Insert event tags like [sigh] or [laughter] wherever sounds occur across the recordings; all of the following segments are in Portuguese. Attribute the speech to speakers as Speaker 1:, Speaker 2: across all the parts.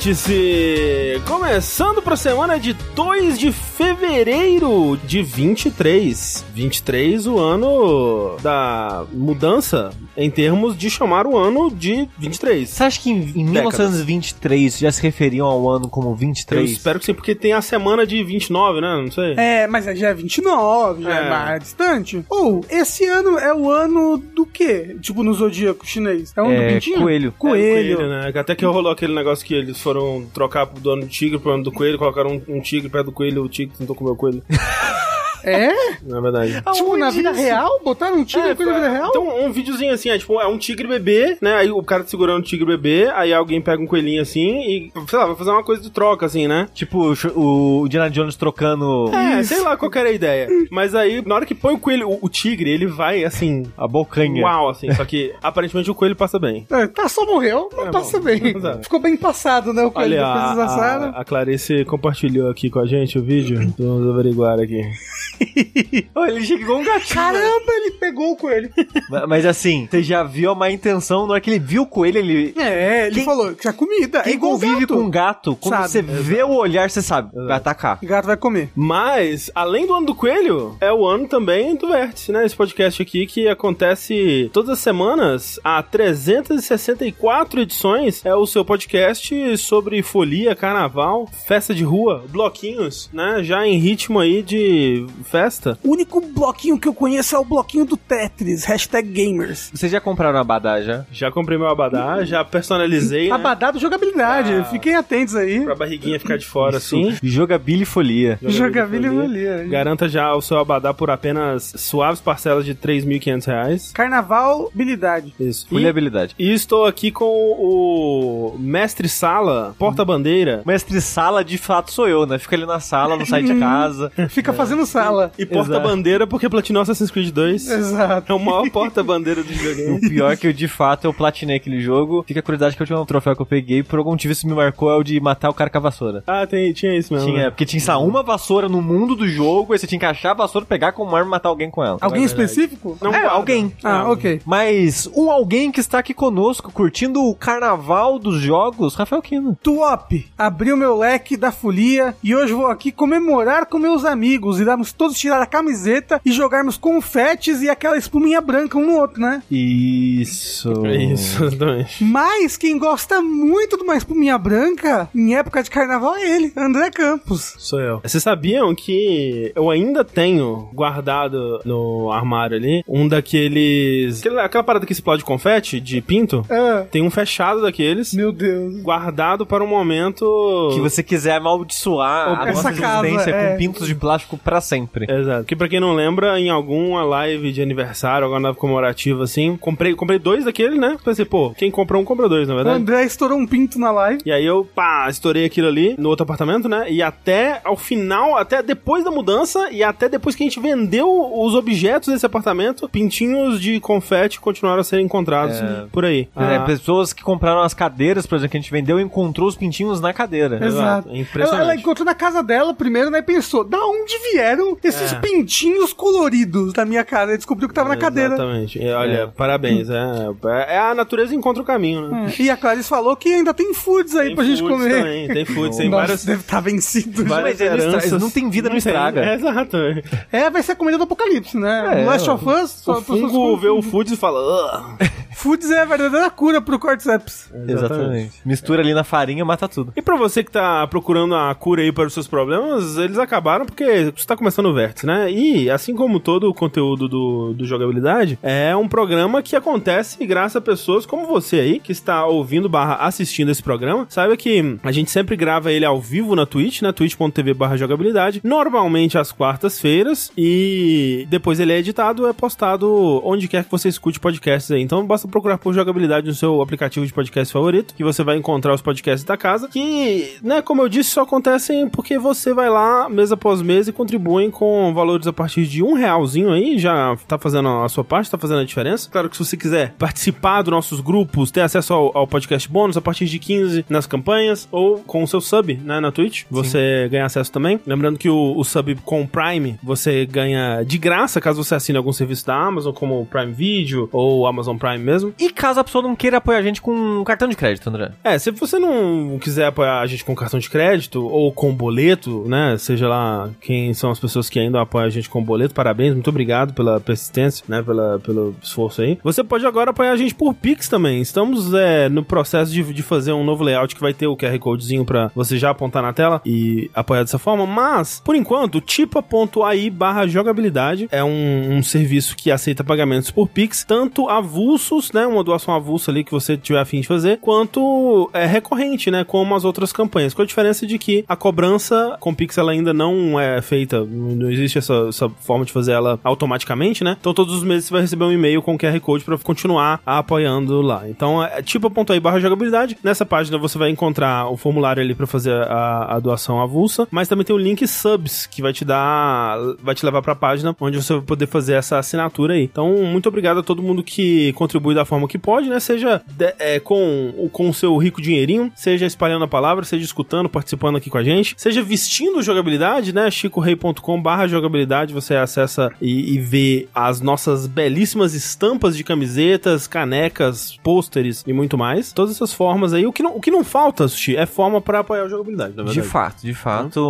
Speaker 1: Vértice! Começando para a semana de 2 de fevereiro de 23. 23, o ano da mudança em termos de chamar o ano de 23.
Speaker 2: Você acha que em, em
Speaker 1: Décadas.
Speaker 2: 1923 já se referiam ao ano como
Speaker 1: Eu
Speaker 2: 23?
Speaker 1: espero que sim, porque tem a semana de 29, né? Não sei.
Speaker 3: É, mas aí já é 29, já é,
Speaker 1: É.
Speaker 3: mais distante. Ou, esse ano é o ano do quê? Tipo, no zodíaco chinês. É o ano do
Speaker 2: É,
Speaker 3: pintinho?
Speaker 2: coelho.
Speaker 3: Coelho.
Speaker 1: coelho, né? Até que rolou aquele negócio que eles foram trocar do ano do tigre pro ano do coelho, colocaram um, um tigre perto do coelho, o tigre tentou comer o
Speaker 3: [laughs]
Speaker 1: coelho.
Speaker 3: É?
Speaker 1: Na verdade.
Speaker 3: tipo, na vida real? Botaram um tigre
Speaker 1: É,
Speaker 3: é, na vida real?
Speaker 1: Então, um videozinho assim, é tipo, é um tigre bebê, né? Aí o cara segurando o tigre bebê, aí alguém pega um coelhinho assim e, sei lá, vai fazer uma coisa de troca, assim, né?
Speaker 2: Tipo, o Sh- o Indiana Jones trocando
Speaker 1: É, sei lá qual que era a ideia. Mas aí, na hora que põe o coelho, o, o tigre, ele vai assim.
Speaker 2: a bocanha.
Speaker 1: Uau, assim. Só que aparentemente o coelho passa bem.
Speaker 3: É, tá, só morreu, mas
Speaker 1: É,
Speaker 3: passa
Speaker 1: bom,
Speaker 3: bem.
Speaker 1: mas é.
Speaker 3: Ficou bem passado, né? O coelho
Speaker 1: Olha,
Speaker 3: depois
Speaker 1: a,
Speaker 3: da Sara.
Speaker 1: a, a Clarice compartilhou aqui com a gente o vídeo. Então Vamos averiguar aqui. Olha, ele chega igual um gatinho.
Speaker 3: Caramba, ele pegou o coelho.
Speaker 2: Ma- Mas assim, você já viu a má intenção, na hora que ele viu o coelho, ele.
Speaker 3: É, ele
Speaker 2: Quem-
Speaker 3: falou que é comida. é
Speaker 2: Quem
Speaker 3: igual
Speaker 2: convive
Speaker 3: gato.
Speaker 2: com um gato, quando
Speaker 3: Sabe.
Speaker 2: você vê o olhar, você sabe, vai atacar.
Speaker 3: Gato vai comer.
Speaker 1: Mas, além do ano do coelho, é o ano também do Vértice, né? Esse podcast aqui que acontece todas as semanas, há 364 edições. É o seu podcast sobre folia, carnaval, festa de rua, bloquinhos, né? Já em ritmo aí de festa.
Speaker 3: O único bloquinho que eu conheço é o bloquinho do Tetris, hashtag gamers.
Speaker 2: Vocês já compraram a Badá já?
Speaker 1: Já comprei meu abadá, já personalizei, né?
Speaker 3: Abadá do jogabilidade,
Speaker 1: Ah.
Speaker 3: fiquem atentos aí.
Speaker 1: Pra barriguinha ficar de fora, assim.
Speaker 2: Jogabilifolia.
Speaker 3: Jogabilidade
Speaker 1: folia.
Speaker 3: valia.
Speaker 1: Garanta já o seu abadá por apenas suaves parcelas de R$ 3.500 reais.
Speaker 3: Carnaval, habilidade.
Speaker 1: Isso. E-
Speaker 2: Folheabilidade.
Speaker 1: E estou aqui com o mestre sala, porta-bandeira
Speaker 2: Mestre sala, de fato, sou eu, né? Fica ali na sala, não sai
Speaker 3: Uhum.
Speaker 2: de casa.
Speaker 3: Fica fazendo sala.
Speaker 1: É. e porta-bandeira porque platinou Assassin's Creed 2.
Speaker 3: [laughs] Exato.
Speaker 1: É o [laughs] maior porta-bandeira do
Speaker 2: O
Speaker 1: videogame.
Speaker 2: pior é que eu, de fato, eu platinei aquele jogo. Fica a curiosidade que eu tinha um troféu que eu peguei, por algum motivo isso me marcou, é o de matar o cara com a vassoura.
Speaker 1: Ah, tem, tinha isso mesmo.
Speaker 2: Tinha,
Speaker 1: né?
Speaker 2: porque tinha só uma vassoura no mundo do jogo, aí você tinha que achar a vassoura, pegar com uma arma e matar alguém com ela.
Speaker 3: Alguém específico?
Speaker 1: É Não
Speaker 2: é,
Speaker 1: guarda.
Speaker 2: alguém.
Speaker 3: Ah, ok.
Speaker 2: Mas um alguém que está aqui conosco, curtindo o carnaval dos jogos, Rafael Kino.
Speaker 3: Tuop, abri o meu leque da folia e hoje vou aqui comemorar com meus amigos. Iremos todos tirar a camiseta e jogarmos confetes e aquela espuminha branca um no outro, né?
Speaker 2: Isso.
Speaker 1: É Isso, exatamente.
Speaker 3: Mas quem gosta muito de uma espuminha branca em época de carnaval é ele, André Campos.
Speaker 1: Sou eu. Vocês sabiam que eu ainda tenho guardado no armário ali um daqueles. aquele- Aquela parada que explode confete de pinto?
Speaker 3: Ah,
Speaker 1: Tem um fechado daqueles.
Speaker 3: meu Deus.
Speaker 1: Guardado para um momento.
Speaker 2: Que você quiser amaldiçoar a
Speaker 3: Essa
Speaker 2: nossa
Speaker 3: casa,
Speaker 2: existência
Speaker 3: é.
Speaker 2: com pintos de plástico pra sempre.
Speaker 1: Exato. Que pra quem não lembra, em alguma live de aniversário, alguma live comemorativa, assim, comprei, comprei dois daquele, né? Pensei, pô, quem comprou um, comprou dois, na
Speaker 3: O
Speaker 1: verdade.
Speaker 3: André estourou um pinto na live.
Speaker 1: E aí eu, pá, estourei aquilo ali no outro apartamento, né? E até ao final, até depois da mudança e até depois que a gente vendeu os objetos desse apartamento, pintinhos de confete continuaram a ser encontrados por aí.
Speaker 2: É,
Speaker 1: Ah,
Speaker 2: pessoas que compraram as cadeiras, por exemplo, que a gente vendeu e encontrou os pintinhos na cadeira.
Speaker 1: Exato.
Speaker 3: Exato.
Speaker 1: É impressionante.
Speaker 3: Ela, ela encontrou na casa dela primeiro, né? E pensou: da onde vieram esses
Speaker 1: É.
Speaker 3: pintinhos coloridos da minha casa? E descobriu que tava na cadeira.
Speaker 1: Exatamente. E olha,
Speaker 2: É.
Speaker 1: parabéns. É, é a natureza encontra o caminho, né?
Speaker 3: E a Clarice falou que ainda É. tem foods aí
Speaker 1: Tem
Speaker 3: pra gente
Speaker 1: foods
Speaker 3: comer.
Speaker 1: Também, tem food, tem
Speaker 3: Nossa,
Speaker 1: vários
Speaker 3: deve estar vencido. já.
Speaker 2: Mas ele não estra-
Speaker 1: heranças.
Speaker 2: não tem vida, não estraga.
Speaker 1: tem. É, exato.
Speaker 3: É, vai ser a comida do apocalipse, né?
Speaker 2: É,
Speaker 3: Last of Us,
Speaker 1: O
Speaker 3: só
Speaker 1: fungo vê o food e fala. "Ah, "Ugh".
Speaker 3: Foods é a verdadeira cura pro Cordyceps.
Speaker 2: Mistura ali na farinha, mata tudo.
Speaker 1: E pra você que tá procurando a cura aí para os seus problemas, eles acabaram porque você tá começando o vértice, né? E assim como todo o conteúdo do, do jogabilidade, é um programa que acontece graças a pessoas como você aí, que está ouvindo barra assistindo esse programa. Saiba que a gente sempre grava ele ao vivo na Twitch, né? twitch.tv barra jogabilidade, normalmente às quartas-feiras, e depois ele é editado, é postado onde quer que você escute podcasts aí. Então basta procurar por jogabilidade no seu aplicativo de podcast favorito, que você vai encontrar os podcasts da casa, que, né, como eu disse, só acontecem porque você vai lá mês após mês e contribuem com valores a partir de um realzinho aí, já tá fazendo a sua parte, tá fazendo a diferença. Claro que se você quiser participar dos nossos grupos, ter acesso ao, ao podcast bônus a partir de 15 nas campanhas, ou com o seu sub, né, na Twitch, você ganha acesso também. Lembrando que o, o sub com o Prime, você ganha de graça, caso você assine algum serviço da Amazon, como o Prime Video ou Amazon Prime mesmo.
Speaker 2: E caso a pessoa não queira apoiar a gente com um cartão de crédito, André?
Speaker 1: É, se você não quiser apoiar a gente com cartão de crédito ou com boleto, né? Seja lá quem são as pessoas que ainda apoiam a gente com boleto, parabéns, muito obrigado pela persistência, né? Pela, pelo esforço aí. Você pode agora apoiar a gente por Pix também. Estamos é, no processo de, de fazer um novo layout que vai ter o QR Codezinho pra você já apontar na tela e apoiar dessa forma. Mas, por enquanto, tipa.ai barra jogabilidade é um, um serviço que aceita pagamentos por Pix, tanto avulsos, né? Uma doação avulsa ali que você tiver a fim de fazer, quanto é recorrente, né? Como as outras campanhas. Com a diferença de que a cobrança com Pix ela ainda não é feita, não existe essa, essa forma de fazer ela automaticamente, né? Então todos os meses você vai receber um e-mail com QR Code para continuar apoiando lá. Então é tipo.ai barra jogabilidade. Nessa página você vai encontrar o formulário ali para fazer a, a doação avulsa, mas também tem o link subs que vai te dar, vai te levar para a página onde você vai poder fazer essa assinatura aí. Então muito obrigado a todo mundo que contribui da forma que pode, né? Seja de- é, com, o- com o seu rico dinheirinho, seja espalhando a palavra, seja escutando, participando aqui com a gente, seja vestindo jogabilidade, né? chicorei.com barra jogabilidade, você acessa e, e vê as nossas belíssimas estampas de camisetas, canecas, pôsteres e muito mais. Todas essas formas aí. O que não, o que não falta, Sushi, é forma pra apoiar a jogabilidade, na
Speaker 2: De
Speaker 1: verdade. Hum?
Speaker 2: fato, de fato.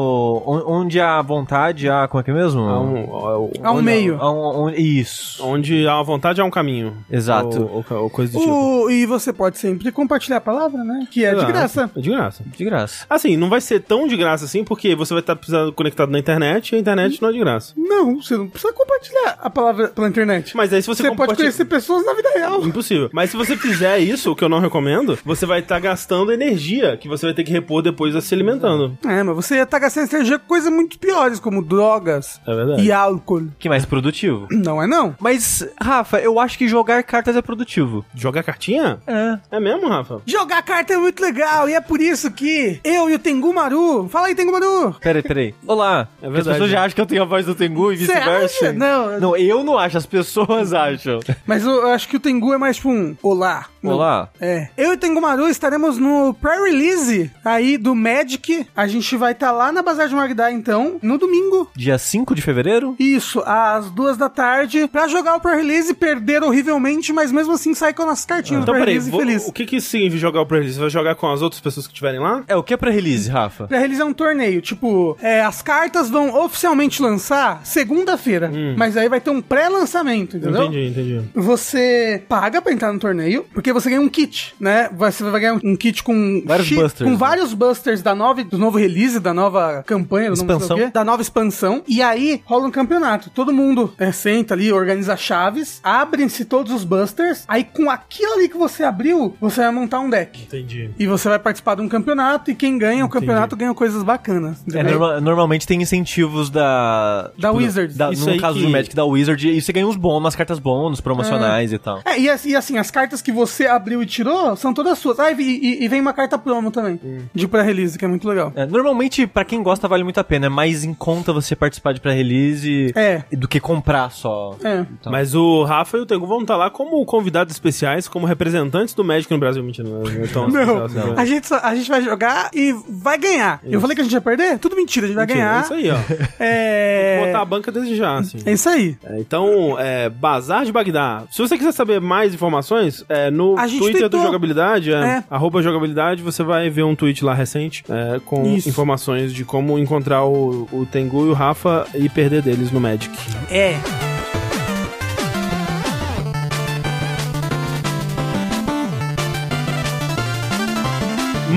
Speaker 2: On- Onde há vontade, há. Como é que é mesmo?
Speaker 1: Há um- há um-
Speaker 3: Há um
Speaker 1: onde-
Speaker 3: meio.
Speaker 2: Há um- um- isso.
Speaker 1: Onde há uma vontade, há um caminho.
Speaker 2: Exato.
Speaker 1: Ou, ou- ou coisa do tipo.
Speaker 3: O- e você pode sempre compartilhar a palavra, né? Que é de
Speaker 1: Exato.
Speaker 3: graça.
Speaker 1: É de graça.
Speaker 2: De graça.
Speaker 1: Assim, não vai ser tão de graça assim, porque você vai estar precisando conectado na internet e a internet não é de graça.
Speaker 3: Não, você não precisa compartilhar a palavra pela internet.
Speaker 1: Mas aí se você,
Speaker 3: você pode
Speaker 1: compartilha-
Speaker 3: conhecer pessoas na vida real.
Speaker 1: Impossível. Mas se você fizer isso, o que eu não recomendo, você vai estar gastando energia que você vai ter que repor depois se alimentando.
Speaker 3: É, mas você ia estar gastando energia com coisas muito piores, como drogas
Speaker 1: É verdade.
Speaker 3: e álcool.
Speaker 2: Que mais produtivo.
Speaker 3: Não é não?
Speaker 2: Mas, Rafa, eu acho que jogar cartas é produtivo.
Speaker 1: Jogar cartinha?
Speaker 2: É.
Speaker 1: É mesmo, Rafa?
Speaker 3: Jogar carta é muito legal, e é por isso que eu e o Tengu Maru... Fala aí, Tengu Maru!
Speaker 2: Peraí, peraí. Olá.
Speaker 1: É
Speaker 2: Que As
Speaker 1: verdade.
Speaker 2: pessoas já acham que eu tenho a voz do Tengu e
Speaker 3: Você acha?
Speaker 2: vice-versa.
Speaker 3: Não.
Speaker 2: Não, eu não acho, as pessoas [laughs] acham.
Speaker 3: Mas eu acho que o Tengu é mais tipo um olá. Não.
Speaker 2: Olá.
Speaker 3: É. Eu e o Tengu Maru estaremos no pré-release aí do Magic. A gente vai estar lá na Bazar de Magdá, então, no domingo.
Speaker 2: Dia 5 de fevereiro?
Speaker 3: Isso, às duas da tarde, pra jogar o pré-release, perder horrivelmente, mas mesmo assim sair com as nossas cartinhas do
Speaker 1: Então, peraí,
Speaker 3: pré-release
Speaker 1: vou,
Speaker 3: feliz.
Speaker 1: o que que significa jogar o pré-release? Você vai jogar com as outras pessoas que estiverem lá?
Speaker 2: É, o que é pra release, Rafa?
Speaker 3: Pra realizar um torneio, tipo, é, as cartas vão oficialmente lançar segunda-feira,
Speaker 2: Hum.
Speaker 3: mas aí vai ter um pré-lançamento, entendeu?
Speaker 1: Entendi, entendi.
Speaker 3: Você paga pra entrar no torneio, porque você ganha um kit, né? Você vai ganhar um kit com
Speaker 2: Vários
Speaker 3: chi-
Speaker 2: busters,
Speaker 3: com
Speaker 2: né?
Speaker 3: vários busters da nova, do novo release, da nova campanha, do novo
Speaker 2: Expansão.
Speaker 3: não sei o quê, da nova expansão. E aí rola um campeonato. Todo mundo é, senta ali, organiza chaves, abrem-se todos os busters. Aí com aquilo ali que você abriu, você vai montar um deck.
Speaker 1: Entendi.
Speaker 3: E você vai participar de um campeonato e quem ganha o campeonato ganha coisas bacanas.
Speaker 2: É,
Speaker 3: entendeu?
Speaker 2: norma- normalmente tem incentivos da. tipo,
Speaker 3: Da Wizards.
Speaker 2: da-
Speaker 1: Isso
Speaker 2: no
Speaker 1: aí
Speaker 2: caso
Speaker 1: que-
Speaker 2: do Magic da Wizard, e você ganha uns bônus, umas cartas bônus, promocionais e tal.
Speaker 3: É, e, as- e assim, as cartas que você abriu e tirou são todas suas. Ah, e, e- e vem uma carta promo também,
Speaker 1: Hum.
Speaker 3: de pré-release, que é muito legal.
Speaker 2: É, normalmente, pra quem gosta, vale muito a pena. É mais em conta você participar de pré-release
Speaker 3: É.
Speaker 2: do que comprar só.
Speaker 3: É.
Speaker 2: Então.
Speaker 1: Mas o Rafa e o Tengu vão estar lá como convidados especiais, como representantes do Magic no Brasil. Mentira, não. é Não, estão-
Speaker 3: [laughs] Não,
Speaker 1: não.
Speaker 3: A, gente só- a gente vai jogar e vai ganhar. Eu falei que a gente ia perder? Tudo mentira, a gente vai
Speaker 1: Mentira,
Speaker 3: ganhar.
Speaker 1: é Isso aí, ó.
Speaker 3: É.
Speaker 1: Botar a banca desde já, assim.
Speaker 3: É isso aí.
Speaker 1: É, Então, é, Bazar de Bagdá. Se você quiser saber mais informações, é, no
Speaker 3: A gente
Speaker 1: Twitter
Speaker 3: tweetou.
Speaker 1: do Jogabilidade, é,
Speaker 3: É.
Speaker 1: arroba jogabilidade, você vai ver um tweet lá recente é, com
Speaker 3: Isso.
Speaker 1: informações de como encontrar o, o Tengu e o Rafa e perder deles no Magic.
Speaker 3: É.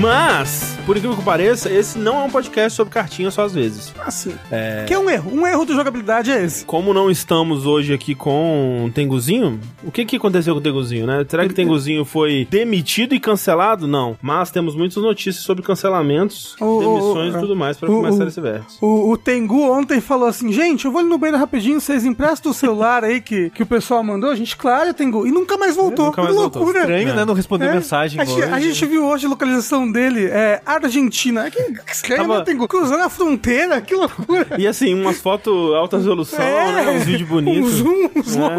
Speaker 1: Mas, por incrível que pareça, esse não é um podcast sobre cartinha só às vezes.
Speaker 3: Assim. Que é um erro. Um erro do jogabilidade é esse.
Speaker 1: Como não estamos hoje aqui com o Tenguzinho, o que, que aconteceu com o Tenguzinho, né? Será que o Tenguzinho foi demitido e cancelado? Não. Mas temos muitas notícias sobre cancelamentos,
Speaker 3: Ô, ô, ô,
Speaker 1: demissões e
Speaker 3: é.
Speaker 1: tudo mais para
Speaker 3: Ô,
Speaker 1: começar
Speaker 3: ô.
Speaker 1: esse vértice.
Speaker 3: O, o Tengu ontem falou assim: gente, eu vou ali no banheiro rapidinho, vocês emprestam o celular aí que, que o pessoal mandou. A gente, claro, Tengu. E nunca mais voltou.
Speaker 1: Nunca mais
Speaker 3: que
Speaker 1: voltou.
Speaker 3: loucura.
Speaker 2: Estranho,
Speaker 1: É.
Speaker 2: né? Não responder
Speaker 3: É.
Speaker 2: mensagem.
Speaker 3: a, gente,
Speaker 2: hoje.
Speaker 3: a gente viu hoje a localização dele, é Argentina. Que, que estranho,
Speaker 1: Tava-
Speaker 3: né, Tengu? Cruzando a fronteira,
Speaker 1: [laughs]
Speaker 3: que loucura.
Speaker 1: E assim, umas fotos alta resolução, né? Uns vídeos bonitos.
Speaker 3: Uns É, um zoom, uns
Speaker 1: É.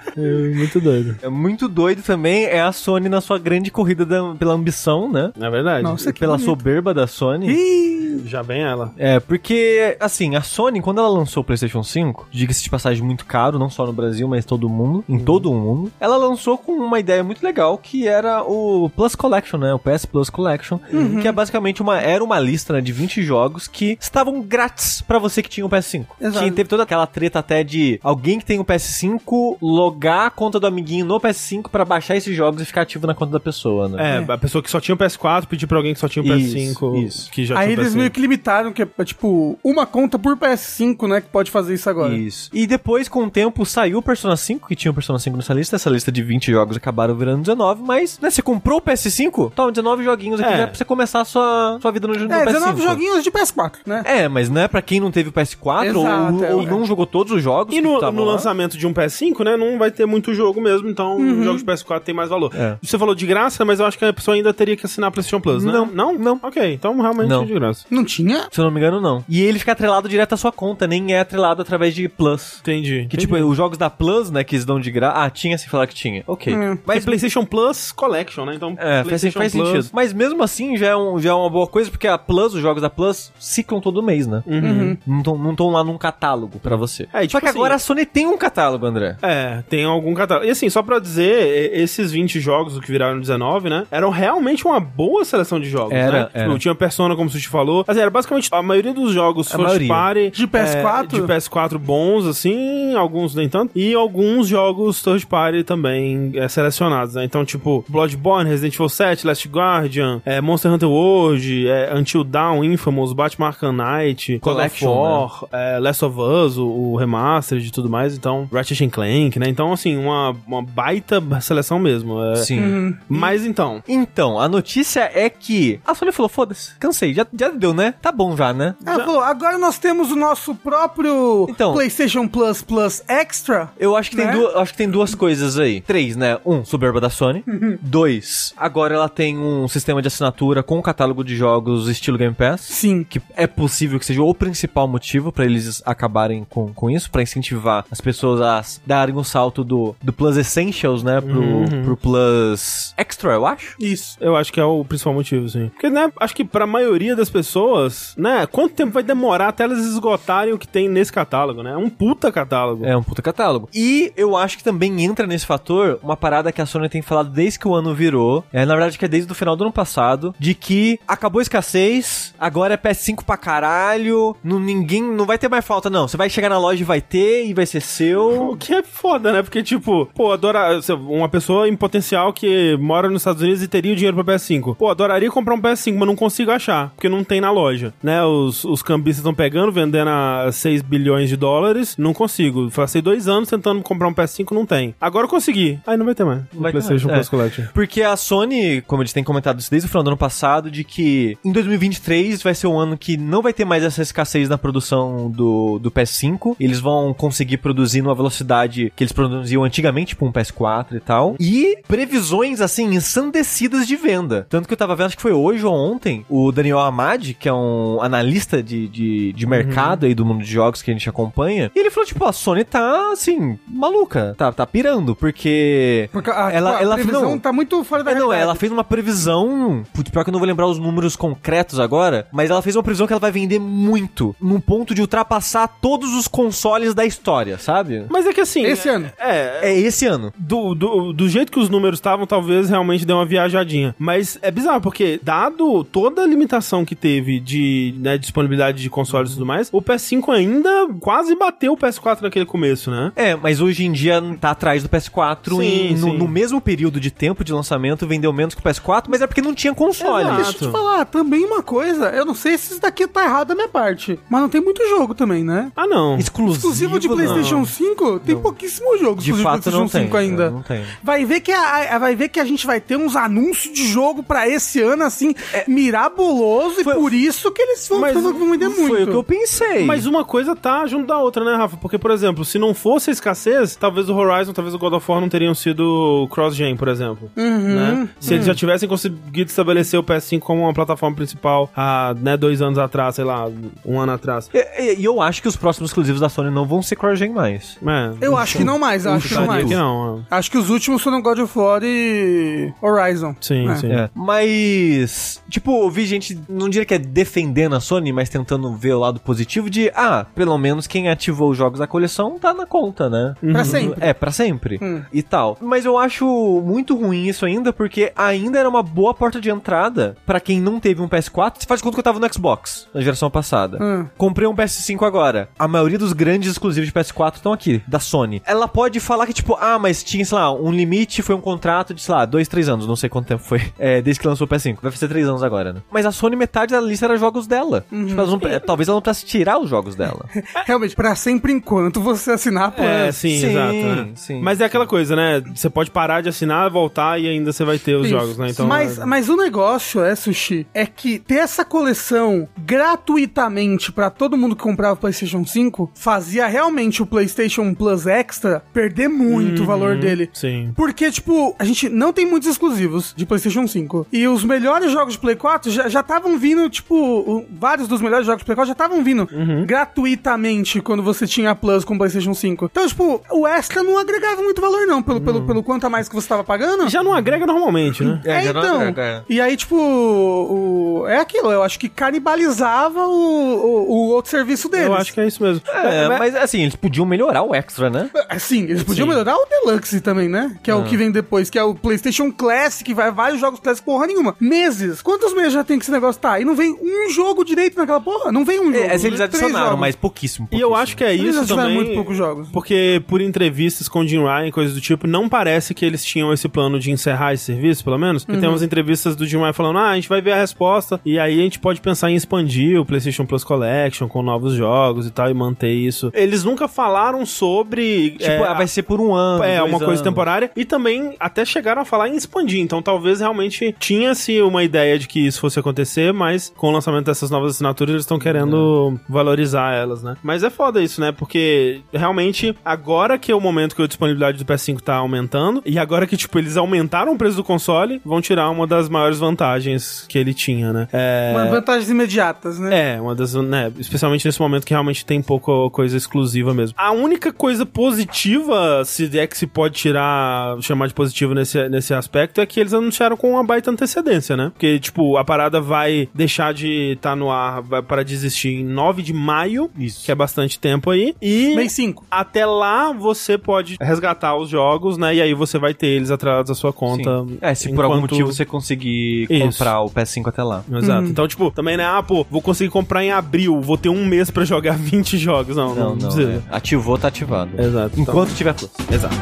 Speaker 1: [laughs]
Speaker 3: longe.
Speaker 1: muito doido.
Speaker 2: É muito doido também é a Sony na sua grande corrida da- pela ambição, né?
Speaker 1: É verdade.
Speaker 3: Nossa, que
Speaker 2: Pela
Speaker 3: bonito.
Speaker 2: soberba da Sony.
Speaker 3: Ih,
Speaker 1: que já vem ela.
Speaker 2: É, porque, assim, a Sony, quando ela lançou o PlayStation 5, diga-se de passagem muito caro, não só no Brasil, mas em todo mundo, em todo o mundo, ela lançou com uma ideia muito legal que era o Plus Collection, né? O PS Plus Collection, que é basicamente uma era uma lista né, de 20 jogos que estavam grátis pra você que tinha um o PS5.
Speaker 3: Exato.
Speaker 2: Que teve toda aquela treta até de alguém que tem um o PS5 logar a conta do amiguinho no PS5 pra baixar esses jogos e ficar ativo na conta da pessoa, né?
Speaker 1: É, a pessoa que só tinha o PS4 pedir pra alguém que só tinha o
Speaker 2: Isso,
Speaker 1: PS5.
Speaker 2: isso.
Speaker 1: Que já
Speaker 3: Aí
Speaker 1: tinha o
Speaker 3: eles
Speaker 1: PS5.
Speaker 3: meio que limitaram, que é tipo, uma conta por PS5, né? Que pode fazer isso agora.
Speaker 2: Isso. E depois, com o tempo, saiu o Persona 5, que tinha o Persona 5 nessa lista. Essa lista de 20 jogos acabaram virando 19, mas, né, você comprou o PS5? Toma, 19 joguinhos aqui
Speaker 1: É.
Speaker 2: já pra você começar a sua, sua vida no, no
Speaker 3: É,
Speaker 2: PS5.
Speaker 3: 19 joguinhos de PS4, né?
Speaker 2: É, mas né, pra quem não teve o PS4 ou,
Speaker 3: Exato, é,
Speaker 2: ou
Speaker 3: é.
Speaker 2: não jogou todos os jogos
Speaker 1: E
Speaker 2: que
Speaker 1: no,
Speaker 2: estavam
Speaker 1: no
Speaker 2: lá.
Speaker 1: lançamento de um PS5, né, não vai ter muito jogo mesmo, então
Speaker 2: Uhum.
Speaker 1: jogos de PS4 tem mais valor.
Speaker 2: É.
Speaker 1: Você falou de graça, mas eu acho que a pessoa ainda teria que assinar a PlayStation Plus, né?
Speaker 2: Não.
Speaker 1: Não? Não. Ok, então realmente
Speaker 2: Não.
Speaker 1: é de graça.
Speaker 3: Não tinha?
Speaker 2: Se eu não me engano, não. E ele fica atrelado direto à sua conta, nem é atrelado através de Plus.
Speaker 1: Entendi.
Speaker 2: Que, tipo, os jogos da Plus, né, que eles dão de graça... Ah, tinha sem falar que tinha. Ok.
Speaker 3: Hum.
Speaker 1: mas PlayStation Plus Collection, né? Então,
Speaker 2: É, faz,
Speaker 1: PlayStation
Speaker 2: faz
Speaker 1: Plus-
Speaker 2: sentido. Mas mesmo assim, já é, um- já é uma boa coisa, porque a Plus, os jogos da Plus, ciclam todo mês, né?
Speaker 3: Uhum.
Speaker 2: Não estão não tão lá num catálogo pra você.
Speaker 1: É, e
Speaker 2: Só
Speaker 1: tipo
Speaker 2: que
Speaker 1: assim-
Speaker 2: agora a Sony tem um catálogo, André.
Speaker 1: É, tem algum catálogo. E assim, só pra dizer, e- esses 20 jogos, o que viraram 19, né? Eram realmente uma boa seleção de jogos,
Speaker 2: Era,
Speaker 1: né?
Speaker 2: era.
Speaker 1: Tipo, tinha Persona, como o Sushi falou. Assim, era basicamente a maioria dos jogos
Speaker 2: A
Speaker 1: first
Speaker 2: maioria.
Speaker 1: party.
Speaker 3: De PS4?
Speaker 1: é, de PS4 bons, assim, alguns nem tanto. E alguns jogos third party também é, selecionados, né? Então, tipo, Bloodborne, Resident Evil 7, Last Guardian, é, Monster Hunter World, é, Until Dawn, Infamous, Batman Arkham Knight, God of
Speaker 2: Collection,
Speaker 1: War,
Speaker 2: né?
Speaker 1: é, Last of Us, o, o Remastered e tudo mais, então Ratchet and Clank, né? Então, assim, uma, uma baita seleção mesmo. é.
Speaker 2: Sim.
Speaker 3: Uhum.
Speaker 1: Mas então,
Speaker 2: Então, a notícia é que a Sony falou, foda-se, cansei, já, já deu, né? Tá bom já, né?
Speaker 3: Ah, falou, agora nós temos o nosso próprio
Speaker 2: Então.
Speaker 3: PlayStation Plus Plus Extra.
Speaker 2: Eu acho que, tem
Speaker 3: Né?
Speaker 2: duas, acho que tem duas coisas aí. Três, né? Um, soberba da Sony.
Speaker 3: Uhum.
Speaker 2: Dois, agora ela tem um sistema de assinatura com um catálogo de jogos estilo Game Pass.
Speaker 3: Sim.
Speaker 2: que é possível que seja o principal motivo pra eles acabarem com, com isso, pra incentivar as pessoas a s- darem um salto do, do Plus Essentials, né, pro, pro Plus Extra, eu acho.
Speaker 3: Isso.
Speaker 1: eu acho que é o principal motivo, sim. Porque, né, acho que pra maioria das pessoas, né, quanto tempo vai demorar até elas esgotarem o que tem nesse catálogo, né? É um puta catálogo.
Speaker 2: É um puta catálogo. E eu acho que também entra nesse fator uma parada que a Sony tem falado desde que o ano virou, é, na verdade que é desde o final do ano passado, de que acabou a escassez, agora é PS5 pra caralho, não, ninguém, não vai ter mais falta não, você vai chegar na loja e vai ter, e vai ser seu...
Speaker 1: O que é foda, né? Porque, tipo, pô, adora se- uma pessoa em potencial que mora nos Estados Unidos e teria o dinheiro pra PS5. Pô, adoraria comprar um PS5, mas não consigo achar, porque não tem na loja. Né? Os, os cambistas estão pegando, vendendo a 6 bilhões de dólares. Não consigo. Passei dois anos tentando comprar um PS5, não tem. Agora eu consegui. Aí não vai ter mais.
Speaker 2: vai ter
Speaker 1: PlayStation Plus
Speaker 2: mais,
Speaker 1: Collection.
Speaker 2: Porque a Sony, como eles têm comentado isso desde o final do ano passado, de que em 2023 vai ser um ano que não vai ter mais essa escassez na produção do, do PS5. Eles vão conseguir produzir numa velocidade que eles produziam antigamente, com um PS4 e tal. E previsões, assim, ensandecidas de venda. Tanto que eu tava vendo, acho que foi hoje ou ontem, o Daniel Amadi, que é um analista de, de, de
Speaker 3: Uhum.
Speaker 2: mercado aí do mundo de jogos que a gente acompanha, e ele falou, tipo, a Sony tá, assim, maluca, tá, tá pirando, porque...
Speaker 3: Porque
Speaker 2: Ela-
Speaker 3: a, ela,
Speaker 2: ela-
Speaker 3: previsão
Speaker 2: não.
Speaker 3: tá muito fora da
Speaker 2: É, não,
Speaker 3: realidade.
Speaker 2: ela fez uma previsão. Putz, pior que eu não vou lembrar os números concretos agora, mas ela fez uma previsão que ela vai vender muito, num ponto de ultrapassar todos os consoles da história, sabe?
Speaker 1: Mas é que assim.
Speaker 3: Esse
Speaker 1: é-
Speaker 3: ano.
Speaker 1: É,
Speaker 2: É esse ano.
Speaker 1: do, do, do jeito que os números estavam, talvez realmente deu uma viajadinha. Mas é bizarro, porque dado toda a limitação que teve de né, disponibilidade de consoles e tudo mais, o PS5 ainda quase bateu o PS4 naquele começo, né?
Speaker 2: É, mas hoje em dia tá atrás do PS4
Speaker 1: Sim,
Speaker 2: e no,
Speaker 1: sim.
Speaker 2: no mesmo período de tempo de lançamento vendeu menos que o PS4, mas é porque não tinha console.
Speaker 1: Exato.
Speaker 3: Deixa eu te falar, também uma coisa, eu não sei se isso daqui tá errado da minha parte, mas não tem muito jogo também, né?
Speaker 1: Ah, não.
Speaker 2: Exclusivo,
Speaker 3: Exclusivo de
Speaker 2: não.
Speaker 3: PlayStation 5, tem pouquíssimo jogo
Speaker 2: De
Speaker 3: exclusivo
Speaker 2: fato não tem. né?
Speaker 3: ainda.
Speaker 2: Não tem.
Speaker 3: Vai ver, que a, a- vai ver que a gente vai ter uns anúncios de jogo pra esse ano, assim, miraboloso, e
Speaker 2: É. Foi-
Speaker 3: por isso que eles vão,
Speaker 1: Mas
Speaker 3: pensando que vão Então, vender muito.
Speaker 2: Foi o que eu pensei.
Speaker 1: Mas uma coisa tá junto da outra, né, Rafa? Porque, por exemplo, se não fosse a escassez, talvez o Horizon, talvez o God of War não teriam sido cross-gen, por exemplo.
Speaker 3: Uhum.
Speaker 1: né? Se
Speaker 3: Hum.
Speaker 1: eles já tivessem conseguido estabelecer o PS5 como uma plataforma principal há né, dois anos atrás, sei lá, um ano atrás.
Speaker 2: E, e- e eu acho que os próximos exclusivos da Sony não vão ser cross-gen mais.
Speaker 1: É,
Speaker 3: Eu acho que não mais, eu acho que não
Speaker 1: Acho
Speaker 3: mais.
Speaker 1: que não. é.
Speaker 3: Acho que os últimos foram God of War e Horizon.
Speaker 1: Sim,
Speaker 3: É.
Speaker 1: sim.
Speaker 2: Mas, tipo, eu vi gente, não diria que é defendendo a Sony, mas tentando ver o lado positivo de, ah, pelo menos quem ativou os jogos da coleção tá na conta, né?
Speaker 3: Pra sempre.
Speaker 2: É, pra sempre.
Speaker 3: Hum.
Speaker 2: E tal. Mas eu acho muito ruim isso ainda, porque ainda era uma boa porta de entrada pra quem não teve um PS4. Você faz de conta que eu tava no Xbox, na geração passada.
Speaker 3: Hum.
Speaker 2: Comprei um PS5 agora. A maioria dos grandes exclusivos de PS4 estão aqui, da Sony. Ela pode falar que, tipo, ah, mas tinha, sei lá, um limite, foi um contrato de, sei lá, dois, três anos, não sei quanto tempo foi, [laughs] é, desde que lançou o PS5. Vai fazer três anos agora, né? Mas a Sony, metade da lista era jogos dela.
Speaker 3: Uhum.
Speaker 2: Tipo, elas não- é, talvez ela não precisasse tirar os jogos
Speaker 3: [laughs]
Speaker 2: dela.
Speaker 3: Realmente, pra sempre enquanto você assinar a
Speaker 1: É,
Speaker 3: plano.
Speaker 1: sim,
Speaker 2: Sim,
Speaker 1: exato. né?
Speaker 2: sim.
Speaker 1: Mas é aquela coisa, né? Você pode parar de assinar, voltar e ainda você vai ter os
Speaker 3: Isso.
Speaker 1: jogos, né? Então,
Speaker 3: mas,
Speaker 1: é-
Speaker 3: mas o negócio é, Sushi, é que ter essa coleção gratuitamente pra todo mundo que comprava o PlayStation 5 fazia realmente o PlayStation Plus Extra perder muito o valor dele.
Speaker 1: Uhum, Sim.
Speaker 3: Porque, tipo, a gente não tem muitos exclusivos de PlayStation 5. E os melhores jogos de Play 4 já já estavam vindo, tipo, o- vários dos melhores jogos de Play 4 já estavam vindo
Speaker 1: Uhum.
Speaker 3: gratuitamente quando você tinha a Plus com o PlayStation 5. Então, tipo, o extra não agregava muito valor, não, pelo,
Speaker 1: Hum.
Speaker 3: pelo, pelo quanto a mais que você tava pagando.
Speaker 1: Já não agrega normalmente, né?
Speaker 3: É,
Speaker 2: já não
Speaker 3: então.
Speaker 2: agrega, é.
Speaker 3: E aí, tipo, o- é aquilo. Eu acho que canibalizava o, o, o outro serviço deles.
Speaker 1: Eu acho que é isso mesmo.
Speaker 2: É, mas assim, eles podiam melhorar o extra, né?
Speaker 3: Assim, eles podiam
Speaker 1: Sim.
Speaker 3: melhorar o Deluxe também, né? Que é
Speaker 2: Ah.
Speaker 3: o que vem depois, que é o PlayStation Classic, que vai vários jogos Classic, porra nenhuma. Meses. Quantos meses já tem que esse negócio tá? E não vem um jogo direito naquela porra? Não vem um jogo.
Speaker 2: É, se eles
Speaker 3: Três
Speaker 2: adicionaram,
Speaker 3: jogos.
Speaker 2: mas pouquíssimo,
Speaker 1: E eu acho que é
Speaker 3: Eles
Speaker 1: isso
Speaker 3: ativaram
Speaker 1: também.
Speaker 3: muito poucos jogos.
Speaker 1: Porque por entrevistas com o Jim Ryan e coisas do tipo, não parece que eles tinham esse plano de encerrar esse serviço, pelo menos. Porque tem umas entrevistas do Jim Ryan falando, ah, a gente vai ver a resposta e aí a gente pode pensar em expandir o PlayStation Plus Collection com novos jogos e tal e manter isso. Eles nunca falaram sobre
Speaker 2: Tipo,
Speaker 1: é,
Speaker 2: ah, vai ser por um ano.
Speaker 1: é,
Speaker 2: dois
Speaker 1: uma coisa
Speaker 2: anos.
Speaker 1: temporária. E também até chegaram a falar em expandir. Então talvez realmente tinha-se uma ideia de que isso fosse acontecer, mas com o lançamento dessas novas assinaturas eles estão querendo
Speaker 2: É.
Speaker 1: valorizar elas, né? Mas é foda isso, né? Porque realmente agora que é o momento que a disponibilidade do PS5 tá aumentando, e agora que, tipo, eles aumentaram o preço do console, vão tirar uma das maiores vantagens que ele tinha, né? É...
Speaker 3: Mas vantagens imediatas, né?
Speaker 1: É, uma das. Né, especialmente nesse momento que realmente tem pouca coisa exclusiva mesmo. A única coisa positiva, se é que se pode tirar, chamar de positivo nesse, nesse aspecto, é que eles anunciaram com uma baita antecedência, né? Porque, tipo, a parada vai deixar de estar no ar vai para de existir em 9 de maio,
Speaker 2: Isso.
Speaker 1: que é bastante tempo aí. E.
Speaker 3: Mês 5.
Speaker 1: Até lá você pode resgatar os jogos, né? E aí você vai ter eles atrás da sua conta.
Speaker 2: Sim. É, se por algum
Speaker 1: tá enquanto-
Speaker 2: motivo você conseguir
Speaker 1: Isso.
Speaker 2: comprar o PS5 até lá.
Speaker 1: Exato. Então, tipo, também não é, ah, pô, vou conseguir comprar em abril, vou ter um mês pra jogar [laughs] 20 jogos. Não, não,
Speaker 2: Não, não.
Speaker 1: precisa.
Speaker 2: é. Ativou, tá ativado.
Speaker 1: Exato. Então-
Speaker 2: Enquanto tiver plus.
Speaker 1: Exato.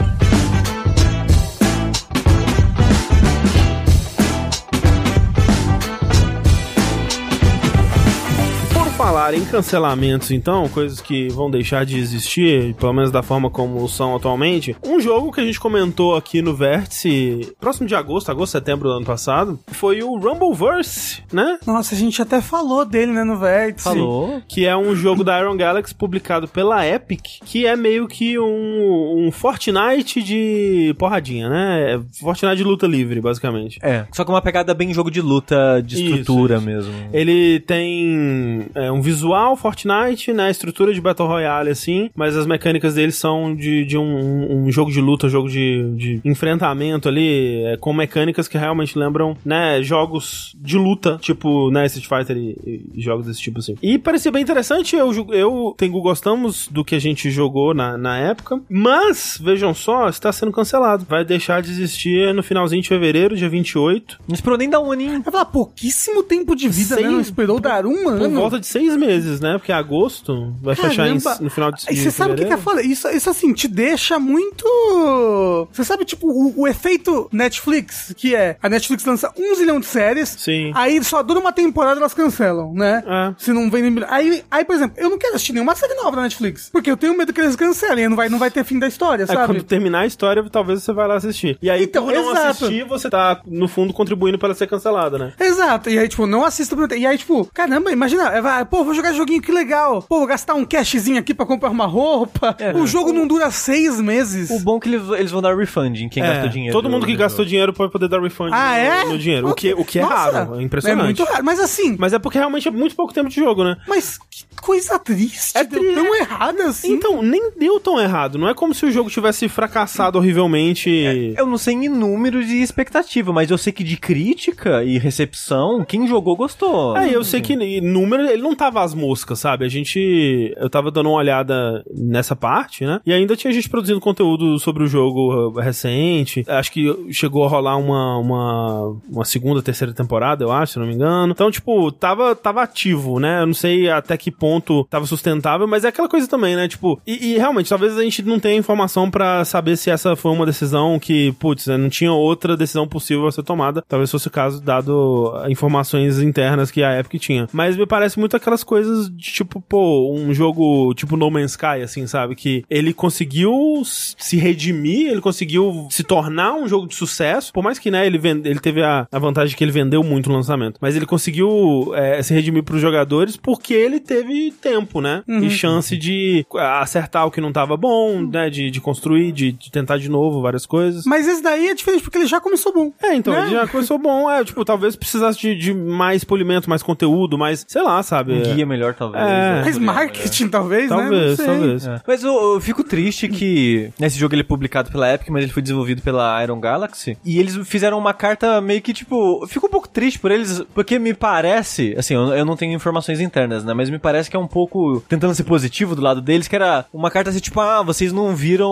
Speaker 1: Por falar em cancelamentos, então, coisas que vão deixar de existir, pelo menos da forma como são atualmente, um jogo que a gente comentou aqui no Vértice, próximo de agosto, agosto, setembro do ano passado, foi o Rumbleverse, né?
Speaker 3: Nossa, a gente até falou dele, né, no Vértice.
Speaker 2: Falou.
Speaker 1: que é um jogo da Iron Galaxy publicado pela Epic, que é meio que um, um Fortnite de porradinha, né? É Fortnite de luta livre, basicamente.
Speaker 2: É. Só que uma pegada bem jogo de luta, de
Speaker 1: Isso,
Speaker 2: estrutura
Speaker 1: isso.
Speaker 2: mesmo.
Speaker 1: Ele tem é, um visual Fortnite, né? Estrutura de Battle Royale, assim, mas as mecânicas dele são de, de um, um jogo de luta, jogo de, de enfrentamento ali, é, com mecânicas que realmente lembram, né, jogos de luta, tipo, né, Street Fighter e, e jogos desse tipo assim. E parecia bem interessante, eu, ju- eu Tengu gostamos do que a gente jogou na, na época, mas, vejam só, está sendo cancelado. Vai deixar de existir no finalzinho de fevereiro, dia 28.
Speaker 2: Não esperou nem dar um aninho.
Speaker 3: Vai falar pouquíssimo tempo de vida,
Speaker 1: Sei.
Speaker 3: né? Não esperou dar um
Speaker 1: Por
Speaker 3: ano.
Speaker 1: volta de seis meses, né? Porque agosto vai fechar em-
Speaker 3: Caramba.
Speaker 1: no final de
Speaker 3: E você
Speaker 1: de
Speaker 3: sabe o que que é
Speaker 1: fevereiro.
Speaker 3: foda? Isso, isso assim, te deixa muito. Você sabe, tipo, o, o efeito Netflix, que é a Netflix lança um zilhão de séries,
Speaker 1: Sim.
Speaker 3: aí só dura uma temporada elas cancelam, né?
Speaker 1: É.
Speaker 3: Se não vem nem. Aí, aí, por exemplo, eu não quero assistir nenhuma série nova da Netflix. Porque eu tenho medo que eles cancelem, não vai, não vai ter fim da história,
Speaker 1: Aí,
Speaker 3: sabe?
Speaker 1: É quando terminar a história, talvez você vai lá assistir. E aí,
Speaker 3: Então,
Speaker 1: por não
Speaker 3: exato.
Speaker 1: assistir, você tá, no fundo, contribuindo pra ela ser cancelada, né?
Speaker 3: um Exato, e aí, tipo, não assisto. pra- E aí, tipo, caramba, imagina, é, vai, pô, Pô, vou jogar joguinho, que legal. Pô, vou gastar um cashzinho aqui pra comprar uma roupa.
Speaker 1: É.
Speaker 3: O jogo não dura seis meses.
Speaker 2: O bom é que eles, eles vão dar refund em quem gastou dinheiro.
Speaker 1: É, Todo mundo que
Speaker 2: no
Speaker 1: gastou
Speaker 2: jogo.
Speaker 1: dinheiro pode poder dar refund
Speaker 3: Ah,
Speaker 1: no,
Speaker 3: é?
Speaker 1: no dinheiro. O que, o que é
Speaker 3: Nossa.
Speaker 1: raro, é impressionante.
Speaker 3: É muito raro. Mas assim,
Speaker 1: Mas é porque realmente é muito pouco tempo de jogo, né?
Speaker 3: mas que coisa triste.
Speaker 1: É
Speaker 3: deu
Speaker 1: tri-
Speaker 3: tão errado assim.
Speaker 1: Então, nem deu tão errado. Não é como se o jogo tivesse fracassado horrivelmente.
Speaker 3: É,
Speaker 2: Eu não sei em números e expectativa, mas eu sei que de crítica e recepção, quem jogou gostou.
Speaker 1: É, eu sei que em número ele não tava às moscas, sabe? A gente. Eu tava dando uma olhada nessa parte, né? E ainda tinha gente produzindo conteúdo sobre o jogo eh, recente. Acho que chegou a rolar uma, uma, uma segunda, terceira temporada, eu acho, se não me engano. Então, tipo, tava, tava ativo, né? Eu não sei até que ponto tava sustentável, mas é aquela coisa também, né? Tipo, e, e realmente, talvez a gente não tenha informação pra saber se essa foi uma decisão que, putz, né, não tinha outra decisão possível a ser tomada. Talvez fosse o caso, dado ah, informações internas que a Epic tinha. Mas me parece muito aquelas coisas de tipo, pô, um jogo tipo No Man's Sky, assim, sabe? Que ele conseguiu s- se redimir, ele conseguiu se tornar um jogo de sucesso. Por mais que, né, ele, vende, ele teve a, a vantagem de que ele vendeu muito no lançamento. Mas ele conseguiu eh, se redimir pros jogadores porque ele teve tempo, né? E chance de ah, acertar o que não tava bom, né? De, de construir, de, de tentar de novo várias coisas.
Speaker 3: Mas esse daí é diferente, porque ele já começou bom.
Speaker 1: É, então,
Speaker 3: Né?
Speaker 1: ele já começou bom. É, tipo, talvez precisasse de, de mais polimento, mais conteúdo, mais, sei lá, sabe?
Speaker 2: Um guia melhor, talvez.
Speaker 1: É.
Speaker 2: né?
Speaker 3: Mas marketing, talvez, né? Não
Speaker 1: Talvez,
Speaker 3: sei.
Speaker 1: talvez.
Speaker 2: É. Mas eu, eu fico triste que nesse jogo ele é publicado pela Epic, mas ele foi desenvolvido pela Iron Galaxy. E eles fizeram uma carta meio que tipo. eu Fico um pouco triste por eles, porque me parece. Assim, eu, eu não tenho informações internas, né? Mas me parece que é um pouco tentando ser positivo do lado deles, que era uma carta assim, tipo, ah, vocês não viram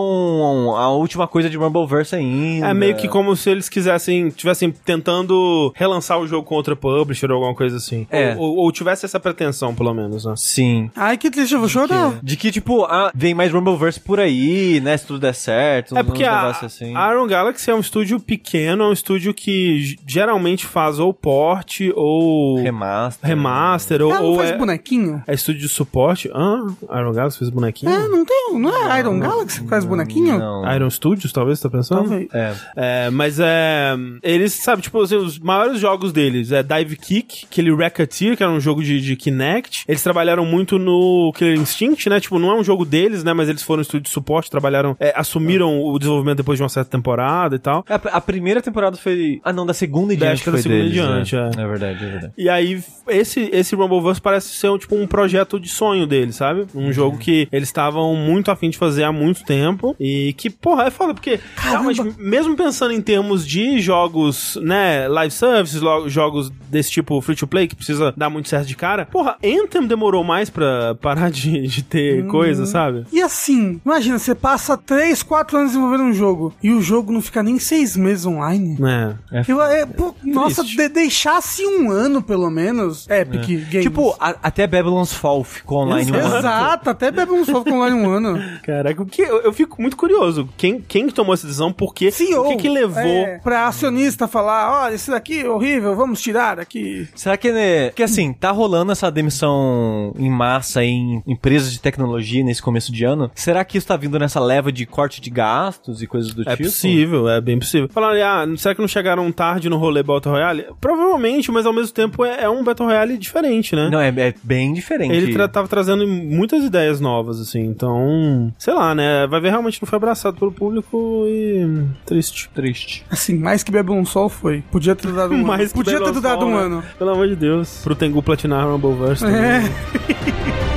Speaker 2: a última coisa de Rumbleverse ainda.
Speaker 1: É meio que como se eles quisessem, tivessem tentando relançar o jogo com outra publisher ou alguma coisa assim.
Speaker 2: É.
Speaker 1: Ou, ou- ou tivesse essa pretensão, pelo menos, né?
Speaker 2: Sim.
Speaker 3: Ai, que triste, eu vou chorar.
Speaker 2: De que, tipo, ah, vem mais Rumbleverse por aí, né? Se tudo der certo.
Speaker 1: É
Speaker 2: uns-
Speaker 1: porque
Speaker 2: uns
Speaker 1: a,
Speaker 2: negócios assim.
Speaker 1: a Iron Galaxy é um estúdio pequeno, é um estúdio que g- geralmente faz ou porte ou
Speaker 2: Remaster.
Speaker 1: remaster, ou,
Speaker 3: Ela Ah, não
Speaker 1: ou
Speaker 3: faz
Speaker 1: é,
Speaker 3: bonequinho?
Speaker 1: é estúdio de suporte. Ah, Iron Galaxy fez bonequinho?
Speaker 3: É, não tem. Não é Iron Galaxy que faz bonequinho?
Speaker 2: Não.
Speaker 1: Iron Studios, talvez, você tá pensando?
Speaker 3: É. Talvez.
Speaker 2: É.
Speaker 1: É, mas é. Eles, sabe, tipo, assim, os maiores jogos deles é Dive Kick, aquele Racketeer, que era um jogo de, de Kinect. Eles trabalharam muito no Killer Instinct, né? Tipo, não é um jogo deles, né? Mas eles foram estúdio de suporte, trabalharam, é, assumiram o desenvolvimento depois de uma certa temporada e tal.
Speaker 2: A, a primeira temporada foi. Ah, não, da segunda em
Speaker 1: Da-
Speaker 2: diante
Speaker 1: acho que
Speaker 2: foi
Speaker 1: da segunda em
Speaker 2: deles,
Speaker 1: diante,
Speaker 2: né?
Speaker 1: é.
Speaker 2: É verdade, é verdade.
Speaker 1: E aí, esse, esse Rumbleverse parece ser tipo um projeto de sonho deles, sabe? Um jogo que eles estavam muito afim de fazer há muito tempo. E que, porra, é foda, porque realmente, mesmo pensando em termos de jogos, né, live services, lo- jogos desse tipo free to play, que precisa dar muito certo de cara, porra, Anthem demorou mais pra parar de, de ter coisa, sabe?
Speaker 3: E assim, imagina, você passa 3, 4 anos desenvolvendo um jogo e o jogo não fica nem 6 meses online.
Speaker 1: É.
Speaker 3: Eu, é, pô, nossa, de- deixasse um ano pelo menos.
Speaker 1: É.
Speaker 3: Epic Games.
Speaker 2: Tipo, a- até Babylon's Fall ficou online um ano.
Speaker 3: Exato, até bebe um soco online
Speaker 1: [laughs]
Speaker 3: um ano.
Speaker 1: Caraca, o que, eu, eu fico muito curioso. Quem, quem que tomou essa decisão? Por quê?
Speaker 3: CEO,
Speaker 1: o que, que levou?
Speaker 3: é, pra acionista falar: olha, esse daqui é horrível, vamos tirar aqui.
Speaker 2: Será que, né? Porque assim, tá rolando essa demissão em massa em empresas de tecnologia nesse começo de ano. Será que isso tá vindo nessa leva de corte de gastos e coisas do
Speaker 1: É
Speaker 2: tipo?
Speaker 1: possível, é bem possível. Falaram, ah, será que não chegaram tarde no rolê Battle Royale? Provavelmente, mas ao mesmo tempo é, é um Battle Royale diferente, né?
Speaker 2: Não, é, é bem diferente.
Speaker 1: Ele tra tava trazendo muitas ideias novas, assim, então. Sei lá, né? Vai ver realmente não foi abraçado pelo público e. Triste. [laughs] Triste.
Speaker 3: Assim, mais que bebe um sol foi. Podia ter dado
Speaker 1: [laughs]
Speaker 3: um ano.
Speaker 1: Mais que
Speaker 3: Podia ter
Speaker 1: Babylon's
Speaker 3: dado
Speaker 1: Fall,
Speaker 3: um
Speaker 1: né?
Speaker 3: ano.
Speaker 1: Pelo amor de Deus. Pro Tengu platinar Rumbleverse. também.
Speaker 3: É.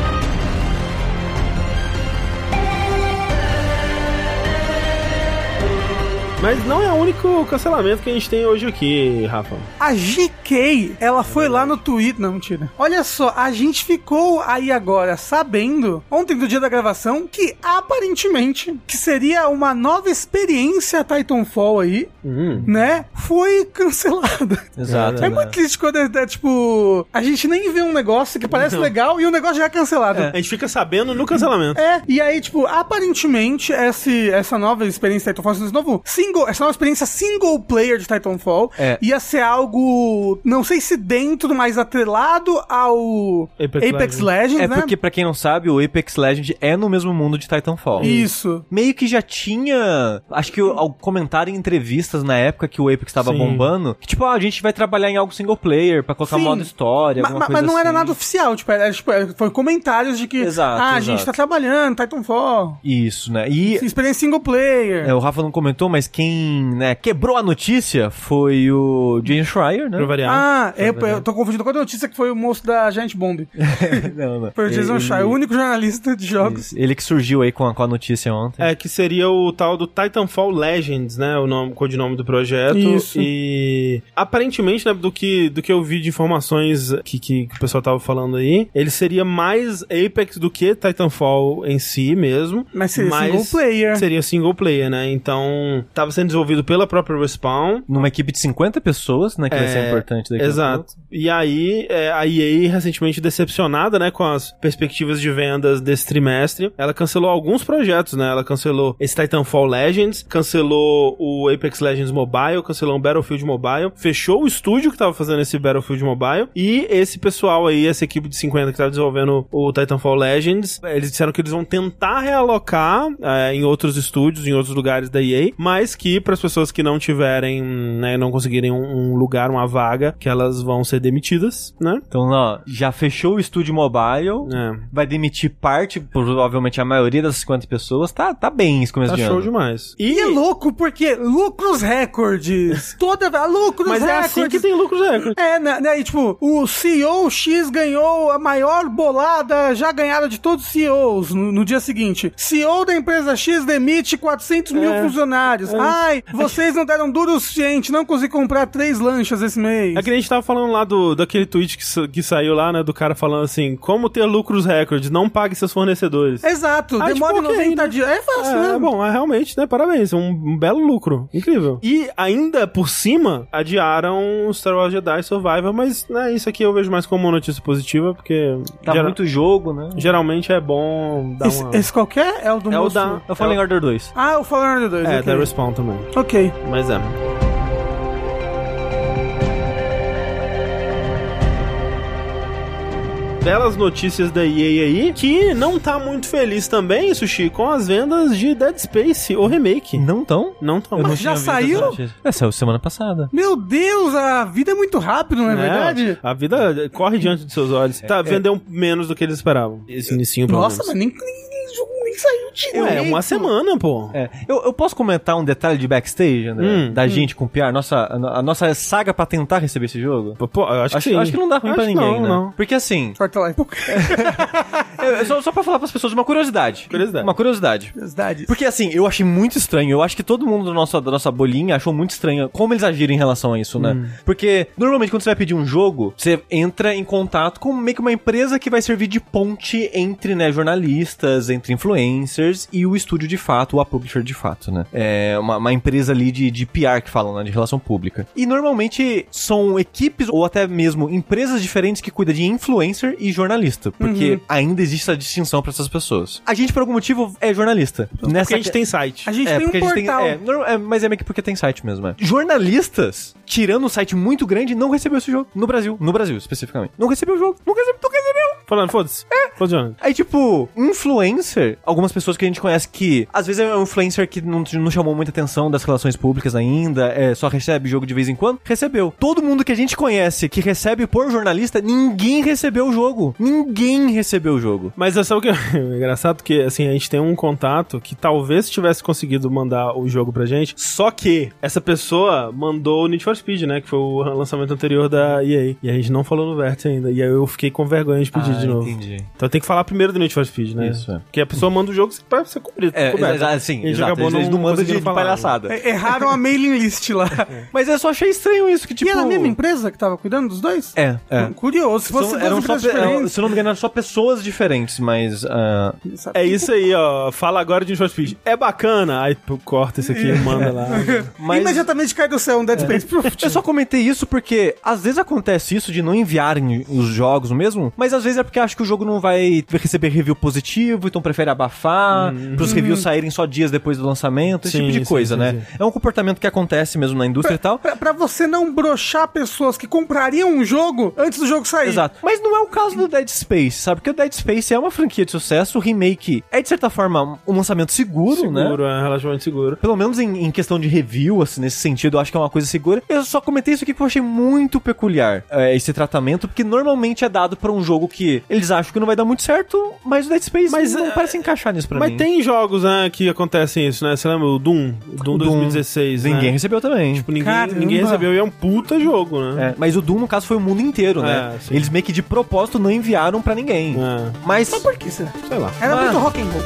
Speaker 1: Mas não é o único cancelamento que a gente tem hoje aqui, Rafa.
Speaker 3: A GK, ela foi lá no Twitter. Não, mentira. Olha só, a gente ficou aí agora sabendo, ontem do dia da gravação, que aparentemente que seria uma nova experiência Titanfall aí,
Speaker 1: Hum.
Speaker 3: né? Foi cancelada.
Speaker 2: Exato.
Speaker 3: É
Speaker 2: né?
Speaker 3: muito triste quando é, é, tipo. A gente nem vê um negócio que parece legal e o negócio já é cancelado.
Speaker 1: A gente fica sabendo no cancelamento.
Speaker 3: É, e aí, tipo, aparentemente, esse, essa nova experiência Titanfall, esse novo sim single. Essa nova experiência single player de Titanfall
Speaker 2: É.
Speaker 3: ia ser algo. Não sei se dentro, mas atrelado ao
Speaker 1: Apex Legends.
Speaker 3: Apex, Legends,
Speaker 2: É
Speaker 3: né?
Speaker 2: porque, pra quem não sabe, o Apex Legend é no mesmo mundo de Titanfall.
Speaker 3: Isso.
Speaker 2: Meio que já tinha. Acho que o- ao comentar em entrevistas na época que o Apex tava
Speaker 1: Sim.
Speaker 2: bombando. Que, tipo, ah, a gente vai trabalhar em algo single player pra colocar
Speaker 3: Sim.
Speaker 2: modo história,
Speaker 3: Ma- ma-
Speaker 2: alguma
Speaker 3: Mas,
Speaker 2: coisa
Speaker 3: não era
Speaker 2: assim.
Speaker 3: nada oficial, tipo, era, tipo, era- foi comentários de que
Speaker 2: Exato,
Speaker 3: ah, a gente
Speaker 2: exato.
Speaker 3: tá trabalhando, Titanfall,
Speaker 2: Isso, né? E
Speaker 3: experiência single player.
Speaker 2: É, o Rafa não comentou, mas quem né, quebrou a notícia foi o James Schreier, né?
Speaker 1: Pra variar.
Speaker 3: Ah, é, eu tô confundindo com a notícia que foi o moço da Giant Bomb.
Speaker 2: [laughs] não, não.
Speaker 3: Foi o Jason
Speaker 2: Ele-
Speaker 3: Shire, o único jornalista de jogos.
Speaker 2: Ele que surgiu aí com a, com a notícia ontem.
Speaker 1: É, que seria o tal do Titanfall Legends, né? O nome, o codinome do projeto.
Speaker 3: Isso.
Speaker 1: E aparentemente, né, do que, do que eu vi de informações que, que, que o pessoal tava falando aí, ele seria mais Apex do que Titanfall em si mesmo.
Speaker 3: Mas seria single player.
Speaker 1: Seria single player, né? Então, tava sendo desenvolvido pela própria Respawn.
Speaker 2: Numa equipe de 50 pessoas, né? Que vai ser
Speaker 1: É,
Speaker 2: importante daqui a
Speaker 1: Exato. E aí, é, a EA, recentemente decepcionada, né, com as perspectivas de vendas desse trimestre, ela cancelou alguns projetos, né? Ela cancelou esse Titanfall Legends, cancelou o Apex Legends Mobile, cancelou um Battlefield Mobile, fechou o estúdio que tava fazendo esse Battlefield Mobile e esse pessoal aí, essa equipe de 50 que tava desenvolvendo o Titanfall Legends, eles disseram que eles vão tentar realocar é, em outros estúdios, em outros lugares da EA, mas que para as pessoas que não tiverem, né, não conseguirem um, um lugar, uma vaga, que elas vão ser demitidas, né?
Speaker 2: Então, ó, já fechou o estúdio mobile,
Speaker 1: É,
Speaker 2: vai demitir parte, provavelmente a maioria das 50 pessoas. Tá, tá bem esse começo
Speaker 1: tá
Speaker 2: de
Speaker 1: show
Speaker 2: ano.
Speaker 1: demais.
Speaker 3: E é louco, porque lucros
Speaker 1: [laughs]
Speaker 3: recordes. Toda vez. Lucros
Speaker 1: Mas é
Speaker 3: recordes.
Speaker 1: assim que tem lucros recordes.
Speaker 3: É, né, né, E tipo, o CEO X ganhou a maior bolada já ganhada de todos os CEOs no, no dia seguinte. CEO da empresa X demite 400 mil
Speaker 1: É.
Speaker 3: funcionários. Ai, vocês não deram duro o suficiente, não consegui comprar três lanchas esse mês.
Speaker 1: É que a gente tava falando lá do, daquele tweet que, sa- que saiu lá, né? Do cara falando assim: como ter lucros recordes? Não pague seus fornecedores.
Speaker 3: Exato,
Speaker 1: Ah,
Speaker 3: demora
Speaker 1: tipo, ok,
Speaker 3: 90
Speaker 1: né?
Speaker 3: dias. É fácil,
Speaker 1: É,
Speaker 3: né?
Speaker 1: bom, é realmente, né? Parabéns, é um, um belo lucro. Incrível. E ainda por cima, adiaram o Star Wars Jedi Survivor, mas né, isso aqui eu vejo mais como uma notícia positiva, porque
Speaker 2: Tá
Speaker 1: gera-
Speaker 2: muito jogo, né?
Speaker 1: geralmente é bom dar
Speaker 3: Esse,
Speaker 1: uma.
Speaker 3: esse qualquer é o do
Speaker 1: É o
Speaker 3: moço?
Speaker 1: da-
Speaker 2: Eu falei em Order 2.
Speaker 3: Ah, o Fallen Order 2.
Speaker 1: É,
Speaker 3: ok.
Speaker 1: da Respawn também.
Speaker 3: Ok.
Speaker 1: Mas é. Belas notícias da EA aí, que não tá muito feliz também, Sushi, com as vendas de Dead Space, o remake.
Speaker 2: Não tão?
Speaker 1: Não tão
Speaker 3: Mas já saiu?
Speaker 2: É, saiu semana passada.
Speaker 3: Meu Deus, a vida é muito rápida, não é,
Speaker 1: É,
Speaker 3: verdade?
Speaker 1: A vida corre diante dos seus olhos.
Speaker 2: É,
Speaker 1: Tá, vendeu menos do que eles esperavam. Esse inicinho, pelo
Speaker 3: Nossa,
Speaker 1: menos.
Speaker 3: mas nem, nem, nem jogo nem saiu direito.
Speaker 1: Ué, É, uma semana, pô.
Speaker 2: É, eu, eu posso comentar um detalhe de backstage, André?
Speaker 1: Hum.
Speaker 2: da gente com o PR? Nossa, a, a nossa saga pra tentar receber esse jogo?
Speaker 1: Pô, eu acho,
Speaker 2: Acho,
Speaker 1: que sim.
Speaker 2: acho que não dá ruim pra
Speaker 1: Acho
Speaker 2: ninguém,
Speaker 1: não,
Speaker 2: né?
Speaker 1: não.
Speaker 2: Porque assim,
Speaker 3: Sorte lá. é
Speaker 2: eu- eu só, só pra falar pras pessoas uma curiosidade.
Speaker 1: Curiosidade.
Speaker 2: Uma curiosidade. [laughs]
Speaker 3: Curiosidade.
Speaker 2: Porque assim, eu achei muito estranho. Eu acho que todo mundo do nosso, da nossa bolinha achou muito estranho como eles agiram em relação a isso, né? Porque normalmente quando você vai pedir um jogo, você entra em contato com meio que uma empresa que vai servir de ponte entre, né, jornalistas, entre influencers e o estúdio de fato, ou a publisher de fato, né? É uma, uma empresa ali de, de PR que falam, né, de relação pública. E normalmente são equipes ou até mesmo empresas diferentes que cuidam de influencer e jornalista, porque
Speaker 1: Uhum.
Speaker 2: ainda existe essa distinção para essas pessoas. A gente por algum motivo é jornalista. Nessa
Speaker 1: Então, Porque a gente tem site.
Speaker 3: A gente
Speaker 2: é,
Speaker 3: tem um
Speaker 2: porque a gente
Speaker 3: portal.
Speaker 2: é, norma- é, mas é meio que porque tem site mesmo, é. Jornalistas, tirando um site muito grande, não recebeu esse jogo. No Brasil. No Brasil, especificamente. Não recebeu o jogo. Não recebeu, não recebeu.
Speaker 1: Falando, foda-se. Foda-se, Jonathan.
Speaker 2: Aí, tipo, influencer, algumas pessoas que a gente conhece que, às vezes, é um influencer que não, não chamou muita atenção das relações públicas ainda, é, só recebe jogo de vez em quando, recebeu. Todo mundo que a gente conhece que recebe por jornalista, ninguém recebeu o jogo. Ninguém recebeu o jogo.
Speaker 1: Mas é [laughs] só o que é engraçado que assim, a gente tem um contato que talvez tivesse conseguido mandar o jogo pra gente, só que essa pessoa mandou o Need for Speed, né, que foi o lançamento anterior da EA, e a gente não falou no Vértice ainda, e aí eu fiquei com vergonha de pedir
Speaker 2: Ah,
Speaker 1: de novo.
Speaker 2: entendi.
Speaker 1: Então tem que falar primeiro do Need for Speed, né?
Speaker 2: Isso, é.
Speaker 1: Porque a pessoa manda o jogo pra ser cobrido.
Speaker 2: É,
Speaker 1: coberto.
Speaker 2: exa- assim,
Speaker 1: E a gente
Speaker 2: exato.
Speaker 1: acabou
Speaker 2: Eles
Speaker 1: não
Speaker 2: não mandam de,
Speaker 1: conseguindo
Speaker 2: de
Speaker 1: falar, né?
Speaker 2: palhaçada.
Speaker 3: É, Erraram a mailing list lá.
Speaker 2: Mas eu só achei estranho isso, que É. tipo...
Speaker 3: E era a mesma empresa que tava cuidando dos dois? Hum,
Speaker 2: É, é.
Speaker 3: Curioso. Se fosse
Speaker 2: São-
Speaker 3: duas
Speaker 2: eram só,
Speaker 3: empresas
Speaker 2: pe- é, eram,
Speaker 3: diferentes.
Speaker 2: se eu não me engano, eram só pessoas diferentes, mas... ah,
Speaker 1: É
Speaker 3: [laughs]
Speaker 1: isso aí, ó. Fala agora de Need for Speed. É bacana. Aí pô, corta isso
Speaker 2: [laughs]
Speaker 1: aqui e manda lá.
Speaker 2: mas...
Speaker 3: Imediatamente cai do céu um Dead Space. Puf,
Speaker 2: Eu só comentei isso porque às vezes acontece isso de não enviarem os jogos mesmo, mas às vezes é porque acha que o jogo não vai receber review positivo, então prefere abafar lançar, pros reviews saírem só dias depois do lançamento, esse
Speaker 1: Uhum. Sim,
Speaker 2: tipo de
Speaker 1: sim,
Speaker 2: coisa,
Speaker 1: sim,
Speaker 2: né?
Speaker 1: sim.
Speaker 2: É um comportamento que acontece mesmo na indústria e tal.
Speaker 3: Pra, pra você não brochar pessoas que comprariam um jogo antes do jogo sair.
Speaker 2: Exato. Mas não é o caso do Dead Space, sabe? Porque o Dead Space é uma franquia de sucesso, o remake é, de certa forma, um lançamento seguro, né?
Speaker 1: Seguro, é relativamente seguro.
Speaker 2: Pelo menos em, em questão de review, assim, nesse sentido, eu acho que é uma coisa segura. Eu só comentei isso aqui que eu achei muito peculiar, é, esse tratamento, porque normalmente é dado pra um jogo que eles acham que não vai dar muito certo, mas o Dead Space
Speaker 1: Mas,
Speaker 2: não
Speaker 1: é,
Speaker 2: parece encaixar nisso pra
Speaker 1: Mas
Speaker 2: mim.
Speaker 1: tem jogos, né, que acontecem isso, né? Você lembra o Doom? O Doom
Speaker 2: O Doom.
Speaker 1: 2016, né?
Speaker 2: Ninguém recebeu também.
Speaker 1: Tipo, ninguém,
Speaker 3: Caramba.
Speaker 1: ninguém recebeu e é um puta jogo, né?
Speaker 2: É, mas o Doom, no caso, foi o mundo inteiro, né?
Speaker 1: É, sim.
Speaker 2: Eles meio que de propósito não enviaram pra ninguém.
Speaker 1: É,
Speaker 2: Mas.
Speaker 3: Mas por que será?
Speaker 1: sei lá.
Speaker 3: Era
Speaker 2: Mano.
Speaker 3: muito rock and roll.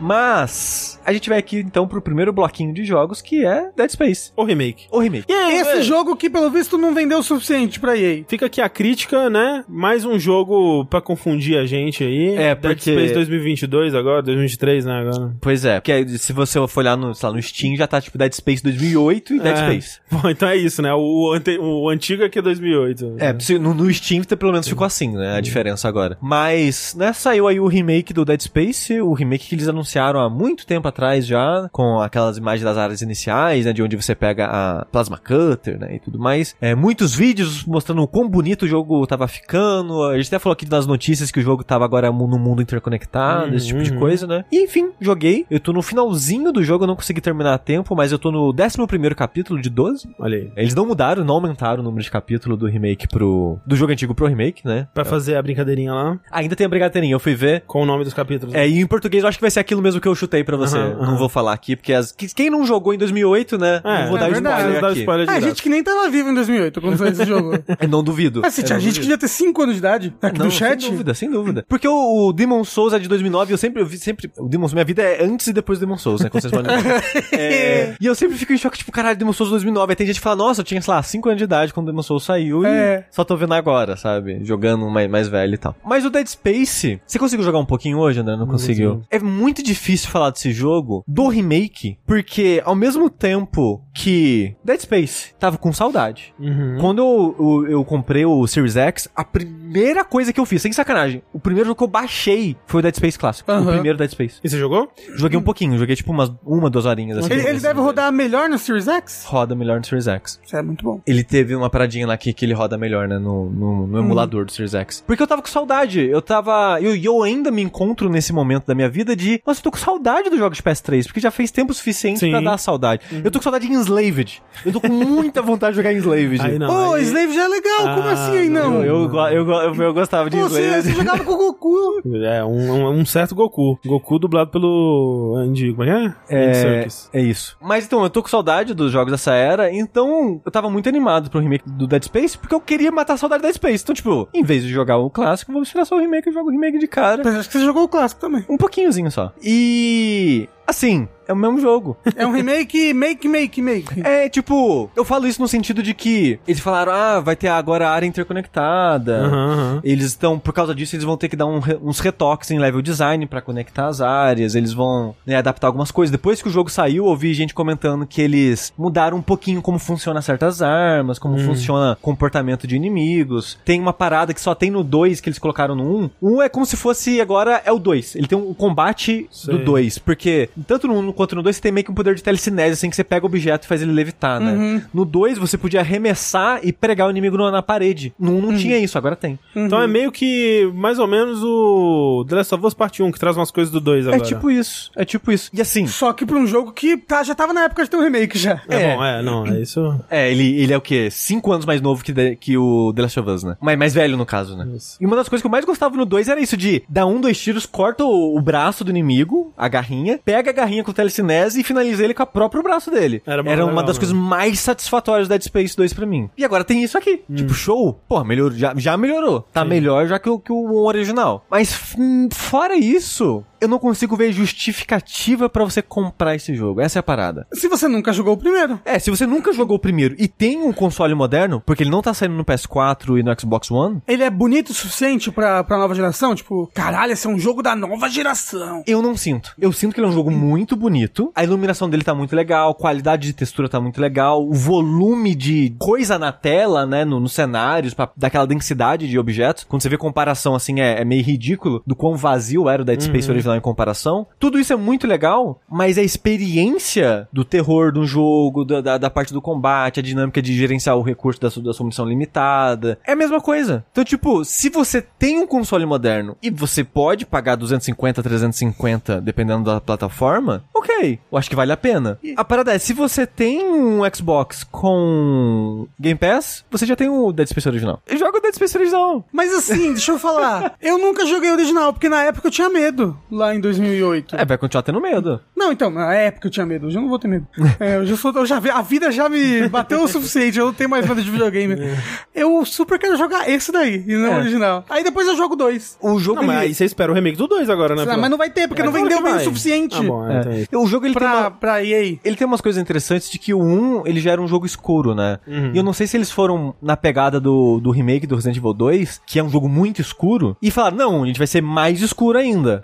Speaker 2: Mas a gente vai aqui então pro primeiro bloquinho de jogos que é Dead Space,
Speaker 1: O remake.
Speaker 2: o remake.
Speaker 1: E aí,
Speaker 3: Esse
Speaker 1: é,
Speaker 3: jogo que, pelo visto, não vendeu o suficiente pra EA.
Speaker 1: Fica aqui a crítica, né? Mais um jogo pra confundir a gente aí.
Speaker 2: É,
Speaker 1: Dead
Speaker 2: porque-
Speaker 1: Space 2022 agora, 2023, né, agora.
Speaker 2: Pois é, porque aí, se você for olhar no, sei lá, no Steam já tá tipo Dead Space 2008 e Dead
Speaker 1: É.
Speaker 2: Space.
Speaker 1: [laughs] Bom, então é isso, né? O, ante... o antigo aqui é 2008.
Speaker 2: É, se- no, no Steam pelo menos ficou assim, né? A diferença agora. Mas, né, saiu aí o remake do Dead Space, o remake que eles anunciaram há muito tempo atrás já, com aquelas imagens das áreas iniciais, né? De onde você pega a Plasma Cutter, né? E tudo mais. É, muitos vídeos mostrando o quão bonito o jogo tava ficando. A gente até falou aqui nas notícias que o jogo tava agora mu- no mundo interconectado,
Speaker 1: Uhum,
Speaker 2: esse tipo de
Speaker 1: uhum.
Speaker 2: coisa, né? E, enfim, joguei. Eu tô no finalzinho do jogo, eu não consegui terminar a tempo, mas eu tô no 11 primeiro capítulo de 12.
Speaker 1: Olha aí.
Speaker 2: Eles não mudaram, não aumentaram o número de capítulo do remake pro. do jogo antigo pro remake, né?
Speaker 1: Pra fazer a brincadeirinha lá,
Speaker 2: Ainda tem a brigadeirinha, eu fui ver.
Speaker 1: com o nome dos capítulos.
Speaker 2: É, e em português eu acho que vai ser aquilo mesmo que eu chutei pra você.
Speaker 1: Aham,
Speaker 2: Não
Speaker 1: aham.
Speaker 2: vou falar aqui, porque as- que- quem não jogou em 2008, né?
Speaker 1: É,
Speaker 2: não vou
Speaker 1: é
Speaker 2: dar
Speaker 3: verdade,
Speaker 2: spoiler
Speaker 1: dá
Speaker 2: aqui.
Speaker 1: spoiler de
Speaker 3: Ah,
Speaker 1: graça.
Speaker 3: gente que nem tava viva em 2008 quando saiu esse jogo.
Speaker 2: Eu não duvido.
Speaker 3: Mas se tinha gente que devia ter 5 anos de idade aqui
Speaker 2: Não,
Speaker 3: do chat.
Speaker 2: Sem dúvida, sem dúvida. Porque o, o Demon Souls é de 2009 eu sempre, eu vi- sempre. O Demon Minha vida é antes e depois do Demon Souls, né? Como vocês podem ver. [laughs] É, e eu sempre fico em choque, tipo, caralho, Demon Souls 2009. Aí tem gente que fala, nossa, eu tinha, sei lá, 5 anos de idade quando o Demon Souls saiu
Speaker 3: É.
Speaker 2: e só tô vendo agora, sabe? Jogando mais, mais velho e tal. Mas o Dead Space, você conseguiu jogar um pouquinho hoje, André? Não conseguiu. É muito difícil falar desse jogo, do remake, porque ao mesmo tempo que Dead Space tava com saudade,
Speaker 3: Hum?
Speaker 1: Uhum.
Speaker 2: quando eu, eu, eu comprei o Series X, a primeira coisa que eu fiz, sem sacanagem, o primeiro jogo que eu baixei foi o Dead Space Clássico. O
Speaker 3: Aham. Hum.
Speaker 2: primeiro Dead Space.
Speaker 1: E você jogou?
Speaker 2: Joguei um pouquinho, joguei tipo umas uma, duas horinhas assim.
Speaker 3: Ele, ele deve rodar melhor no Series X?
Speaker 2: Roda melhor no Series X.
Speaker 3: Isso é muito bom.
Speaker 2: Ele teve uma paradinha lá que, que ele roda melhor, né? No, no,
Speaker 3: Uhum.
Speaker 2: no emulador do Series X. Porque eu tava com saudade. Eu tava. E eu, e eu ainda me encontro nesse momento da minha vida de. Nossa, eu tô com saudade do jogo de PS3. Porque já fez tempo suficiente
Speaker 1: Sim.
Speaker 2: pra dar saudade.
Speaker 3: Uhum.
Speaker 2: Eu tô com saudade de Enslaved. Eu tô com muita vontade de jogar Enslaved.
Speaker 1: Aí não.
Speaker 3: Pô,
Speaker 1: aí-
Speaker 3: Slave já é legal, como
Speaker 1: Ah,
Speaker 3: assim aí não?
Speaker 2: Eu, eu, go- eu, go- eu, eu gostava de
Speaker 3: Pô, você,
Speaker 2: inglês.
Speaker 3: você jogava com o
Speaker 1: [laughs]
Speaker 3: Goku.
Speaker 1: É, um, um- um certo Goku. Goku dublado pelo Andy. Como é que é? Andy
Speaker 2: É,
Speaker 1: Serkis.
Speaker 2: é isso. Mas então, eu tô com saudade dos jogos dessa era, então eu tava muito animado pro remake do Dead Space, porque eu queria matar a saudade do Dead Space. Então, tipo, em vez de jogar o clássico, vou esperar só o remake, eu jogo o remake de cara.
Speaker 3: Mas acho que você jogou o clássico também.
Speaker 2: Um pouquinhozinho só. E. Assim, é o mesmo [laughs] jogo.
Speaker 3: É um remake, make, make, make.
Speaker 2: É, tipo, eu falo isso no sentido de que eles falaram, ah, vai ter agora a área interconectada.
Speaker 1: Aham, aham.
Speaker 2: Eles estão, por causa disso, eles vão ter que dar um re- uns retoques em level design pra conectar as áreas, eles vão né, adaptar algumas coisas. Depois que o jogo saiu, eu ouvi gente comentando que eles mudaram um pouquinho como funciona certas armas, como funciona comportamento de inimigos. Tem uma parada que só tem no 2 que eles colocaram no 1. Um é como se fosse agora é o 2. Ele tem um combate
Speaker 1: Sei.
Speaker 2: do 2, porque tanto no 1 quanto no 2 você tem meio que um poder de telecinese, assim que você pega o objeto e faz ele levitar, né? No 2 você podia arremessar e pregar o inimigo na, na parede. No 1 não tinha isso, agora tem.
Speaker 1: Então é meio que mais ou menos o The Last of Us Part 1, que traz umas coisas do 2 agora.
Speaker 2: É tipo isso, é tipo isso. E assim,
Speaker 3: Só que pra um jogo que tá, já tava na época de ter um remake já.
Speaker 1: É,
Speaker 2: é.
Speaker 1: bom, é, não, é isso.
Speaker 2: é, ele, ele é o quê? Cinco anos mais novo que, de- que o The Last of Us, né? Mas mais velho, no caso, né?
Speaker 1: Isso.
Speaker 2: E uma das coisas que eu mais gostava no 2 era isso de dar um, dois tiros, corta o, o braço do inimigo, a garrinha, pega a garrinha com o telecinese e finaliza ele com o próprio braço dele.
Speaker 1: Era
Speaker 2: Era,
Speaker 1: muito
Speaker 2: uma
Speaker 1: legal
Speaker 2: das
Speaker 1: mesmo.
Speaker 2: coisas mais satisfatórias do Dead Space 2 pra mim. E agora tem isso aqui.
Speaker 1: Hum.
Speaker 2: Tipo, show? Pô, melhor, um já, já melhorou. Tá melhor já que o, que o original. Mas f- fora isso, eu não consigo ver justificativa pra você comprar esse jogo. Essa é a parada.
Speaker 3: Se você nunca jogou o primeiro.
Speaker 2: É, se você nunca jogou o primeiro e tem um console moderno, porque ele não tá saindo no PS4 e no Xbox One,
Speaker 3: Ele é bonito o suficiente pra, pra nova geração? Tipo, caralho, esse é um jogo da nova geração.
Speaker 2: eu não sinto. Eu sinto que ele é um jogo muito bonito, a iluminação dele tá muito legal, a qualidade de textura tá muito legal, o volume de coisa na tela, né, no- nos cenários, pra, daquela densidade de objetos. Quando você vê comparação, assim, é, é meio ridículo do quão vazio era o Dead Space original em comparação. Tudo isso é muito legal, mas a experiência do terror do jogo, da, da, da parte do combate, a dinâmica de gerenciar o recurso da sua, da sua munição limitada, é a mesma coisa. Então, tipo, se você tem um console moderno e você pode pagar 250, 350, dependendo da plataforma, ok, eu acho que vale a pena. A parada é, se você tem um Xbox com Game Pass, você já tem o Dead Space original. E Joga o Dead Space original.
Speaker 3: Mas assim, deixa eu falar. Eu nunca joguei o original, porque na época eu tinha medo, lá em 2008.
Speaker 2: É, vai continuar tendo medo.
Speaker 3: Não, então, na época eu tinha medo, hoje eu não vou ter medo. É, hoje eu sou, eu já, vi- a vida já me bateu o suficiente, eu não tenho mais medo de videogame.
Speaker 2: É.
Speaker 3: Eu super quero jogar esse daí, e não o original. Aí depois eu jogo dois.
Speaker 2: O jogo
Speaker 1: Não, mas
Speaker 2: ele-
Speaker 1: aí você espera o remake do 2 agora, né?
Speaker 2: é
Speaker 3: Ah,
Speaker 1: pô?
Speaker 3: mas não vai ter, porque não vendeu bem o suficiente
Speaker 1: Ah, bom, é, tem isso.
Speaker 2: O jogo ele Tá tem
Speaker 3: pra,
Speaker 2: uma...
Speaker 3: pra EA.
Speaker 2: Ele tem umas coisas interessantes de que o 1, ele já era um jogo escuro, né? E eu não sei se eles foram na pegada do, do remake do Resident Evil 2, que é um jogo muito escuro, e falaram, não, a gente vai ser mais escuro ainda.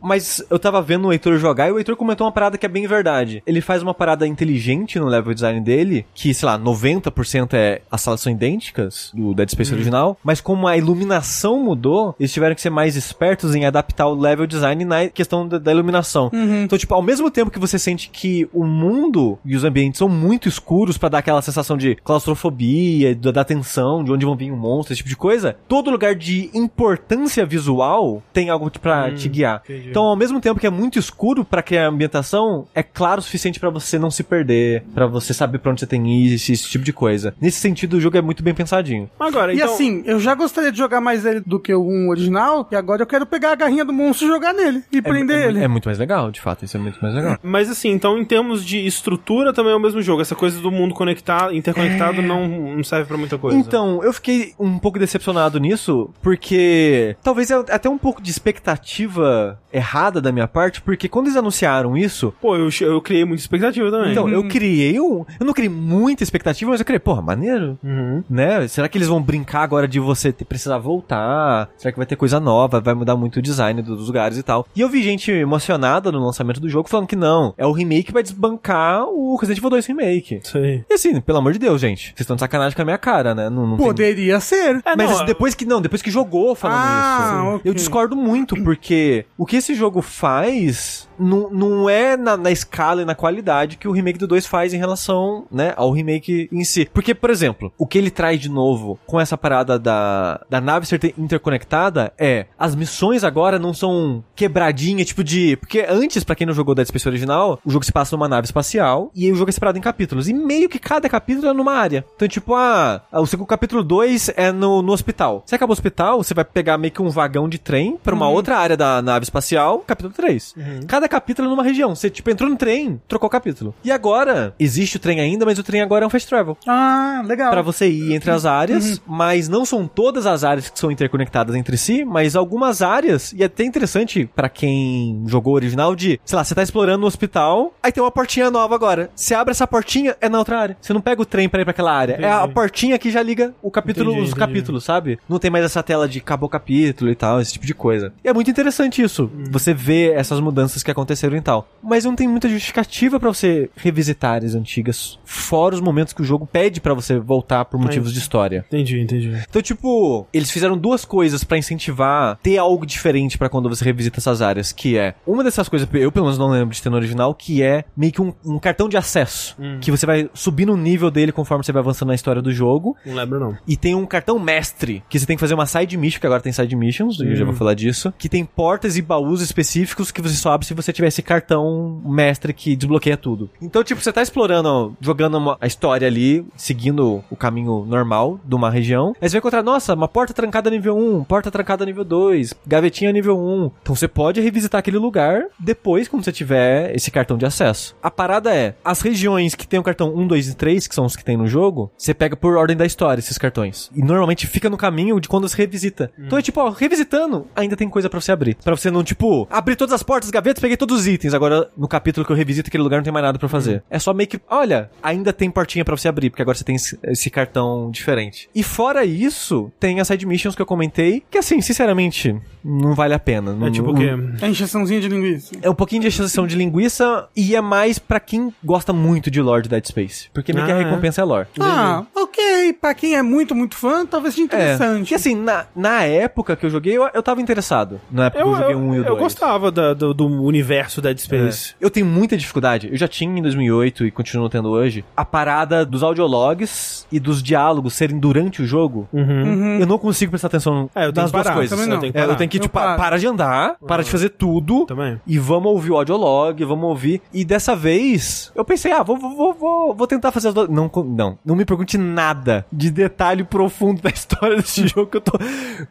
Speaker 2: Mas eu tava vendo o Heitor jogar e o Heitor comentou uma parada que é bem verdade. Ele faz uma parada inteligente no level design dele, que, sei lá, 90% é as salas são idênticas do Dead Space original, mas como a iluminação mudou, eles tiveram que ser mais espertos em adaptar o level design na questão da, da iluminação.
Speaker 3: Uhum.
Speaker 2: Então, tipo, ao mesmo tempo que você sente que o mundo e os ambientes são muito escuros pra dar aquela sensação de claustrofobia, da, da tensão, de onde vão vir um monstro, esse tipo de coisa, todo lugar de importância visual tem algo pra te guiar. Então, ao mesmo tempo que é muito escuro pra criar ambientação, é claro o suficiente pra você não se perder, pra você saber pra onde você tem que ir, esse, esse tipo de coisa. Nesse sentido, o jogo é muito bem pensadinho.
Speaker 1: Agora,
Speaker 3: E
Speaker 1: então...
Speaker 3: assim, eu já gostaria de jogar mais ele do que o um original, e agora eu quero pegar a garrinha do monstro e jogar nele, e prender
Speaker 2: é,
Speaker 3: ele.
Speaker 2: É muito mais legal, de fato, isso é muito mais legal.
Speaker 1: Mas assim, então em termos de estrutura também é o mesmo jogo. Essa coisa do mundo conectado, interconectado não, não serve pra muita coisa.
Speaker 2: É. Então, eu fiquei um pouco decepcionado nisso, porque talvez é até um pouco de expectativa errada da minha parte, porque quando eles anunciaram isso,
Speaker 1: Pô, eu, che- eu criei muita expectativa também.
Speaker 2: então eu criei um. Eu não criei muita expectativa, mas eu criei, porra, maneiro.
Speaker 1: Uhum.
Speaker 2: né? Será que eles vão brincar agora de você ter, precisar voltar? Será que vai ter coisa nova? Vai mudar muito o design do- dos lugares e tal. E eu vi gente emocionada no lançamento do jogo falando que não, é o remake que vai desbancar o Resident Evil 2 Remake.
Speaker 1: Sei.
Speaker 2: E assim, pelo amor de Deus, gente, vocês estão de sacanagem com a minha cara, né? Não, não tem-
Speaker 3: Poderia ser.
Speaker 1: É,
Speaker 2: Mas
Speaker 1: não,
Speaker 2: assim,
Speaker 1: é-
Speaker 2: depois que. Não, depois que jogou falando
Speaker 3: Ah,
Speaker 2: isso.
Speaker 3: ok.
Speaker 2: Eu discordo muito, porque o que esse jogo faz não, não é na, na escala e na qualidade que o remake do 2 faz em relação, né, ao remake em si. Porque, por exemplo, o que ele traz de novo com essa parada da, da nave ser te- interconectada é as missões agora não são quebradinha, tipo de. Porque antes, pra quem não jogou Dead Space original, o jogo se passa numa nave espacial e aí o jogo é separado em capítulos. E meio que cada capítulo é numa área. Então, tipo, ah, o segundo capítulo 2 é no, no hospital. Você acaba o hospital, você vai pegar meio que um vagão de trem pra uma outra área da nave espacial, capítulo 3. Cada capítulo é numa região. Você, tipo, entrou no trem, trocou o capítulo. E agora, existe o trem ainda, mas o trem agora é um fast travel.
Speaker 3: Ah, legal.
Speaker 2: Pra você ir entre as áreas, mas não são todas as áreas que são interconectadas entre si, mas algumas áreas, e é até interessante pra quem jogou o original de, sei lá, você tá explorando o hospital, aí tem uma portinha nova agora. Você abre essa portinha, é na outra área. Você não pega o trem pra ir pra aquela área. É a
Speaker 1: Entendi.
Speaker 2: portinha que já liga o capítulo,
Speaker 1: Entendi,
Speaker 2: os
Speaker 1: entendi.
Speaker 2: capítulos, sabe? Não tem mais essa tela de acabou o capítulo e tal, esse tipo de coisa. E é muito interessante isso.
Speaker 1: Uhum.
Speaker 2: Você vê essas mudanças que aconteceram e tal. Mas não tem muita justificativa pra você revisitar as antigas, fora os momentos que o jogo pede pra você voltar
Speaker 1: É
Speaker 2: por motivos de história.
Speaker 1: Entendi, entendi.
Speaker 2: Então, tipo, eles fizeram duas coisas pra incentivar ter algo diferente pra quando você revisita essas áreas, que é uma dessas coisas, eu pelo menos não lembro de ter no original, que é meio que um, um cartão de acesso,
Speaker 1: Hum.
Speaker 2: que você vai subindo o nível dele conforme você vai avançando na história do jogo,
Speaker 1: Não lembro, não.
Speaker 2: e tem um cartão mestre, que você tem que fazer uma side mission, que agora tem side missions, eu já vou falar disso, que tem portas e baús específicos que você só abre se você tiver esse cartão mestre que desbloqueia tudo. Então, tipo, você tá explorando, jogando uma- a história ali, seguindo o caminho normal de uma região. Aí você vai encontrar, nossa, uma porta trancada nível 1, porta trancada nível 2, gavetinha nível 1. Então você pode revisitar aquele lugar depois, quando você tiver esse cartão de acesso. A parada é, as regiões que tem o cartão 1, 2 e 3, que são os que tem no jogo, você pega por ordem da história esses cartões. E normalmente fica no caminho de quando você revisita.
Speaker 1: Hum.
Speaker 2: Então é tipo, ó, revisitando, ainda tem coisa pra você abrir. Pra você não, tipo, abrir todas as portas, gavetas, peguei todos os itens. Agora, no capítulo que eu revisito aquele lugar, não tem mais nada pra
Speaker 1: Hum.
Speaker 2: fazer. É só meio que, olha, ainda tem portinha pra você abrir, porque agora você tem esse, esse cartão diferente. E fora isso, tem as side missions que eu comentei, que assim, sinceramente, não vale a pena.
Speaker 1: É
Speaker 2: Não-
Speaker 1: tipo o
Speaker 2: não-
Speaker 1: quê?
Speaker 3: É encheçãozinha de linguiça.
Speaker 2: é um pouquinho de exceção de linguiça e é mais pra quem gosta muito de lore de Dead Space. Porque meio que a
Speaker 1: Ah, é.
Speaker 2: recompensa é lore.
Speaker 3: Ah, ok. Pra quem é muito, muito fã, talvez seja interessante.
Speaker 2: E assim, na, na época que eu joguei, eu, eu tava interessado. Na época
Speaker 1: Eu,
Speaker 2: que eu joguei
Speaker 1: eu,
Speaker 2: um e o
Speaker 1: eu
Speaker 2: dois.
Speaker 1: gostava da- do, do universo Dead
Speaker 2: É.
Speaker 1: Space.
Speaker 2: Eu tenho muita dificuldade. Eu já tinha em 2008 e continuo tendo hoje. A parada dos audiologs e dos diálogos serem durante o jogo.
Speaker 1: Uhum.
Speaker 2: Eu não consigo prestar atenção
Speaker 1: É, eu tenho
Speaker 2: nas
Speaker 1: que
Speaker 2: duas
Speaker 1: parar,
Speaker 2: coisas.
Speaker 3: também não.
Speaker 2: Eu, tenho que
Speaker 1: É, eu
Speaker 2: parar.
Speaker 1: tenho
Speaker 3: que,
Speaker 2: Eu
Speaker 3: tipo,
Speaker 2: paro. para de andar, para de fazer tudo.
Speaker 1: Também.
Speaker 2: E vamos ouvir o audiolog, vamos ouvir. E dessa vez, eu pensei, ah, vou, vou- vou, vou, vou tentar fazer as duas. Não, con- não, não me pergunte nada de detalhe profundo da [laughs] história desse jogo que eu tô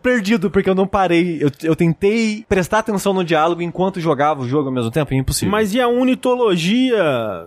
Speaker 2: perdido, porque eu não parei. Eu, eu tentei prestar atenção no diálogo enquanto jogava o jogo ao mesmo tempo, é impossível.
Speaker 1: Mas e a unitologia?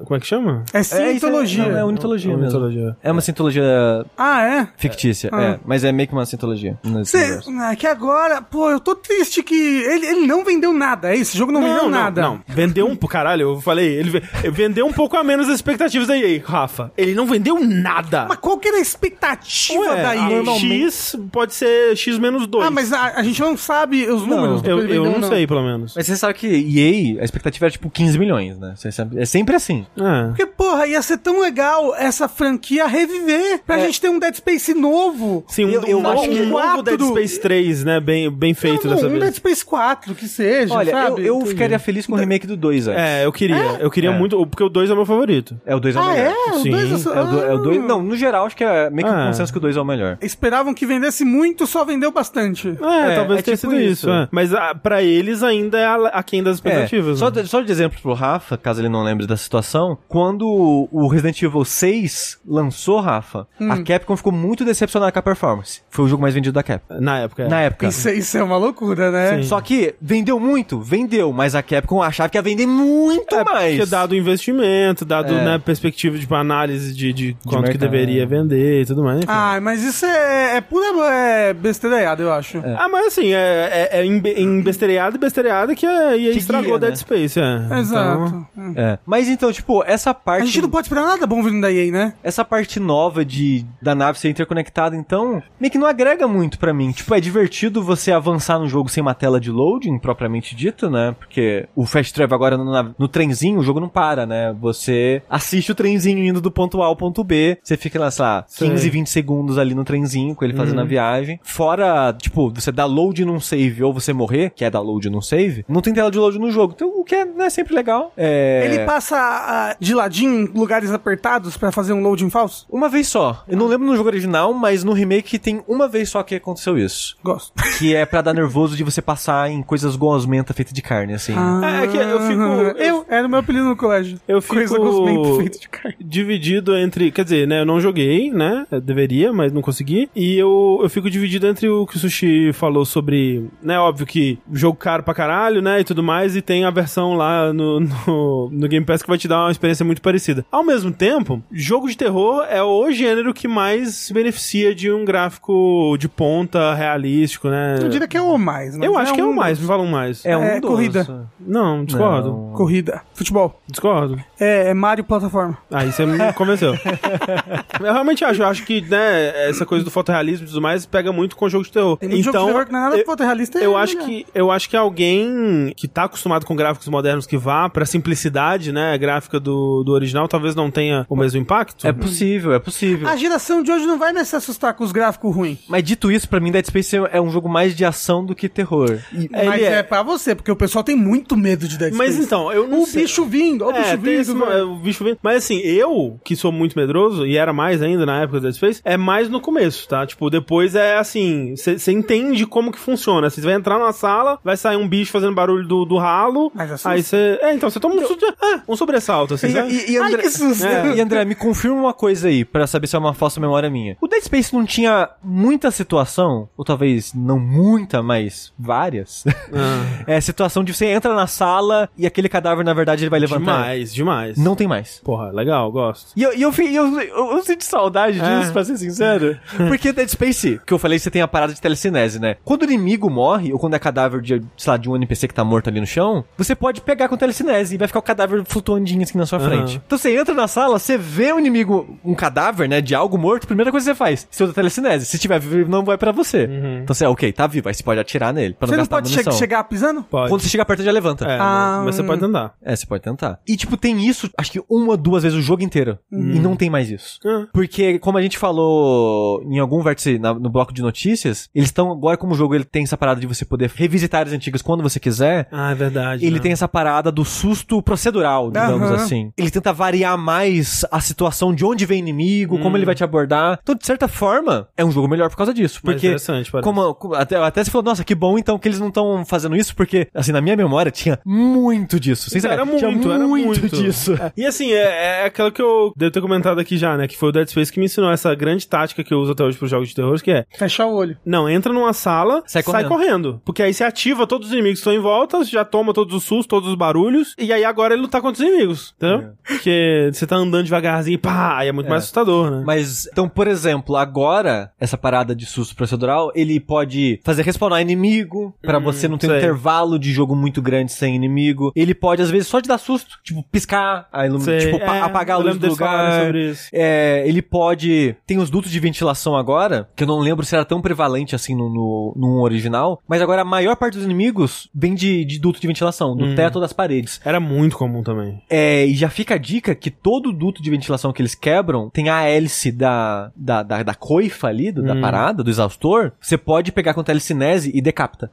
Speaker 1: Como é que chama?
Speaker 3: É
Speaker 2: É, isso
Speaker 3: cientologia.
Speaker 2: É, não, é unitologia
Speaker 1: É
Speaker 2: mesmo.
Speaker 1: unitologia.
Speaker 2: É uma sintologia
Speaker 3: Ah, é?
Speaker 2: fictícia,
Speaker 3: Ah.
Speaker 2: é. Mas é meio que uma sintologia. nesse
Speaker 3: Cê,
Speaker 2: universo.
Speaker 3: é que agora, pô, eu tô triste que ele, ele não vendeu nada, é isso? O jogo não, vendeu nada.
Speaker 1: não. Vendeu um... Caralho, eu falei. Ele ve- vendeu um pouco a menos as expectativas da EA, Rafa. Ele não vendeu nada.
Speaker 3: Mas qual que era a expectativa
Speaker 1: Ué,
Speaker 3: da EA?
Speaker 1: normalmente- X pode ser X menos 2.
Speaker 3: Ah, mas a, a gente não sabe os
Speaker 2: Não,
Speaker 3: números. do que
Speaker 1: Eu,
Speaker 3: ele
Speaker 1: eu
Speaker 3: vendeu,
Speaker 1: não sei, pelo menos.
Speaker 2: Mas você sabe que EA, a expectativa era tipo 15 milhões, né? Você sabe- É sempre assim.
Speaker 1: É.
Speaker 3: Porque, porra, ia ser tão legal essa franquia reviver. Pra
Speaker 2: É.
Speaker 3: gente ter um Dead Space novo.
Speaker 1: Sim, um,
Speaker 2: Eu- eu
Speaker 1: um,
Speaker 2: acho
Speaker 1: um
Speaker 2: que-
Speaker 1: novo Dead Space 3, né? Bem, bem feito
Speaker 3: não, não,
Speaker 1: dessa
Speaker 3: um
Speaker 1: vez.
Speaker 3: Dead Space 4, que seja,
Speaker 2: Olha, eu-
Speaker 3: sabe?
Speaker 2: eu,
Speaker 3: Entendi.
Speaker 2: ficaria feliz com o remake do 2, é.
Speaker 1: É, eu queria. Eu queria
Speaker 2: É.
Speaker 1: muito. Porque o 2 é o meu favorito.
Speaker 2: É o 2 é o
Speaker 3: Ah,
Speaker 2: melhor.
Speaker 3: é? Os
Speaker 1: Sim,
Speaker 3: dois são-
Speaker 2: É o do- é o dois-
Speaker 1: Então.
Speaker 3: Ah.
Speaker 2: Não, no geral, acho que é meio que um
Speaker 1: Ah.
Speaker 2: consenso que o 2 é o melhor.
Speaker 3: Esperavam que vendesse muito, só vendeu bastante.
Speaker 1: É,
Speaker 2: É,
Speaker 1: talvez
Speaker 2: é
Speaker 1: tenha
Speaker 2: tipo
Speaker 1: sido
Speaker 2: isso.
Speaker 1: isso. é. Mas ah, pra eles ainda é a- aquém das expectativas.
Speaker 2: Só,
Speaker 1: né?
Speaker 2: de, só de exemplo pro Rafa, caso ele não lembre da situação, quando o- o Resident Evil 6 lançou, Rafa, a
Speaker 3: Hum.
Speaker 2: Capcom ficou muito decepcionada com a performance. Foi o jogo mais vendido da Capcom.
Speaker 1: Na época. é.
Speaker 2: Na época.
Speaker 3: Isso, isso é uma loucura, né?
Speaker 2: Só que vendeu muito, vendeu, mas a Capcom achava que ia vender muito
Speaker 1: É,
Speaker 2: mais.
Speaker 1: porque dado o investimento, dado
Speaker 2: É.
Speaker 1: né, perspectiva de análise de, de quanto que
Speaker 2: mercado.
Speaker 1: deveria vender e tudo mais. enfim.
Speaker 3: Ah, mas isso é, é pura é, besteiraiada, eu acho.
Speaker 2: É.
Speaker 1: Ah, mas assim, é, é, é embe- embestereado e bestereado que a EA
Speaker 2: Que
Speaker 1: estragou
Speaker 2: guia, né?
Speaker 1: Dead Space. É. Então,
Speaker 3: Exato.
Speaker 2: É. Mas então, tipo, essa parte.
Speaker 3: A gente não pode esperar nada bom vindo da EA, né?
Speaker 2: essa parte nova de da nave ser interconectada, então, meio que não agrega muito pra mim. Tipo, é divertido você avançar no jogo sem uma tela de loading, propriamente dito, né? Porque o Fast Travel agora no, na- no trenzinho, o jogo não para, né? Você assiste o trenzinho indo do ponto A ao ponto B, você fica lá, sei lá,
Speaker 1: Sei.
Speaker 2: 15, 20 segundos ali no trenzinho com ele fazendo a viagem. Fora, tipo, você dar load num save ou você morrer, que é dar load num save, não tem tela de load no jogo. Então, o que é, né, sempre legal. É...
Speaker 3: Ele passa ah, de ladinho em lugares apertados pra fazer um loading falso?
Speaker 2: Uma vez só. Eu não lembro no jogo original, mas no remake tem uma vez só que aconteceu isso.
Speaker 3: Gosto.
Speaker 2: Que é pra dar nervoso de você passar em coisas gosmentas feitas de carne, assim.
Speaker 1: [laughs]
Speaker 3: Ah,
Speaker 1: é que eu fico-
Speaker 3: Eu, era o meu apelido no colégio.
Speaker 1: Eu fico- [laughs]
Speaker 3: Coisa gosmenta feita de carne.
Speaker 1: dividido entre. Quer dizer, né? Eu não joguei, né? Eu deveria, mas não consegui. E eu, eu fico dividido entre o que o Sushi falou sobre. Né? Óbvio que jogo caro pra caralho, né? E tudo mais. E tem a versão lá no, no, no Game Pass que vai te dar uma experiência muito parecida. Ao mesmo tempo, jogo de terror é o gênero que mais se beneficia de um gráfico de ponta realístico, né?
Speaker 3: Eu diria que é o mais, mas
Speaker 1: Eu acho que é o
Speaker 3: um-
Speaker 1: mais, me falam mais.
Speaker 2: É um
Speaker 3: É,
Speaker 2: doce.
Speaker 3: corrida.
Speaker 1: Não, discordo.
Speaker 2: Não.
Speaker 3: Corrida. Futebol.
Speaker 1: Discordo.
Speaker 3: É, é Mario plataforma.
Speaker 1: Aí você me
Speaker 3: [laughs]
Speaker 1: convenceu. eu realmente acho, eu acho que, né, essa coisa do fotorrealismo e tudo mais pega muito com o jogo de terror.
Speaker 3: Tem muito
Speaker 1: então,
Speaker 3: jogo de terror que não é nada
Speaker 1: eu-
Speaker 3: fotorrealista. é
Speaker 1: eu acho
Speaker 3: melhor.
Speaker 1: que eu acho que alguém que tá acostumado com gráficos modernos que vá pra simplicidade, né, gráfica do, do original, talvez não tenha o mesmo impacto.
Speaker 2: É possível, é possível.
Speaker 1: Ah,
Speaker 3: A geração de hoje não vai mais se assustar com os gráficos ruins.
Speaker 2: Mas dito isso, pra mim Dead Space é um jogo mais de ação do que terror.
Speaker 1: Ele
Speaker 3: Mas é...
Speaker 1: é-
Speaker 3: pra você, porque o pessoal tem muito medo de Dead Space.
Speaker 1: Mas então, eu não
Speaker 3: o
Speaker 1: sei.
Speaker 3: bicho vindo, ó o
Speaker 1: É, tem
Speaker 3: bicho vindo.
Speaker 1: esse-
Speaker 3: vai.
Speaker 1: é, o bicho vindo. Mas assim, eu, que sou muito medroso, e era mais ainda na época do Dead Space, é mais no começo, tá? Tipo, depois é assim, você entende como que funciona. Você vai entrar numa sala, vai sair um bicho fazendo barulho do, do ralo, cavalo.
Speaker 3: Mas assusta.
Speaker 1: aí você. É, então você toma um, su- de- ah, um sobressalto, assim, sabe?
Speaker 2: E, e- e André,
Speaker 3: Ai, que susto.
Speaker 2: É, e André, me confirma uma coisa aí, pra saber se é uma falsa memória minha. O Dead Space não tinha muita situação, ou talvez não muita, mas várias.
Speaker 1: Ah,
Speaker 2: [laughs] É situação de você entra na sala e aquele cadáver, na verdade, ele vai levantar.
Speaker 1: demais, demais.
Speaker 2: Não tem mais.
Speaker 1: Porra, legal, gosto.
Speaker 2: E eu, e eu, fi- eu, eu, eu sinto saudade
Speaker 1: É.
Speaker 2: disso, pra ser sincero. [laughs] Porque Dead Space, que eu falei, você tem a parada de telecinese, né? Quando o inimigo morre, ou quando é cadáver de, sei lá, de um NPC que tá morto ali no chão, você pode pegar com telecinese e vai ficar o cadáver flutuandinho assim na sua
Speaker 1: Aham.
Speaker 2: frente. Então você entra na sala, você vê o inimigo, um cadáver, né, de algo morto, primeira coisa que você faz, você usa a telecinese. Se tiver vivo, ele não vai pra você.
Speaker 1: Uhum.
Speaker 2: Então você, ok, tá vivo, aí você pode atirar nele, pra não
Speaker 3: Você não
Speaker 2: gastar
Speaker 3: pode che-
Speaker 2: munição.
Speaker 3: chegar pisando?
Speaker 1: Pode.
Speaker 2: Quando você chega perto, ele já levanta.
Speaker 1: É,
Speaker 3: Ah,
Speaker 1: mas você pode andar.
Speaker 2: É, você pode tentar. E, tipo, tem isso, acho que uma, duas vezes o jogo inteiro. E não tem mais isso.
Speaker 1: Ah.
Speaker 2: Porque, como a gente falou em algum vértice na- no bloco de notícias, eles estão, agora como o jogo ele tem essa parada de você poder revisitar as antigas quando você quiser,
Speaker 1: Ah, é verdade.
Speaker 2: ele
Speaker 1: né?
Speaker 2: tem essa parada do susto procedural, digamos
Speaker 3: Aham.
Speaker 2: assim. Ele tenta variar mais a situação de onde vem inimigo, como
Speaker 1: Hum.
Speaker 2: ele vai te abordar. Então, de certa forma, é um jogo melhor por causa disso.
Speaker 1: Mas é
Speaker 2: Porque
Speaker 1: interessante, parece.
Speaker 2: como, como- até, até você falou, nossa, que bom então que eles não estão fazendo isso, porque, assim, na minha memória tinha muito disso. Sem
Speaker 1: Então, Era
Speaker 2: sacanagem,
Speaker 1: muito,
Speaker 2: tinha
Speaker 1: era
Speaker 2: muito,
Speaker 1: muito.
Speaker 2: disso.
Speaker 1: E assim, é, é aquela que eu devo ter comentado aqui já, né? Que foi o Dead Space que me ensinou essa grande tática que eu uso até hoje pros jogos de terror, que é
Speaker 3: Fechar o olho.
Speaker 1: não, entra numa sala,
Speaker 2: Sai
Speaker 1: sai
Speaker 2: correndo.
Speaker 1: correndo. Porque aí você ativa todos os inimigos que estão em volta, você já toma todos os sustos, todos os barulhos, e aí agora ele lutar contra os inimigos, entendeu?
Speaker 2: É.
Speaker 1: Porque você tá andando devagarzinho e pá, aí é muito mais assustador, né?
Speaker 2: Mas, então, por exemplo, agora, essa parada de susto procedural, ele pode fazer respawnar inimigo, pra você não ter um
Speaker 1: Hum, sei.
Speaker 2: intervalo de jogo muito grande sem inimigo. Ele pode, às vezes, só te dar susto, tipo, piscar, a ilum...
Speaker 1: Você-
Speaker 2: tipo, pa-
Speaker 1: é,
Speaker 2: apagar a
Speaker 1: eu
Speaker 2: luz
Speaker 1: lembro
Speaker 2: do
Speaker 1: deles falarem
Speaker 2: lugar.
Speaker 1: sobre isso.
Speaker 2: É, ele pode. Tem os dutos de ventilação agora, que eu não lembro se era tão prevalente assim no, no, no original, mas agora a maior parte dos inimigos vem de, de duto de ventilação,
Speaker 1: Uhum.
Speaker 2: do teto ou das paredes.
Speaker 1: Era muito comum também.
Speaker 2: É, e já fica a dica que todo duto de ventilação que eles quebram tem a hélice da, da, da, da coifa ali, do-
Speaker 1: Hum.
Speaker 2: da parada, do exaustor. Você pode pegar com telecinese e decapita.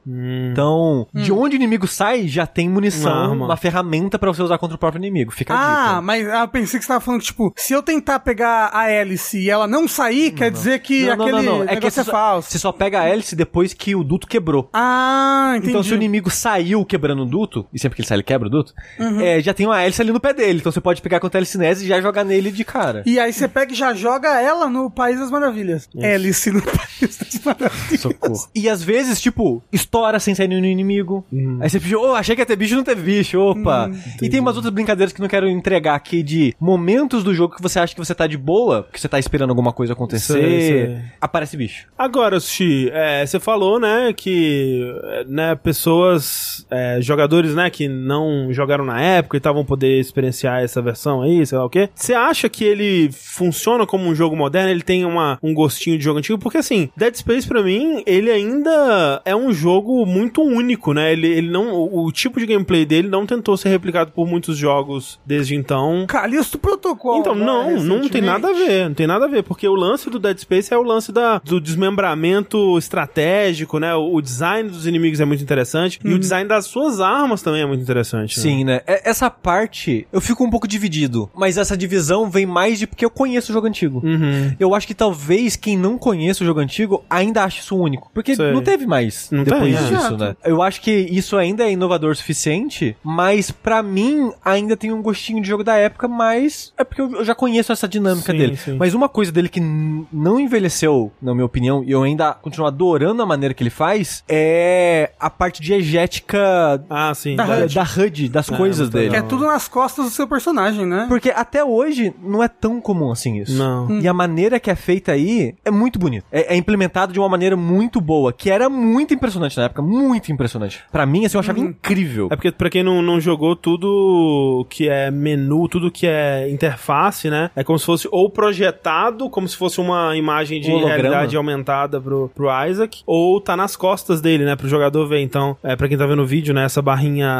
Speaker 2: Então,
Speaker 3: Hum.
Speaker 2: de onde o inimigo sai, já tem munição,
Speaker 1: Hum. Uma
Speaker 2: uma,
Speaker 1: arma.
Speaker 2: ferramenta pra você usar contra o próprio inimigo. Fica a dica.
Speaker 3: Ah, mas ah, eu pensei que você tava falando que, tipo, se eu tentar pegar a hélice e ela não sair, quer dizer que
Speaker 2: Não, não,
Speaker 3: aquele
Speaker 2: não, não. É que
Speaker 3: negócio
Speaker 2: você
Speaker 3: é
Speaker 2: só-
Speaker 3: falso.
Speaker 2: Você só pega a hélice depois que o duto quebrou.
Speaker 3: Ah, entendi.
Speaker 2: Então, se o inimigo saiu quebrando o duto, e sempre que ele sai, ele quebra o duto,
Speaker 3: Uhum.
Speaker 2: é, já tem uma hélice ali no pé dele. Então, você pode pegar com telecinese e já jogar nele de cara.
Speaker 3: E aí você pega e já joga ela no País das Maravilhas. Hélice no [laughs] País das Maravilhas.
Speaker 2: Socorro. E às vezes, tipo, estoura sem sair no inimigo.
Speaker 1: Hum.
Speaker 2: Aí você fica, oh, achei que ia ter bicho, não teve bicho, opa. e tem umas outras brincadeiras que eu não quero entregar aqui de momentos do jogo que você acha que você tá de boa, que você tá esperando alguma coisa acontecer.
Speaker 1: Sei, sei.
Speaker 2: Aparece bicho.
Speaker 1: Agora, Sushi, é, você falou, né, que é, né, pessoas, é, jogadores, né, que não jogaram na época e estavam poder experienciar essa versão aí, sei lá o quê. Você acha que ele funciona como um jogo moderno? Ele tem uma, um gostinho de jogo antigo? Porque, assim, Dead Space, pra mim, ele ainda é um jogo muito único, né? Ele, ele não... O, o tipo de gameplay dele não tentou ser replicado por muitos jogos desde então.
Speaker 3: Calixto Protocolo.
Speaker 1: Então,
Speaker 3: né,
Speaker 1: não, não tem
Speaker 3: recentemente.
Speaker 1: nada a ver, não tem nada a ver, porque o lance do Dead Space é o lance da, do desmembramento estratégico, né? O, o design dos inimigos é muito interessante e o design das suas armas também é muito interessante. né?
Speaker 2: Sim, né? É- Essa parte eu fico um pouco dividido. Mas essa divisão vem mais de porque eu conheço o jogo antigo.
Speaker 1: Uhum.
Speaker 2: Eu acho que talvez quem não conhece o jogo antigo ainda acha isso único. Porque
Speaker 1: Sei.
Speaker 2: não teve mais
Speaker 1: Não
Speaker 2: depois
Speaker 1: tem, é.
Speaker 2: disso,
Speaker 3: Exato.
Speaker 2: né? Eu acho que isso ainda é inovador o suficiente, mas pra mim ainda tem um gostinho de jogo da época, mas é porque eu eu já conheço essa dinâmica
Speaker 1: Sim,
Speaker 2: dele.
Speaker 1: sim.
Speaker 2: Mas uma coisa dele que n- não envelheceu, na minha opinião, e eu ainda continuo adorando a maneira que ele faz, é a parte diegética
Speaker 1: Ah, sim.
Speaker 3: Da
Speaker 2: da,
Speaker 1: verdade.
Speaker 2: da HUD, das
Speaker 1: É,
Speaker 2: coisas
Speaker 1: muito
Speaker 2: dele.
Speaker 3: Que é
Speaker 1: Não.
Speaker 3: tudo nas costas do seu personagem, né?
Speaker 2: Porque até hoje não é tão comum assim isso.
Speaker 1: Não.
Speaker 3: Hum.
Speaker 2: E a maneira que é feita aí é muito bonita. É, é implementado de uma maneira muito boa, que era muito impressionante na época, muito impressionante. Pra mim, assim, eu
Speaker 3: Uhum.
Speaker 2: achava incrível.
Speaker 1: É porque pra quem não, não jogou, tudo que é menu, tudo que é interface, né? É como se fosse ou projetado, como se fosse uma imagem de
Speaker 2: Um holograma.
Speaker 1: realidade aumentada pro, pro Isaac, ou tá nas costas dele, né? Pro jogador ver. Então, é pra quem tá vendo o vídeo, né? Essa barrinha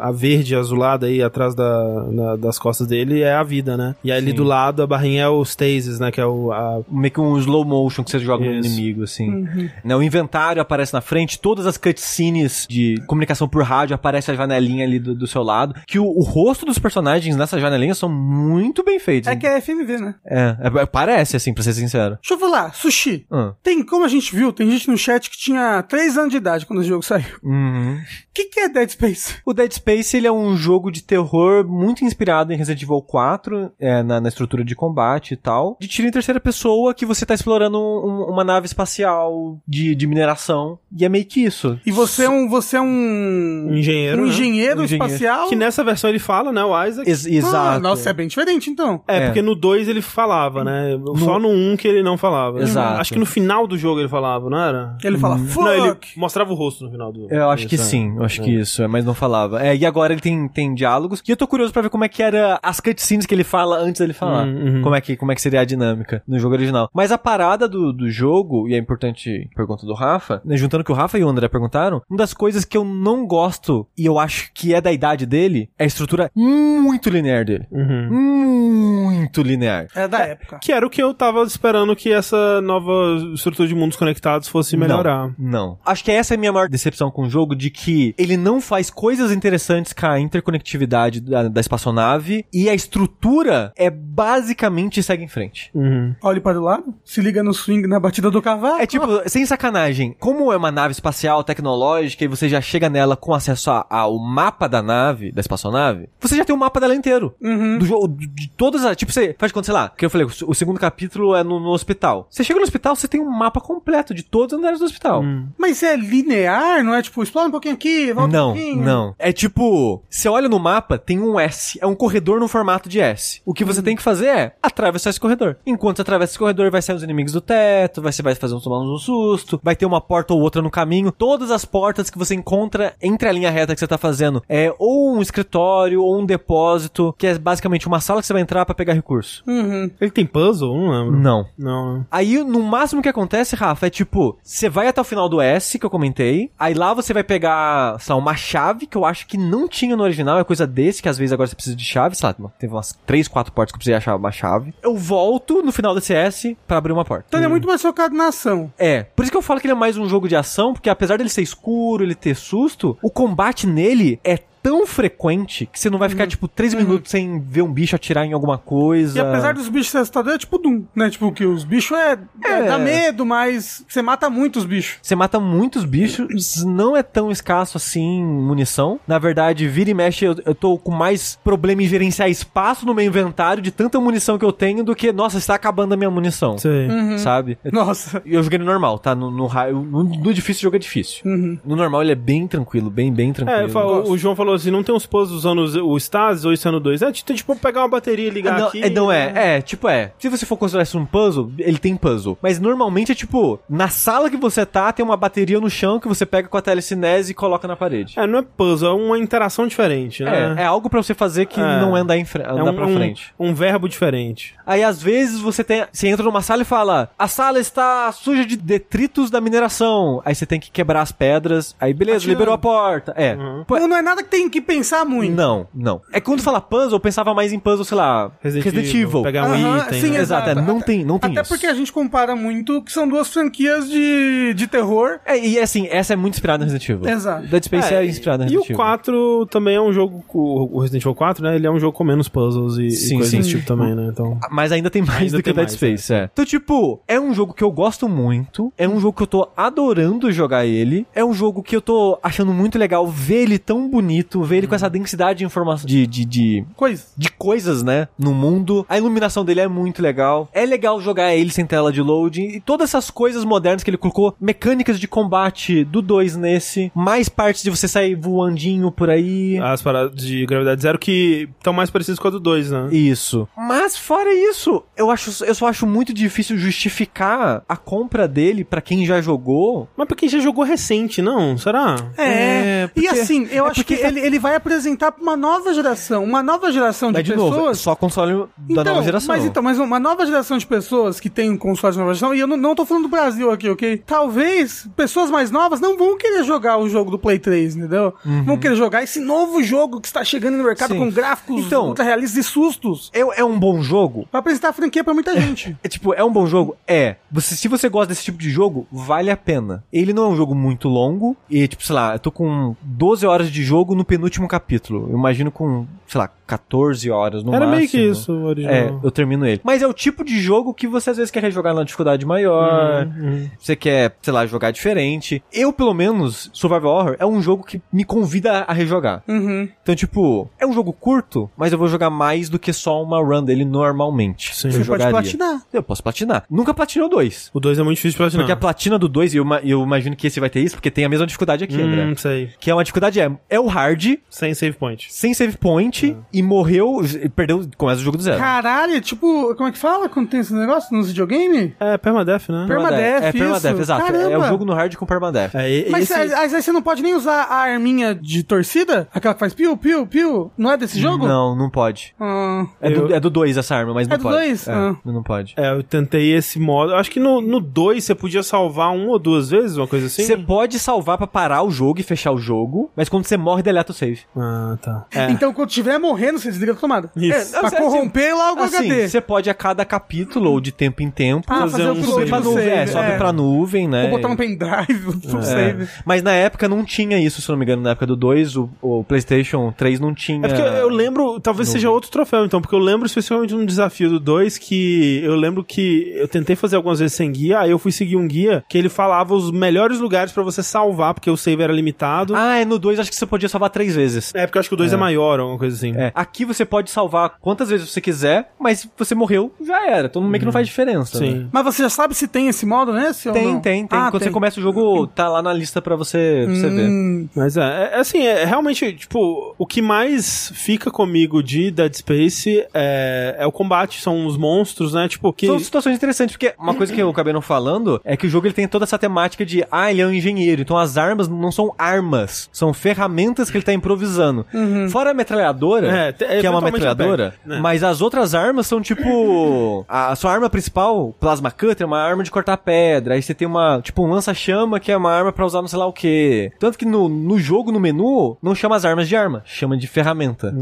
Speaker 1: a verde, azulada aí atrás da, na- das costas dele é a vida, né? E aí ali
Speaker 2: Sim.
Speaker 1: do lado a barrinha é o stasis, né? Que é o, a
Speaker 2: Meio que um slow motion que você joga no
Speaker 1: Isso.
Speaker 2: inimigo, assim.
Speaker 3: Uhum.
Speaker 2: Né, o inventário aparece na frente, todas as cutscenes de comunicação por rádio aparecem a janelinha ali do, do seu lado. Que o, o rosto dos personagens nessa janelinha são muito bem feitos.
Speaker 3: É que é FMV, né?
Speaker 2: É, é- parece, assim, pra ser sincero.
Speaker 3: Deixa eu falar, sushi.
Speaker 2: Ah.
Speaker 3: Tem, como a gente viu, tem gente no chat que tinha 3 anos de idade quando o jogo saiu.
Speaker 2: Uhum.
Speaker 3: O que, que é Dead Dead Space.
Speaker 2: O Dead Space ele é um jogo de terror muito inspirado em Resident Evil 4, é, na, na estrutura de combate e tal. De tiro em terceira pessoa que você tá explorando um- uma nave espacial de, de mineração. E é meio que isso.
Speaker 3: E você é um. Você é um.
Speaker 1: Um engenheiro,
Speaker 3: um
Speaker 1: né?
Speaker 3: engenheiro
Speaker 2: Um engenheiro.
Speaker 3: espacial?
Speaker 1: Que nessa versão ele fala, né, o Isaac.
Speaker 2: Ex-
Speaker 3: Ah,
Speaker 2: exato.
Speaker 3: nossa, é bem diferente então.
Speaker 1: é,
Speaker 2: é.
Speaker 1: porque no 2 ele falava, né? Só no 1 um que ele não falava.
Speaker 2: Exato.
Speaker 1: Acho que no final do jogo ele falava, não era?
Speaker 3: Ele fala, fuck!
Speaker 1: Não, ele mostrava o rosto no final do
Speaker 3: é
Speaker 1: jogo.
Speaker 2: É, Eu acho que sim, eu acho que isso, é, mas não falava. É, e agora ele tem, tem diálogos. E eu tô curioso pra ver como é que era as cutscenes que ele fala antes dele falar.
Speaker 1: Uhum, uhum.
Speaker 2: Como, é que, como é que seria a dinâmica no jogo original. Mas a parada do, do jogo, e é importante a pergunta do Rafa, né, juntando o que o Rafa e o André perguntaram, uma das coisas que eu não gosto, e eu acho que é da idade dele, é a estrutura muito linear dele.
Speaker 1: Uhum.
Speaker 2: Muito linear.
Speaker 3: É da época.
Speaker 1: Que era o que eu tava esperando que essa nova estrutura de mundos conectados fosse melhorar.
Speaker 2: Não, não. Acho que essa é a minha maior decepção com o jogo, de que ele não faz coisas interessantes com a interconectividade da, da espaçonave e a estrutura é basicamente segue em frente.
Speaker 1: Uhum.
Speaker 3: Olhe para o lado, se liga no swing na batida do cavalo.
Speaker 2: É tipo, sem sacanagem, como é uma nave espacial tecnológica e você já chega nela com acesso a- ao mapa da nave, da espaçonave, você já tem o mapa dela inteiro.
Speaker 3: Uhum.
Speaker 2: Do jogo, de de todas as. Tipo, você faz quando, sei lá, que eu falei, o s- o segundo capítulo é no, no hospital. Você chega no hospital, você tem um mapa completo de todos os andares do hospital.
Speaker 1: Hum.
Speaker 3: Mas é linear, não é tipo, explora um pouquinho aqui, volta um
Speaker 2: Não,
Speaker 3: pouquinho.
Speaker 2: não. É tipo, você olha no mapa, tem um S. É um corredor no formato de S. O que você tem que fazer é atravessar esse corredor. Enquanto você atravessa esse corredor, vai sair os inimigos do teto, vai, você vai fazer um, tomar um susto, vai ter uma porta ou outra no caminho. Todas as portas que você encontra entre a linha reta que você tá fazendo é ou um escritório ou um depósito, que é basicamente uma sala que você vai entrar pra pegar recurso.
Speaker 3: Uhum.
Speaker 1: Ele tem puzzle? Não lembro.
Speaker 2: Não.
Speaker 1: Não. né?
Speaker 2: Aí, no máximo que acontece, Rafa, é tipo, você vai até o final do S, que eu comentei, aí lá você vai pegar, sei lá, uma chave que eu acho que não tinha no original, é coisa desse, que às vezes agora você precisa de chave, sei lá, teve umas 3, 4 portas que eu precisei achar uma chave. Eu volto no final desse S pra abrir uma porta.
Speaker 3: Então ele é muito mais focado na ação.
Speaker 2: É, por isso que eu falo que ele é mais um jogo de ação, porque apesar dele ser escuro, ele ter susto, o combate nele é tão frequente que você não vai ficar, tipo, 3 minutos sem ver um bicho atirar em alguma coisa.
Speaker 3: Uhum. E apesar dos bichos ser assustadores, é tipo Doom, né? Tipo, que os bichos é, é,
Speaker 2: É.
Speaker 3: dá medo, mas você mata muitos
Speaker 2: [laughs]
Speaker 3: bichos.
Speaker 2: Você mata muitos bichos, não é tão escasso assim munição. Na verdade, vira e mexe, eu, eu tô com mais problema em gerenciar espaço no meu inventário de tanta munição que eu tenho do que, nossa, está acabando a minha munição.
Speaker 1: Sei.
Speaker 2: Sabe? Eu,
Speaker 3: Nossa.
Speaker 2: eu joguei no normal, tá? No, no, raio- no, no difícil, o jogo é difícil. No normal, ele é bem tranquilo, bem, bem tranquilo.
Speaker 1: É, eu falo-
Speaker 3: gosto.
Speaker 1: o João falou assim: não tem uns puzzles usando os- o Stasis ou isso é no 2. É tipo tipo, pegar uma bateria e
Speaker 2: Ah,
Speaker 1: ligar
Speaker 2: não,
Speaker 1: aqui. né?
Speaker 2: é, não é, é, tipo é. Se você for considerar isso um puzzle, ele tem puzzle. Mas normalmente é tipo, na sala que você tá, tem uma bateria no chão que você pega com a telecinese e coloca na parede.
Speaker 1: É, não é puzzle, é uma interação diferente,
Speaker 2: É,
Speaker 1: né?
Speaker 2: é algo pra você fazer que
Speaker 1: É.
Speaker 2: não é andar, em fre- andar pra frente.
Speaker 1: Um, verbo diferente.
Speaker 2: Aí às vezes você tem, você entra numa sala e fala: "A sala está suja de detritos da mineração". Aí você tem que quebrar as pedras. Aí beleza,
Speaker 3: Atirando.
Speaker 2: liberou a porta. É. Pô,
Speaker 3: Não, não é nada que tem que pensar muito.
Speaker 2: não, não. É que quando fala puzzle, eu pensava mais em puzzle, sei lá, Resident, Evil.
Speaker 1: Pegar um
Speaker 3: Aham,
Speaker 1: item.
Speaker 3: sim,
Speaker 1: né?
Speaker 2: Exato, é,
Speaker 3: Exato.
Speaker 2: não tem, não tem
Speaker 3: Até
Speaker 2: isso.
Speaker 3: porque a gente compara muito que são duas franquias de, de terror.
Speaker 2: É, e assim, essa é muito inspirada no Resident Evil.
Speaker 3: Exato.
Speaker 2: Dead Space é, inspirada no
Speaker 1: e o
Speaker 2: Resident Evil.
Speaker 1: 4 também é um jogo, o o Resident Evil 4, né? Ele é um jogo com menos puzzles e, e
Speaker 2: Sim,
Speaker 1: coisas
Speaker 2: sim.
Speaker 1: desse tipo também, né? Então,
Speaker 2: Mas ainda tem mais
Speaker 1: Ainda
Speaker 2: do que
Speaker 1: tem
Speaker 2: Dead
Speaker 1: mais,
Speaker 2: Space, é. Então, tipo, é um jogo que eu gosto muito, é um jogo que eu tô adorando jogar ele, é um jogo que eu tô achando muito legal ver ele tão bonito, ver ele com essa densidade de informação, de, de, de,
Speaker 3: Coisa.
Speaker 2: de coisas, né, no mundo. A iluminação dele é muito legal. É legal jogar ele sem tela de loading e todas essas coisas modernas que ele colocou, mecânicas de combate do 2 nesse, mais partes de você sair voandinho por aí.
Speaker 1: as paradas de gravidade zero que estão mais parecidas com a do 2, né?
Speaker 2: Isso. Mas fora isso, eu acho, eu só acho muito difícil justificar a compra dele pra quem já jogou.
Speaker 1: Mas pra quem já jogou recente, não? Será?
Speaker 3: É,
Speaker 2: É, porque-
Speaker 3: e assim, eu acho que
Speaker 2: porque tá-
Speaker 3: ele, ele vai apresentar pra uma nova geração, uma nova geração
Speaker 2: Mas
Speaker 3: de
Speaker 2: de
Speaker 3: pessoas.
Speaker 2: novo, é só console da nova geração.
Speaker 3: Mas então, mas uma nova geração de pessoas que tem um console de nova geração, e eu não, não tô falando do Brasil aqui, ok? Talvez pessoas mais novas não vão querer jogar o jogo do Play 3, entendeu? Vão querer jogar esse novo jogo que está chegando no mercado
Speaker 2: Uhum. Sim.
Speaker 3: com gráficos
Speaker 2: Então-
Speaker 3: ultra realistas e sustos.
Speaker 2: é, é um bom jogo?
Speaker 3: Vai apresentar a franquia pra muita
Speaker 2: [laughs]
Speaker 3: gente.
Speaker 2: É tipo, é um bom jogo? É. Você, se você gosta desse tipo de jogo, vale a pena. Ele não é um jogo muito longo. E, tipo, sei lá, eu tô com 12 horas de jogo no penúltimo capítulo. Eu imagino com, sei lá, 14 horas no
Speaker 1: Era
Speaker 2: máximo.
Speaker 1: meio que isso o original. Hum,
Speaker 2: É, eu termino ele. Mas é o tipo de jogo que você às vezes quer jogar numa dificuldade maior,
Speaker 1: hum.
Speaker 2: você quer, sei lá, jogar diferente. Eu, pelo menos, Survival Horror é um jogo que me convida a rejogar.
Speaker 3: Uhum.
Speaker 2: Então, tipo, é um jogo curto, mas eu vou jogar mais do que só uma run dele normalmente.
Speaker 1: Sim.
Speaker 2: Eu
Speaker 1: Você
Speaker 3: Você
Speaker 2: jogaria.
Speaker 3: pode platinar.
Speaker 2: Eu posso platinar. Nunca platinei o 2.
Speaker 1: O 2 é muito difícil de platinar.
Speaker 2: Porque a platina do 2, e eu, ma- eu imagino que esse vai ter isso, porque tem a mesma dificuldade aqui,
Speaker 1: Hum,
Speaker 2: André.
Speaker 1: isso aí.
Speaker 2: Que é uma dificuldade, é, é o hard,
Speaker 1: Sem save point.
Speaker 2: sem save point, e morreu, e perdeu, começa o jogo do zero.
Speaker 3: Caralho, é tipo, como é que fala quando tem esse negócio nos videogame?
Speaker 1: É, permadeath, né?
Speaker 3: Per- Permadeath,
Speaker 2: É,
Speaker 3: isso.
Speaker 2: permadeath, exato. É o
Speaker 3: Caramba.
Speaker 2: jogo no hard com permadeath.
Speaker 1: É, e-
Speaker 3: Mas
Speaker 1: esse-
Speaker 3: cê- às vezes você não pode nem usar a arminha de torcida? Aquela que faz piu, piu, piu. Não é desse jogo?
Speaker 2: Não, não pode.
Speaker 3: Ah,
Speaker 2: É
Speaker 1: Eu-
Speaker 2: do- é do 2 essa arma, mas não
Speaker 3: do
Speaker 2: pode.
Speaker 3: dois?
Speaker 2: É,
Speaker 3: Ah.
Speaker 2: Não pode.
Speaker 1: É, eu tentei esse modo. Acho que no 2 você podia salvar uma ou duas vezes, uma coisa assim.
Speaker 2: Você pode salvar pra parar o jogo e fechar o jogo, mas quando você morre, deleta o save.
Speaker 1: Ah, tá. É.
Speaker 3: [laughs] Então quando estiver morrendo, você desliga a tomada.
Speaker 1: Isso.
Speaker 3: É, pra
Speaker 2: Assim,
Speaker 3: corromper logo o
Speaker 2: Assim,
Speaker 3: HD.
Speaker 2: você pode a cada capítulo ou de tempo em tempo
Speaker 3: Ah, fazer
Speaker 1: fazer
Speaker 3: o
Speaker 1: um save
Speaker 2: sobe
Speaker 3: upload
Speaker 2: pra
Speaker 3: do
Speaker 2: nuvem,
Speaker 3: save,
Speaker 2: é, sobe
Speaker 3: é.
Speaker 2: pra nuvem, né?
Speaker 3: Ou botar um pendrive, [laughs] um
Speaker 2: É.
Speaker 3: save.
Speaker 2: Mas na época não tinha isso, se eu não me engano, na época do 2, o, o PlayStation 3 não tinha.
Speaker 1: É porque eu, eu lembro, talvez seja outro troféu então, porque eu lembro especialmente de um desafio do 2 que eu lembro que eu tentei fazer algumas vezes sem guia, aí eu fui seguir um guia que ele falava os melhores lugares pra você salvar, porque o save era limitado.
Speaker 2: Ah, é no 2 acho que você podia salvar três vezes.
Speaker 1: É, porque eu acho que o 2 é. maior, alguma coisa assim.
Speaker 2: É, aqui você pode salvar quantas vezes você quiser, mas se você morreu, já era. Então meio que não faz diferença. né?
Speaker 1: Sim.
Speaker 3: Mas você já sabe se tem esse modo, né? Se ou
Speaker 2: Tem,
Speaker 3: não?
Speaker 2: tem, tem.
Speaker 3: Ah,
Speaker 2: Quando você começa o jogo, tá lá na lista pra você, pra você ver.
Speaker 3: Hum,
Speaker 1: Mas é, é- é assim, é realmente, tipo, o que mais fica comigo de Dead Space é, é o combate, são os monstros, né? Tipo, que.
Speaker 2: São situações interessantes, porque uma coisa que eu acabei não falando é que o jogo ele tem toda essa temática de, ah, ele é um engenheiro, então as armas não são armas, são ferramentas que ele tá improvisando. Fora a metralhadora,
Speaker 1: É, te-
Speaker 2: que é uma
Speaker 1: eventualmente
Speaker 2: metralhadora,
Speaker 1: eu pego, né?
Speaker 2: mas as outras armas são tipo. A sua arma principal, Plasma Cutter, é uma arma de cortar pedra, aí você tem uma, tipo, um lança-chama que é uma arma pra usar não sei lá o que. Tanto que no, no jogo, no menu, não chama as armas de arma, chama de ferramenta.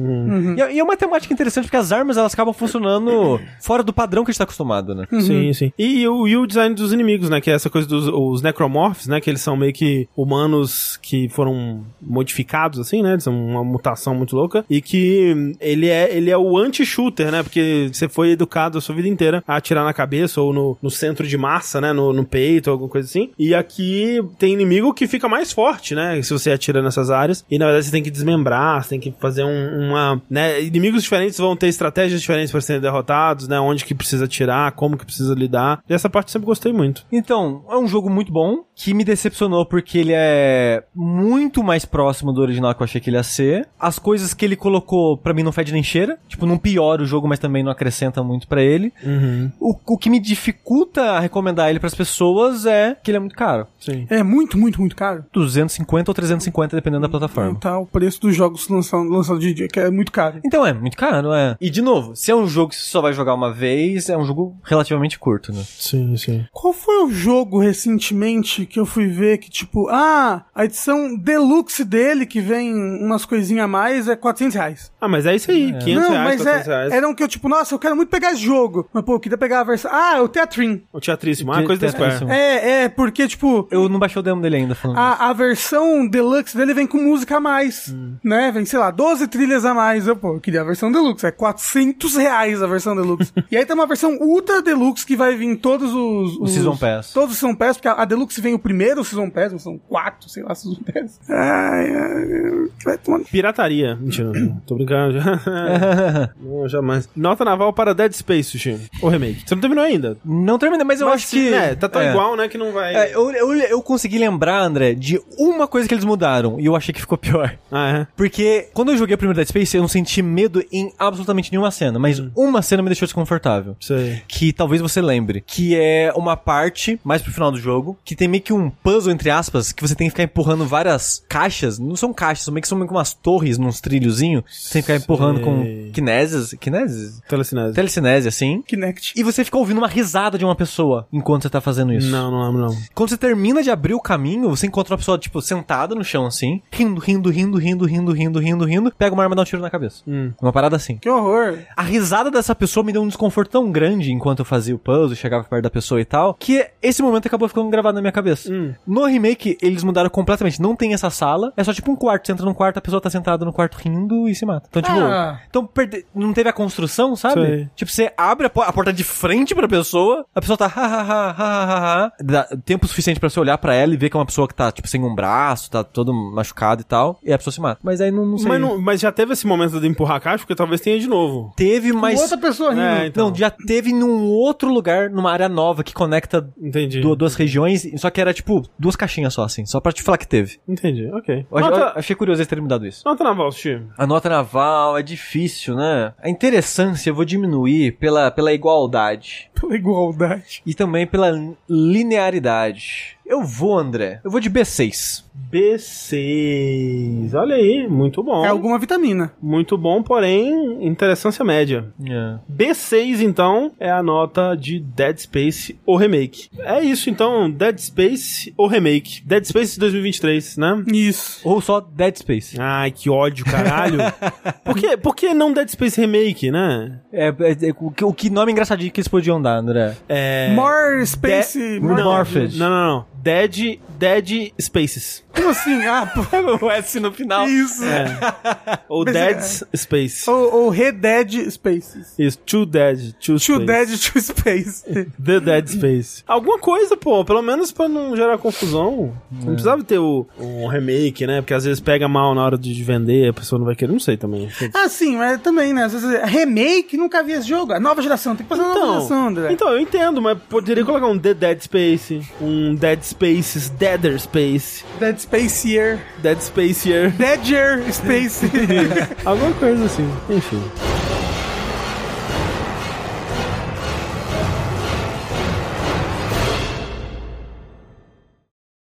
Speaker 2: E, é- e é uma temática interessante porque as armas elas acabam funcionando fora do padrão que a gente tá acostumado, né?
Speaker 1: Sim, sim. E, o, e o design dos inimigos, né? Que é essa coisa dos os necromorphs, né? Que eles são meio que humanos que foram modificados, assim, né? Eles são uma mutação muito louca. E que hum, ele é, ele é o anti-shooter, né? Porque você foi educado a sua vida inteira a atirar na cabeça ou no, no centro de massa, né? No, no peito, alguma coisa assim. E aqui tem inimigo que fica mais forte, né? Se você atira nessas áreas. E na verdade você tem que desmembrar, você tem que fazer um- uma. Né? Inimigos diferentes vão ter estratégias diferentes para serem derrotados, né? Onde que precisa atirar, como que precisa lidar. E essa parte eu sempre gostei muito.
Speaker 2: Então, é um jogo muito bom, que me decepcionou porque ele é muito mais próximo do original que eu achei que ele ia ser. As coisas que ele colocou, pra mim, não fede nem cheira. Tipo, não piora o jogo, mas também não acrescenta muito pra ele.
Speaker 1: Uhum.
Speaker 2: O, o que me dificulta recomendar ele pras pessoas é que ele é muito caro.
Speaker 1: Sim.
Speaker 3: É muito, muito, muito caro.
Speaker 2: 250 ou 350, dependendo da plataforma.
Speaker 3: Tá, o preço dos jogos lançando, lançando de dia, que é muito caro.
Speaker 2: Então é, muito caro, é. E de novo, se é um jogo que você só vai jogar uma vez, é um jogo relativamente curto, né?
Speaker 1: Sim, sim.
Speaker 3: Qual foi o jogo recentemente que eu fui ver que, tipo, ah, a edição deluxe dele, que vem umas coisinhas a mais, é 400 reais.
Speaker 1: Ah, mas é isso aí. 500
Speaker 3: não,
Speaker 1: reais,
Speaker 3: mas
Speaker 1: 400
Speaker 3: é,
Speaker 1: reais.
Speaker 3: era um que eu, tipo, nossa, eu quero muito pegar esse jogo. Mas, pô, eu queria pegar a versão. Ah, é o Teatrin.
Speaker 1: O teatríssimo. Ah, coisa da Square.
Speaker 2: Teatríssimo.
Speaker 3: É, é, porque, tipo,
Speaker 2: Eu não baixei o demo dele ainda, falando.
Speaker 1: Ah,
Speaker 3: a, a versão deluxe dele vem com música a mais, né? Vem, sei lá, 12 trilhas a mais. Eu, pô, eu queria a versão deluxe. É 400 reais a versão deluxe. e aí tem uma versão ultra deluxe que vai vir todos os... os
Speaker 2: Season Pass.
Speaker 3: Todos os Season Pass, porque a, a deluxe vem o primeiro Season Pass, mas são quatro, sei lá, Season Pass. Ai, ai, vai tomar... no-
Speaker 1: Pirataria. Mentira. Tô [laughs] brincando. não, jamais. Nota naval para Dead Space, Sushi. O remake. Você não terminou ainda?
Speaker 2: [laughs] Não terminei, mas eu
Speaker 1: Mas
Speaker 2: acho
Speaker 1: sim,
Speaker 2: que.
Speaker 1: né, tá tão
Speaker 2: é.
Speaker 1: igual, né? Que não vai.
Speaker 2: É, eu, eu, eu consegui lembrar, André, de uma coisa que eles mudaram e eu achei que ficou pior.
Speaker 1: Ah, é.
Speaker 2: Porque quando eu joguei o primeiro Dead Space, eu não senti medo em absolutamente nenhuma cena, mas
Speaker 1: Hum.
Speaker 2: uma cena me deixou desconfortável.
Speaker 1: Isso aí.
Speaker 2: Que talvez você lembre, que é uma parte mais pro final do jogo, que tem meio que um puzzle, entre aspas, que você tem que ficar empurrando várias caixas. Não são caixas, são meio que são meio que umas torres, nos trilhozinhos. Você tem que ficar empurrando
Speaker 1: Sei.
Speaker 2: com kineses. Kineses?
Speaker 1: Telecinese.
Speaker 2: Telecinese, assim.
Speaker 3: Kinect.
Speaker 2: E você fica ouvindo uma risada de uma pessoa enquanto você tá fazendo isso.
Speaker 1: Não, não lembro, não.
Speaker 2: Quando você termina de abrir o caminho, você encontra uma pessoa, tipo, sentada no chão, assim, rindo, rindo, rindo, rindo, rindo, rindo, rindo, rindo, pega uma arma e dá um tiro na cabeça.
Speaker 1: Hum.
Speaker 2: Uma parada assim.
Speaker 3: Que horror.
Speaker 2: A risada dessa pessoa me deu um desconforto tão grande enquanto eu fazia o puzzle, chegava perto da pessoa e tal, que esse momento acabou ficando gravado na minha cabeça.
Speaker 1: Hum.
Speaker 2: No remake, eles mudaram completamente. Não tem essa sala, é só tipo um quarto. Você entra num quarto, a pessoa tá sentada no quarto rindo e se mata. Então, tipo,
Speaker 3: Ah.
Speaker 2: então perde- não teve a construção, sabe?
Speaker 1: Sei.
Speaker 2: Tipo, você abre a, po- a porta de frente pra pessoa, a pessoa tá ha, ha, ha, ha, ha, ha, dá tempo suficiente pra você olhar pra ela e ver que é uma pessoa que tá, tipo, sem um braço, tá todo machucado e tal, e a pessoa se mata. Mas aí não, não sei.
Speaker 1: Mas, não- mas já teve esse momento de empurrar a caixa, porque talvez tenha de novo.
Speaker 2: Teve, mas...
Speaker 3: Outra pessoa rindo.
Speaker 1: É, então.
Speaker 2: Não, já teve num outro lugar, numa área nova que conecta
Speaker 1: Entendi.
Speaker 2: du- duas regiões, só que era, tipo, duas caixinhas só, assim, só pra te falar que teve.
Speaker 1: Entendi, ok.
Speaker 2: Eu ach- eu
Speaker 1: Nota,
Speaker 2: achei curioso eles terem mudado isso.
Speaker 1: nota na voz, Chico.
Speaker 2: A nota naval é difícil, né? A interessância eu vou diminuir pela, pela igualdade
Speaker 3: Pela igualdade.
Speaker 2: e também pela lin- linearidade. Eu vou, André. Eu vou de B6.
Speaker 1: B6. Olha aí, muito bom.
Speaker 3: É alguma vitamina.
Speaker 1: Muito bom, porém, interessância média.
Speaker 2: É.
Speaker 1: B6, então, é a nota de Dead Space ou remake. É isso, então, Dead Space ou remake. Dead Space de 2023, né?
Speaker 3: Isso.
Speaker 2: Ou só Dead Space.
Speaker 1: Ai, que ódio, caralho. por, que, por que não Dead Space Remake, né?
Speaker 2: É, é- é- o, que, o que nome engraçadinho que eles podiam dar, André.
Speaker 1: É.
Speaker 3: More Space.
Speaker 1: De-
Speaker 3: more-
Speaker 1: não,
Speaker 2: Morphed.
Speaker 1: não, não, não. Dead, Dead
Speaker 3: [laughs]
Speaker 1: Spaces.
Speaker 3: Como assim? Ah,
Speaker 1: [laughs]
Speaker 3: pô.
Speaker 2: o S no
Speaker 1: É.
Speaker 2: final.
Speaker 3: Isso.
Speaker 1: Ou
Speaker 3: Mas
Speaker 1: Dead
Speaker 3: é-
Speaker 1: Space.
Speaker 3: Ou, ou Redead Spaces.
Speaker 1: Isso, Two Dead, Two
Speaker 3: Too
Speaker 1: Space.
Speaker 3: Dead to Space.
Speaker 1: The Dead Space. Alguma coisa, pô, pelo menos pra não gerar confusão. Não precisava ter o, um remake, né? Porque às vezes pega mal na hora de de vender, a pessoa não vai querer, não sei também.
Speaker 3: [laughs] ah, sim, mas também, né? Às vezes, remake, nunca vi esse jogo. A nova geração, tem que fazer uma nova geração, André.
Speaker 1: então, eu entendo, mas poderia colocar um The Dead Space, um Dead Spaces, Deader Space,
Speaker 3: Dead Space Year.
Speaker 1: Dead Space Year,
Speaker 3: Deader Space.
Speaker 1: [laughs]
Speaker 3: [laughs]
Speaker 1: alguma coisa assim, enfim.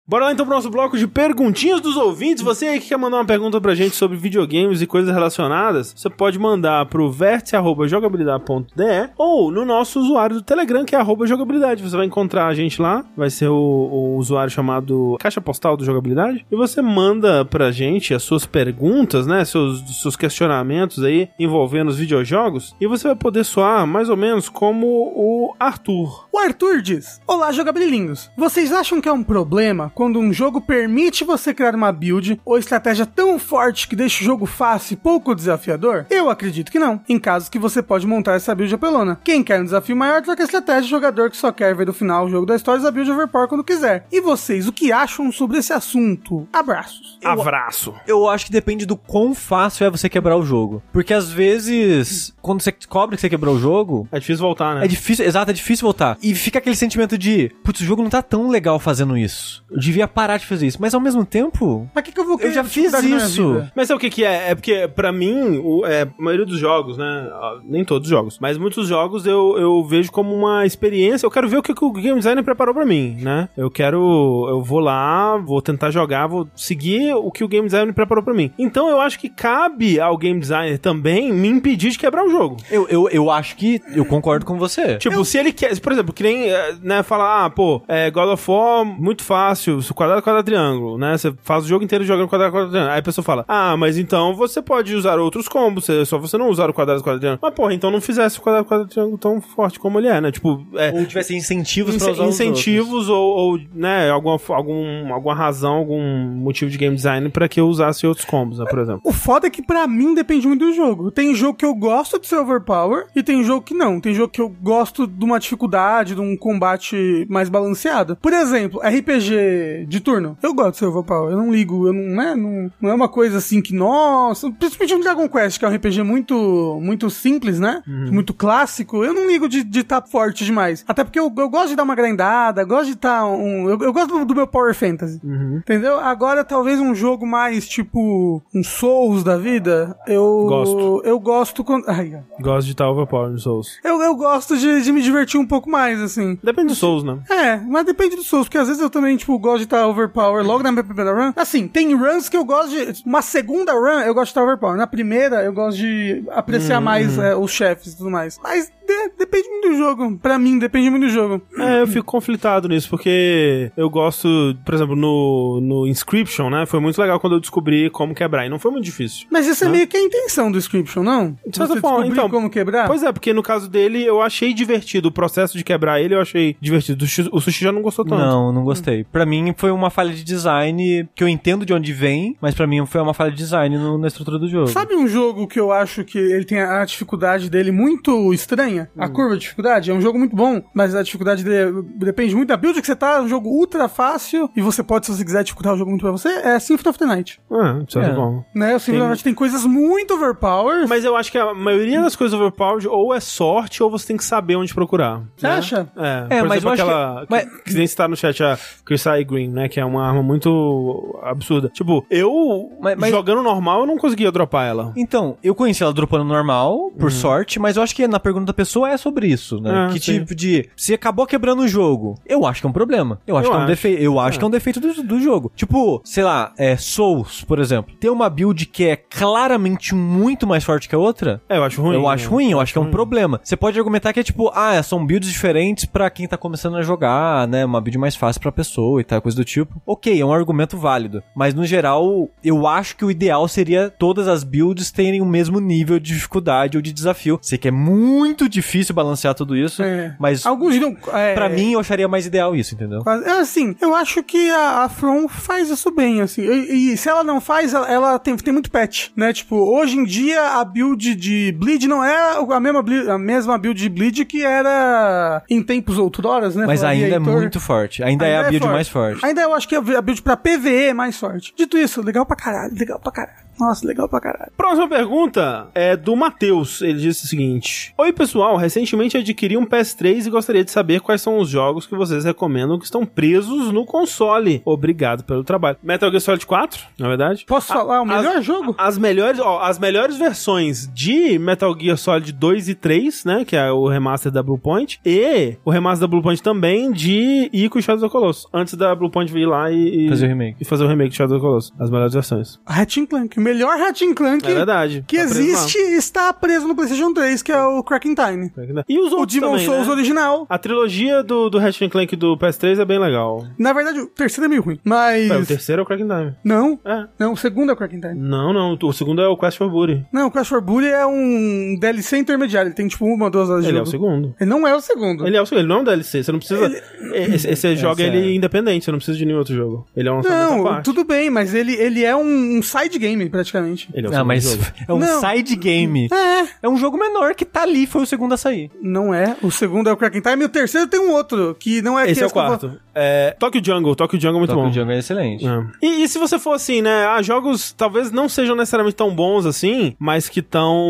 Speaker 1: Bora lá então pro nosso bloco de perguntinhas dos ouvintes. Você aí que quer mandar uma pergunta pra gente sobre videogames e coisas relacionadas, você pode mandar pro vértice.jogabilidade.de ou no nosso usuário do Telegram, que é arroba jogabilidade. Você vai encontrar a gente lá, vai ser o, o usuário chamado Caixa Postal do Jogabilidade. E você manda pra gente as suas perguntas, né? Seus, seus questionamentos aí envolvendo os videojogos. E você vai poder soar mais ou menos como o Arthur.
Speaker 3: O Arthur diz: Olá, jogabililindos. Vocês acham que é um problema quando um jogo permite você criar uma build ou estratégia tão forte que deixa o jogo fácil e pouco desafiador? Eu acredito que não, em casos que você pode montar essa build apelona. Quem quer um desafio maior troca a estratégia de jogador que só quer ver do final o jogo da história da build overpower quando quiser. E vocês, o que acham sobre esse assunto? Abraços.
Speaker 2: Ah,
Speaker 1: Abraço.
Speaker 2: Eu acho que depende do quão fácil é você quebrar o jogo. Porque às vezes, quando você descobre que você quebrou o jogo,
Speaker 1: É difícil voltar, né?
Speaker 2: É difícil, exato, é difícil voltar. E fica aquele sentimento de, putz, o jogo não tá tão legal fazendo isso. Eu devia parar de fazer isso. Mas ao mesmo tempo,
Speaker 3: Pra que, que eu vou
Speaker 2: eu
Speaker 3: criar
Speaker 2: já fiz
Speaker 3: dificuldade na minha
Speaker 2: isso.
Speaker 3: vida?
Speaker 1: Mas sabe o que que é? É porque, pra mim, o, é, a maioria dos jogos, né? ah, Nem todos os jogos, mas muitos jogos eu, eu vejo como uma experiência. Eu quero ver o que, que o game designer preparou pra mim, né? Eu quero. Eu vou lá, vou tentar jogar, vou seguir o que o game designer preparou pra mim. Então eu acho que cabe ao game designer também me impedir de quebrar o jogo.
Speaker 2: Eu, eu, eu acho que eu concordo com você.
Speaker 1: Tipo, se ele quer, por exemplo, que nem, eh, né, falar, ah, pô, é, God of War, muito fácil, quadrado, quadrado, triângulo, né? Você faz o jogo inteiro jogando quadrado, quadrado, triângulo. Aí a pessoa fala, ah, mas então você pode usar outros combos, você- só você não usar o quadrado, quadrado, triângulo. Mas, porra, então não fizesse o quadrado, quadrado, triângulo tão forte como ele é, né? Tipo, é,
Speaker 2: Ou tivesse incentivos
Speaker 1: Ince-
Speaker 2: pra usar os outros.
Speaker 1: incentivos ou, ou, né, alguma, algum, alguma razão, algum motivo de game design pra que eu usasse outros combos, né, por exemplo.
Speaker 3: O foda é que pra mim depende muito do jogo. Tem jogo que eu gosto de ser overpower e tem jogo que não. Tem jogo que eu gosto de uma dificuldade, de um combate mais balanceado. Por exemplo, RPG de turno. Eu gosto de ser overpower. Eu não ligo, eu não, né, não, não é uma coisa assim que, nossa, principalmente no Dragon Quest, que é um RPG muito muito simples, né? Muito clássico. Eu não ligo de estar forte demais. Até porque eu, eu gosto de dar uma grindada, gosto de estar um, eu, eu gosto do, do meu Power Fantasy. Entendeu? Agora, talvez um jogo mais tipo um Souls da vida, eu
Speaker 1: Gosto.
Speaker 3: Eu gosto quando. [laughs] Ai,
Speaker 1: Gosto de tal overpower no Souls.
Speaker 3: eu, eu gosto de, de me divertir um pouco mais, assim.
Speaker 1: Depende do Souls, né?
Speaker 3: É, mas depende do Souls, porque às vezes eu também, tipo, gosto de estar overpower logo na minha primeira run. Assim, tem runs que eu gosto de. Uma segunda
Speaker 1: Hum.
Speaker 3: run eu gosto de estar overpower. Na primeira eu gosto de apreciar mais é, os chefes e tudo mais. Mas de- depende muito do jogo. Pra mim, depende muito do jogo.
Speaker 1: É, eu fico conflitado nisso, porque eu gosto, por exemplo, no, no Inscription, né? Foi muito legal quando eu descobri como quebrar, e não foi muito difícil.
Speaker 3: Mas isso é meio que a intenção do Inscription, não?
Speaker 1: Né? De certa forma,
Speaker 3: descobrir
Speaker 1: então,
Speaker 3: como quebrar?
Speaker 1: Pois é, porque no caso dele eu achei divertido. O processo de quebrar ele eu achei divertido. O Sushi, o Sushi já não gostou tanto.
Speaker 2: Não, não gostei. Pra mim foi uma falha de design que eu entendo de onde vem, mas pra mim foi uma falha de design no- na estrutura do jogo.
Speaker 3: Sabe um jogo que eu acho que ele tem a a dificuldade dele muito estranha? A curva de dificuldade? É um jogo muito bom, mas a dificuldade dele depende muito da build que você tá. É um jogo ultra fácil e você pode, se você quiser, dificultar o jogo muito pra você. É Symphony of the Night.
Speaker 1: Ah, de certa
Speaker 2: É.
Speaker 1: forma.
Speaker 3: Né? O Symphony of the Night tem coisas muito overpowered.
Speaker 1: Mas eu acho que a maioria das coisas overpowered ou é sorte ou você tem que saber onde procurar.
Speaker 3: Você acha?
Speaker 1: É,
Speaker 2: É,
Speaker 1: por
Speaker 2: mas
Speaker 1: exemplo,
Speaker 2: eu acho
Speaker 1: aquela.
Speaker 2: que- mas-
Speaker 1: que- Que nem está no chat a Crisai Green, né? Que é uma arma muito absurda. Tipo, eu
Speaker 2: Mas- mas-
Speaker 1: jogando normal eu não conseguia dropar ela.
Speaker 2: Então, eu conheci ela dropando normal, por sorte, mas eu acho que na pergunta da pessoa é sobre isso, né?
Speaker 1: Uhum. Ah,
Speaker 2: que
Speaker 1: sim.
Speaker 2: tipo de. Se acabou quebrando o jogo, eu acho que é um problema. Eu acho
Speaker 1: Eu
Speaker 2: que é um
Speaker 1: acho.
Speaker 2: defeito. Eu acho que é um defeito do, do jogo. Tipo, sei lá, é, Souls, por exemplo. Tem uma build que é claramente muito mais forte que a outra.
Speaker 1: É, eu acho ruim.
Speaker 2: eu acho ruim, eu acho que é um problema. Você pode argumentar que é tipo, ah, são builds diferentes pra quem tá começando a jogar, né? Uma build mais fácil pra pessoa e tal, coisa do tipo. Ok, é um argumento válido. Mas no geral, eu acho que o ideal seria todas as builds terem o mesmo nível de dificuldade ou de desafio. Sei que é muito difícil balancear tudo isso,
Speaker 3: É.
Speaker 2: mas
Speaker 3: Alguns não. É,
Speaker 2: pra mim eu acharia mais ideal isso, entendeu?
Speaker 3: Quase- é, Assim, eu acho que a, a From faz isso bem, assim. E, e se ela não faz, ela, ela tem, tem muito patch, né? Tipo, hoje em dia a build de Bleed não é a mesma, bli- a mesma build de Bleed que era em tempos outroras, né?
Speaker 2: Mas
Speaker 3: Falaria
Speaker 2: ainda é
Speaker 3: Heitor.
Speaker 2: muito forte. Ainda, é a build mais forte.
Speaker 3: Ainda eu acho que a build pra PVE é mais forte. Dito isso, legal pra caralho, legal pra caralho. Nossa, legal pra caralho.
Speaker 1: Próxima pergunta é do Matheus. Ele disse o seguinte: Oi, pessoal. Recentemente adquiri um PS3 e gostaria de saber quais são os jogos que vocês recomendam que estão presos no console. Obrigado pelo trabalho. Metal Gear Solid 4, na verdade.
Speaker 3: Posso falar o melhor jogo?
Speaker 1: As melhores, ó, as melhores versões de Metal Gear Solid 2 e 3, né? Que é o remaster da Bluepoint. E o remaster da Bluepoint também de Ico e Shadow of the Colossus. Antes da Bluepoint vir lá e, e-
Speaker 2: Fazer o remake.
Speaker 1: e fazer o remake de Shadow of the Colossus. As melhores versões.
Speaker 3: Ratchet and Clank, o melhor Ratchet and Clank
Speaker 1: é verdade.
Speaker 3: que
Speaker 1: Tá preso lá.
Speaker 3: existe está preso no PlayStation 3, que é o Cracking Time.
Speaker 1: né? E os
Speaker 3: O
Speaker 1: outros
Speaker 3: Demon
Speaker 1: também,
Speaker 3: Souls
Speaker 1: né?
Speaker 3: original.
Speaker 1: A trilogia do, do Ratchet and Clank do PS3 é bem legal.
Speaker 3: Na verdade, o terceiro é meio ruim,
Speaker 1: Pera, o
Speaker 3: mas...
Speaker 1: terceiro é o Cracking Time.
Speaker 3: Não,
Speaker 1: É.
Speaker 3: não, o segundo é o Cracking Time.
Speaker 1: Não, não. O segundo é o Quest for Booty.
Speaker 3: Não, o Crash for Bully é um DLC intermediário, ele tem tipo uma ou duas horas de
Speaker 1: Ele é o
Speaker 3: jogo.
Speaker 1: segundo.
Speaker 3: Ele não é o segundo.
Speaker 1: Ele é o segundo, ele não é um DLC, você não precisa. Esse, esse joga
Speaker 2: é.
Speaker 1: ele independente, você não precisa de nenhum outro jogo. Ele é um lançamento à
Speaker 3: Não,
Speaker 1: parte.
Speaker 3: tudo bem, mas ele, ele é um, um side game, praticamente.
Speaker 1: Ele é o
Speaker 2: Ah,
Speaker 1: segundo
Speaker 2: mas
Speaker 3: [laughs]
Speaker 1: jogo.
Speaker 2: [laughs] é um
Speaker 3: Não.
Speaker 2: side game.
Speaker 3: É,
Speaker 2: É um jogo menor que tá ali, foi o segundo a sair.
Speaker 3: não é. O segundo é o Cracking Time e o terceiro tem um outro, que não é...
Speaker 1: Esse
Speaker 3: que
Speaker 1: é o quarto. É, Tokyo Jungle, Tokyo Jungle é muito
Speaker 2: Só que
Speaker 1: bom.
Speaker 2: o jogo é excelente.
Speaker 1: É. E, e se você for assim, né? Ah, jogos talvez não sejam necessariamente tão bons assim, mas que estão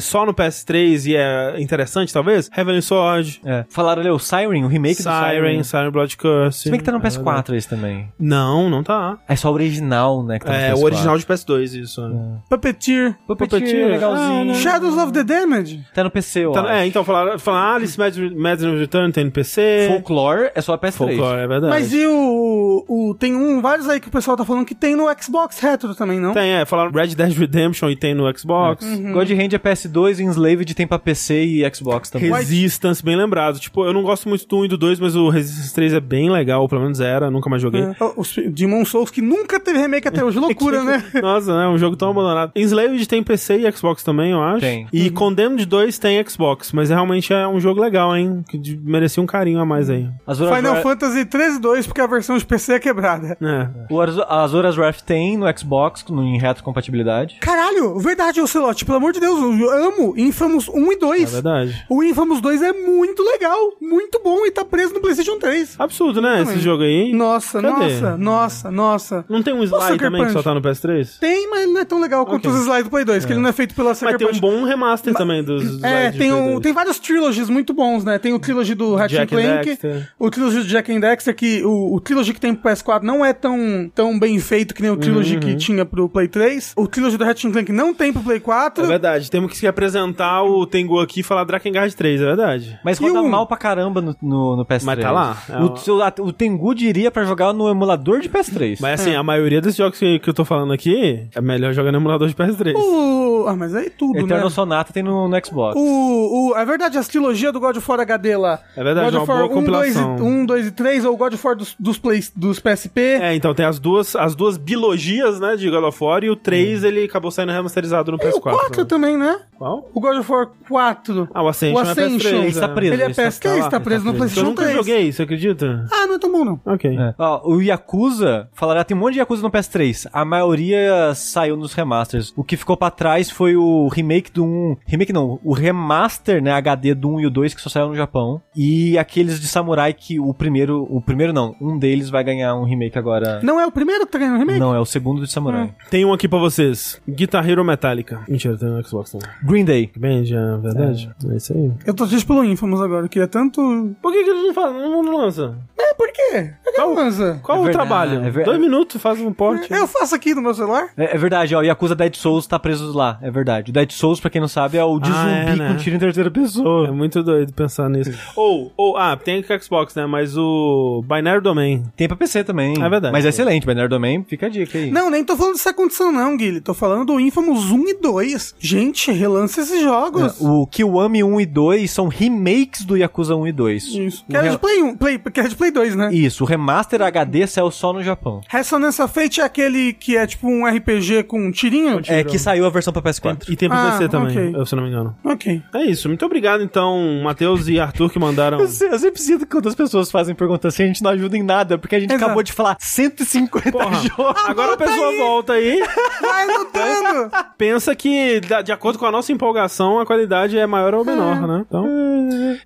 Speaker 1: só no PS3 e é interessante, talvez. Heavenly Sword,
Speaker 2: É. Falaram ali o Siren, o remake do
Speaker 1: Siren,
Speaker 2: Siren.
Speaker 1: Siren Blood Curse.
Speaker 2: Se bem que tá no
Speaker 1: É verdade.
Speaker 2: PS4 esse também.
Speaker 1: Não, não tá.
Speaker 2: É só o original, né? Que tá no
Speaker 1: É,
Speaker 2: PS4.
Speaker 1: o original de PS2, isso.
Speaker 2: É.
Speaker 1: né?
Speaker 3: Puppeteer.
Speaker 2: Puppeteer, legalzinho.
Speaker 3: Shadows of the Damage.
Speaker 2: Tá no PC, ó.
Speaker 1: ah, Tá- é, então falaram, falaram Alice Madden Madden Return tem no PC.
Speaker 2: Folklore é só PS3.
Speaker 1: Folklore, é verdade.
Speaker 3: Mas e o, o. Tem um, vários aí que o pessoal tá falando que tem no Xbox Retro também, não?
Speaker 1: Tem, é, falaram Red Dead Redemption e tem no Xbox.
Speaker 2: God Hand é PS2 e Enslaved tem pra PC e Xbox também.
Speaker 1: Então, Resistance, bem lembrado. Tipo, eu não gosto muito do 1 e do 2, mas o Resistance 3 é bem legal, pelo menos era, nunca mais joguei.
Speaker 3: É. O- Os Demon Souls que nunca teve remake até hoje. Loucura,
Speaker 1: [laughs]
Speaker 3: né?
Speaker 1: [laughs] Nossa, né? Um jogo tão abandonado. Enslaved tem PC e Xbox também, eu acho.
Speaker 2: Tem.
Speaker 1: E Condemned 2 tem Xbox, mas realmente é um jogo legal, hein? Que de- merecia um carinho a mais aí.
Speaker 2: Azura
Speaker 3: Final
Speaker 2: Wrath-
Speaker 3: Fantasy 13 2, porque a versão de PC é quebrada.
Speaker 1: É.
Speaker 2: o Azu- a Azura's Wrath tem no Xbox, no, em retrocompatibilidade.
Speaker 3: Caralho, verdade, Ocelote, pelo amor de Deus, eu amo Infamous 1 e
Speaker 1: É
Speaker 3: 2.
Speaker 1: verdade.
Speaker 3: o Infamous 2 é muito legal, muito bom e tá preso no PlayStation 3.
Speaker 1: Absurdo, né? Esse jogo aí.
Speaker 3: Nossa,
Speaker 1: Cadê?
Speaker 3: nossa, nossa, nossa.
Speaker 1: Não tem um Sly
Speaker 3: Sucker
Speaker 1: também que só
Speaker 3: Punch.
Speaker 1: tá no PS3?
Speaker 3: Tem, mas não é tão legal quanto os slides do Play 2, que ele não é feito pela Sucker
Speaker 1: Mas tem um
Speaker 3: Punch.
Speaker 1: bom remaster também dos
Speaker 3: É,
Speaker 1: Sly de
Speaker 3: tem,
Speaker 1: Play
Speaker 3: um,
Speaker 1: 2.
Speaker 3: tem vários trilogies muito bons, né? Tem o trilogy do Ratchet
Speaker 1: Jack and
Speaker 3: Clank,
Speaker 1: Dexter.
Speaker 3: o trilogy do Jack and Dexter, que o, o trilogy que tem pro PS4 não é tão, tão bem feito que nem o trilogy
Speaker 1: Uhum.
Speaker 3: que tinha pro Play 3. O trilogy do Ratchet Clank não tem pro Play
Speaker 1: É
Speaker 3: 4.
Speaker 1: verdade, temos que se apresentar o Tengu aqui e falar Drakengard 3, é verdade.
Speaker 2: Mas
Speaker 3: E
Speaker 2: roda
Speaker 3: um-
Speaker 2: mal pra caramba no, no, no PS3.
Speaker 1: Mas tá lá. É
Speaker 2: o,
Speaker 1: uma-
Speaker 2: seu- a- o Tengu diria pra jogar no emulador de PS3.
Speaker 1: é
Speaker 3: É.
Speaker 1: Mas assim, a maioria desses jogos que, que eu tô falando aqui, aí, é melhor jogar no emulador de PS3.
Speaker 3: O... Ah, mas aí tudo,
Speaker 2: Eternal
Speaker 3: né?
Speaker 2: Sonata tem no, no Xbox.
Speaker 3: O, o, é verdade, as trilogias do God of War HD lá.
Speaker 1: É verdade,
Speaker 3: God
Speaker 1: é uma
Speaker 3: of War
Speaker 1: boa compilação.
Speaker 3: 2 e, 1, 2 e 3, ou God of War dos, dos, play, dos PSP.
Speaker 1: É, então tem as duas, as duas bilogias, né, de God of War, e o 3 ele acabou saindo remasterizado no
Speaker 3: e
Speaker 1: PS4.
Speaker 3: É. o 4
Speaker 1: né?
Speaker 3: também, né?
Speaker 1: Qual?
Speaker 3: O God of War 4.
Speaker 1: Ah, o Ascension,
Speaker 3: O Ascension.
Speaker 1: é PS3.
Speaker 3: Ele
Speaker 2: está
Speaker 1: é.
Speaker 2: preso.
Speaker 3: Ele é
Speaker 2: ele está-
Speaker 3: PS3,
Speaker 2: tá lá,
Speaker 3: tá preso no
Speaker 2: ele está
Speaker 1: Eu
Speaker 3: PlayStation
Speaker 1: nunca
Speaker 3: 3.
Speaker 1: joguei, você acredita?
Speaker 3: Ah, não é tão bom, não.
Speaker 1: Ok.
Speaker 2: É. Ó, o Yakuza, falaram, ah, tem um monte de Yakuza no PS3. A maioria saiu nos remasters. O que ficou pra trás foi o remake do 1. Remake não, o remaster, né, HD do 1 e o 2 que só saiu no Japão. E aqueles de samurai que o primeiro, o primeiro não, um deles vai ganhar um remake agora.
Speaker 3: Não é o primeiro que tá ganhando remake?
Speaker 2: Não, é o segundo de samurai.
Speaker 1: Tem um aqui pra vocês. Guitar Hero Metallica. Mentira, tem no Xbox também.
Speaker 2: Green Day.
Speaker 1: Bem, já, verdade. É. isso aí.
Speaker 3: Eu tô triste pelo Infamous agora, eu queria tanto...
Speaker 1: Por que, que eles não fazem? Não, não lança.
Speaker 3: É, por quê? É que
Speaker 1: Qual-
Speaker 3: não lança.
Speaker 1: Qual
Speaker 2: É
Speaker 1: o
Speaker 2: verdade,
Speaker 1: trabalho?
Speaker 2: é ver-
Speaker 1: Dois minutos, faz um porte.
Speaker 3: Eu faço aqui no meu celular.
Speaker 2: É, é verdade, ó, o Yakuza Dead Souls tá preso lá, é verdade. O Dead Souls, pra quem não sabe, é o de
Speaker 1: Ah, é,
Speaker 2: zumbi
Speaker 1: né?
Speaker 2: com tiro em terceira pessoa.
Speaker 1: É muito doido pensar nisso. Ou, ou, ah, tem aqui o Xbox, né? Mas o Binary Domain.
Speaker 2: Tem pra PC também.
Speaker 1: É verdade.
Speaker 2: Mas é excelente, Banner Domain, fica a dica aí.
Speaker 3: Não, nem tô falando dessa condição não, Guilherme. Tô falando do Infamous 1 e 2. Gente, relança esses jogos.
Speaker 2: É, O Kiwami 1 e 2 são remakes do Yakuza 1 e 2.
Speaker 3: Isso.
Speaker 2: O
Speaker 3: Que era
Speaker 2: re-
Speaker 3: de Play 1, Play, que era de Play 2, né?
Speaker 2: Isso, o remaster HD saiu só no Japão.
Speaker 3: Resonance of Fate é aquele que é tipo um RPG com um tirinho?
Speaker 2: É que saiu a versão pra PS4.
Speaker 1: E tem pra
Speaker 3: Ah,
Speaker 1: PC também,
Speaker 3: ok.
Speaker 1: eu, se não me engano.
Speaker 3: Ok.
Speaker 1: É isso. Muito obrigado, então, Matheus e Arthur que
Speaker 2: [laughs]
Speaker 1: mandaram.
Speaker 2: Eu, se- eu sempre sinto que quando as pessoas fazem perguntas assim, a gente não ajuda em nada, porque a gente
Speaker 3: Exato.
Speaker 2: acabou de falar 150
Speaker 1: Porra,
Speaker 2: jogos.
Speaker 1: agora a
Speaker 3: volta
Speaker 1: pessoa
Speaker 3: aí.
Speaker 1: volta aí,
Speaker 3: Vai lutando!
Speaker 2: [laughs]
Speaker 1: pensa que, da- de acordo com a nossa empolgação, a qualidade é maior ou menor, né? Então,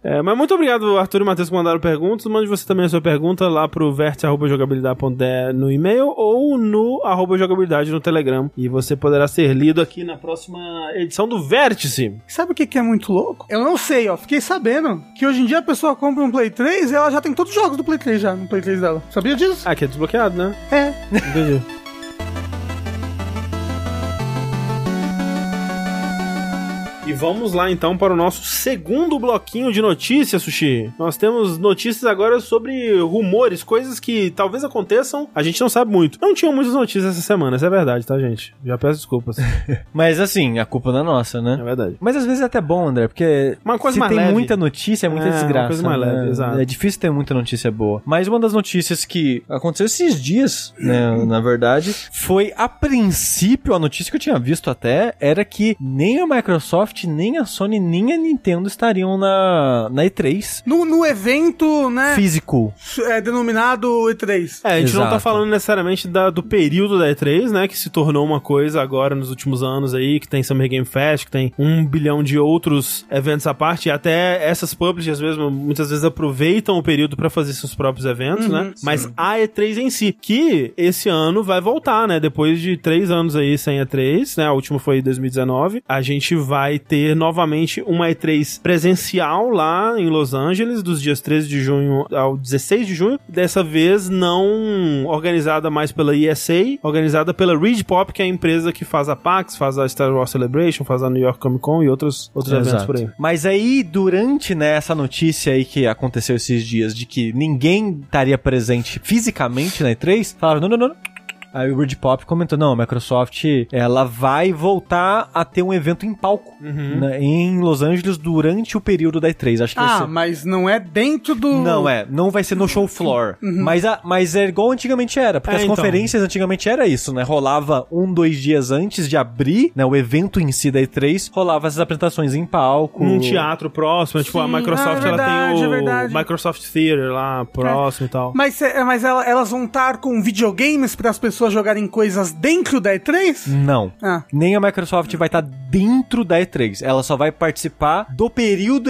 Speaker 1: é, mas muito obrigado, Arthur e Matheus, que mandaram perguntas. Mande você também a sua pergunta lá pro verte.jogabilidade.de no e-mail ou no arroba jogabilidade no Telegram. E você poderá ser lido aqui na próxima edição do Vértice.
Speaker 3: Sabe o que, que é muito louco? Eu não sei, ó. Fiquei sabendo que hoje em dia a pessoa compra um Play 3 e ela já tem todos os jogos do Play 3 já no Play 3 dela. Sabia disso?
Speaker 1: Ah, que é desbloqueado, né?
Speaker 3: É.
Speaker 1: Entendi. E vamos lá então para o nosso segundo bloquinho de notícias, Sushi. Nós temos notícias agora sobre rumores, coisas que talvez aconteçam, a gente não sabe muito. Não tinham muitas notícias essa semana, isso é verdade, tá, gente? Já peço desculpas, é
Speaker 2: Mas assim, a culpa não é nossa, né?
Speaker 1: verdade.
Speaker 2: Mas às vezes é até bom, André, porque
Speaker 1: Uma coisa
Speaker 2: se
Speaker 1: mais
Speaker 2: tem
Speaker 1: leve.
Speaker 2: muita notícia, é muita
Speaker 1: É, uma
Speaker 2: desgraça.
Speaker 1: coisa mais
Speaker 2: né?
Speaker 1: leve, exato.
Speaker 2: É difícil ter muita notícia boa. Mas uma das notícias que aconteceu esses dias, né, na verdade, foi a princípio, a notícia que eu tinha visto até, era que nem a Microsoft, nem a Sony, nem a Nintendo estariam na, na E3
Speaker 3: No, no evento, né?
Speaker 2: físico.
Speaker 3: É denominado E3.
Speaker 1: É, a gente não tá
Speaker 2: Exato.
Speaker 1: falando necessariamente da- do período da E3, né? Que se tornou uma coisa agora nos últimos anos aí, que tem Summer Game Fest, que tem um bilhão de outros eventos à parte. E até essas publishers mesmo, muitas vezes aproveitam o período pra fazer seus próprios eventos,
Speaker 3: Uhum,
Speaker 1: né? Mas a E3 em si, que esse ano vai voltar, né? Depois de três anos aí sem E3, né? A última foi em 2019. A gente vai ter novamente uma E3 presencial lá em Los Angeles, dos dias 13 de junho ao 16 de junho. Dessa vez não organizada mais pela ESA, organizada pela Ridge Pop, que é a empresa que faz a PAX, faz a Star Wars Celebration, faz a New York Comic Con e outros, outros eventos
Speaker 2: Exato.
Speaker 1: por aí.
Speaker 2: Mas aí, durante né, essa notícia aí que aconteceu esses dias de que ninguém estaria presente fisicamente na E3, falaram: não, não, não. não. Aí o Bird Pop comentou: não, a Microsoft ela vai voltar a ter um evento em palco
Speaker 1: Uhum.
Speaker 2: né, em Los Angeles durante o período da E3. Acho que vai
Speaker 3: Ah,
Speaker 2: ser-
Speaker 3: mas não é dentro do.
Speaker 2: tipo assim. Não, é, não vai ser no show floor.
Speaker 3: Uhum.
Speaker 2: Mas, a, mas é igual antigamente era, porque
Speaker 1: É,
Speaker 2: as
Speaker 1: então.
Speaker 2: conferências antigamente era isso, né? Rolava um, dois dias antes de abrir, né? O evento em si da E3, rolava essas apresentações em palco.
Speaker 1: num teatro próximo, tipo, a
Speaker 3: Sim,
Speaker 1: Microsoft,
Speaker 3: ah, é
Speaker 1: ela
Speaker 3: verdade,
Speaker 1: tem
Speaker 3: é
Speaker 1: o
Speaker 3: verdade.
Speaker 1: Microsoft Theater lá, próximo e tal.
Speaker 3: Mas, cê- mas ela- elas vão estar com videogames para as pessoas jogarem coisas dentro da E3?
Speaker 2: Não.
Speaker 3: Ah.
Speaker 2: Nem a Microsoft vai estar dentro da E3. Ela só vai participar do período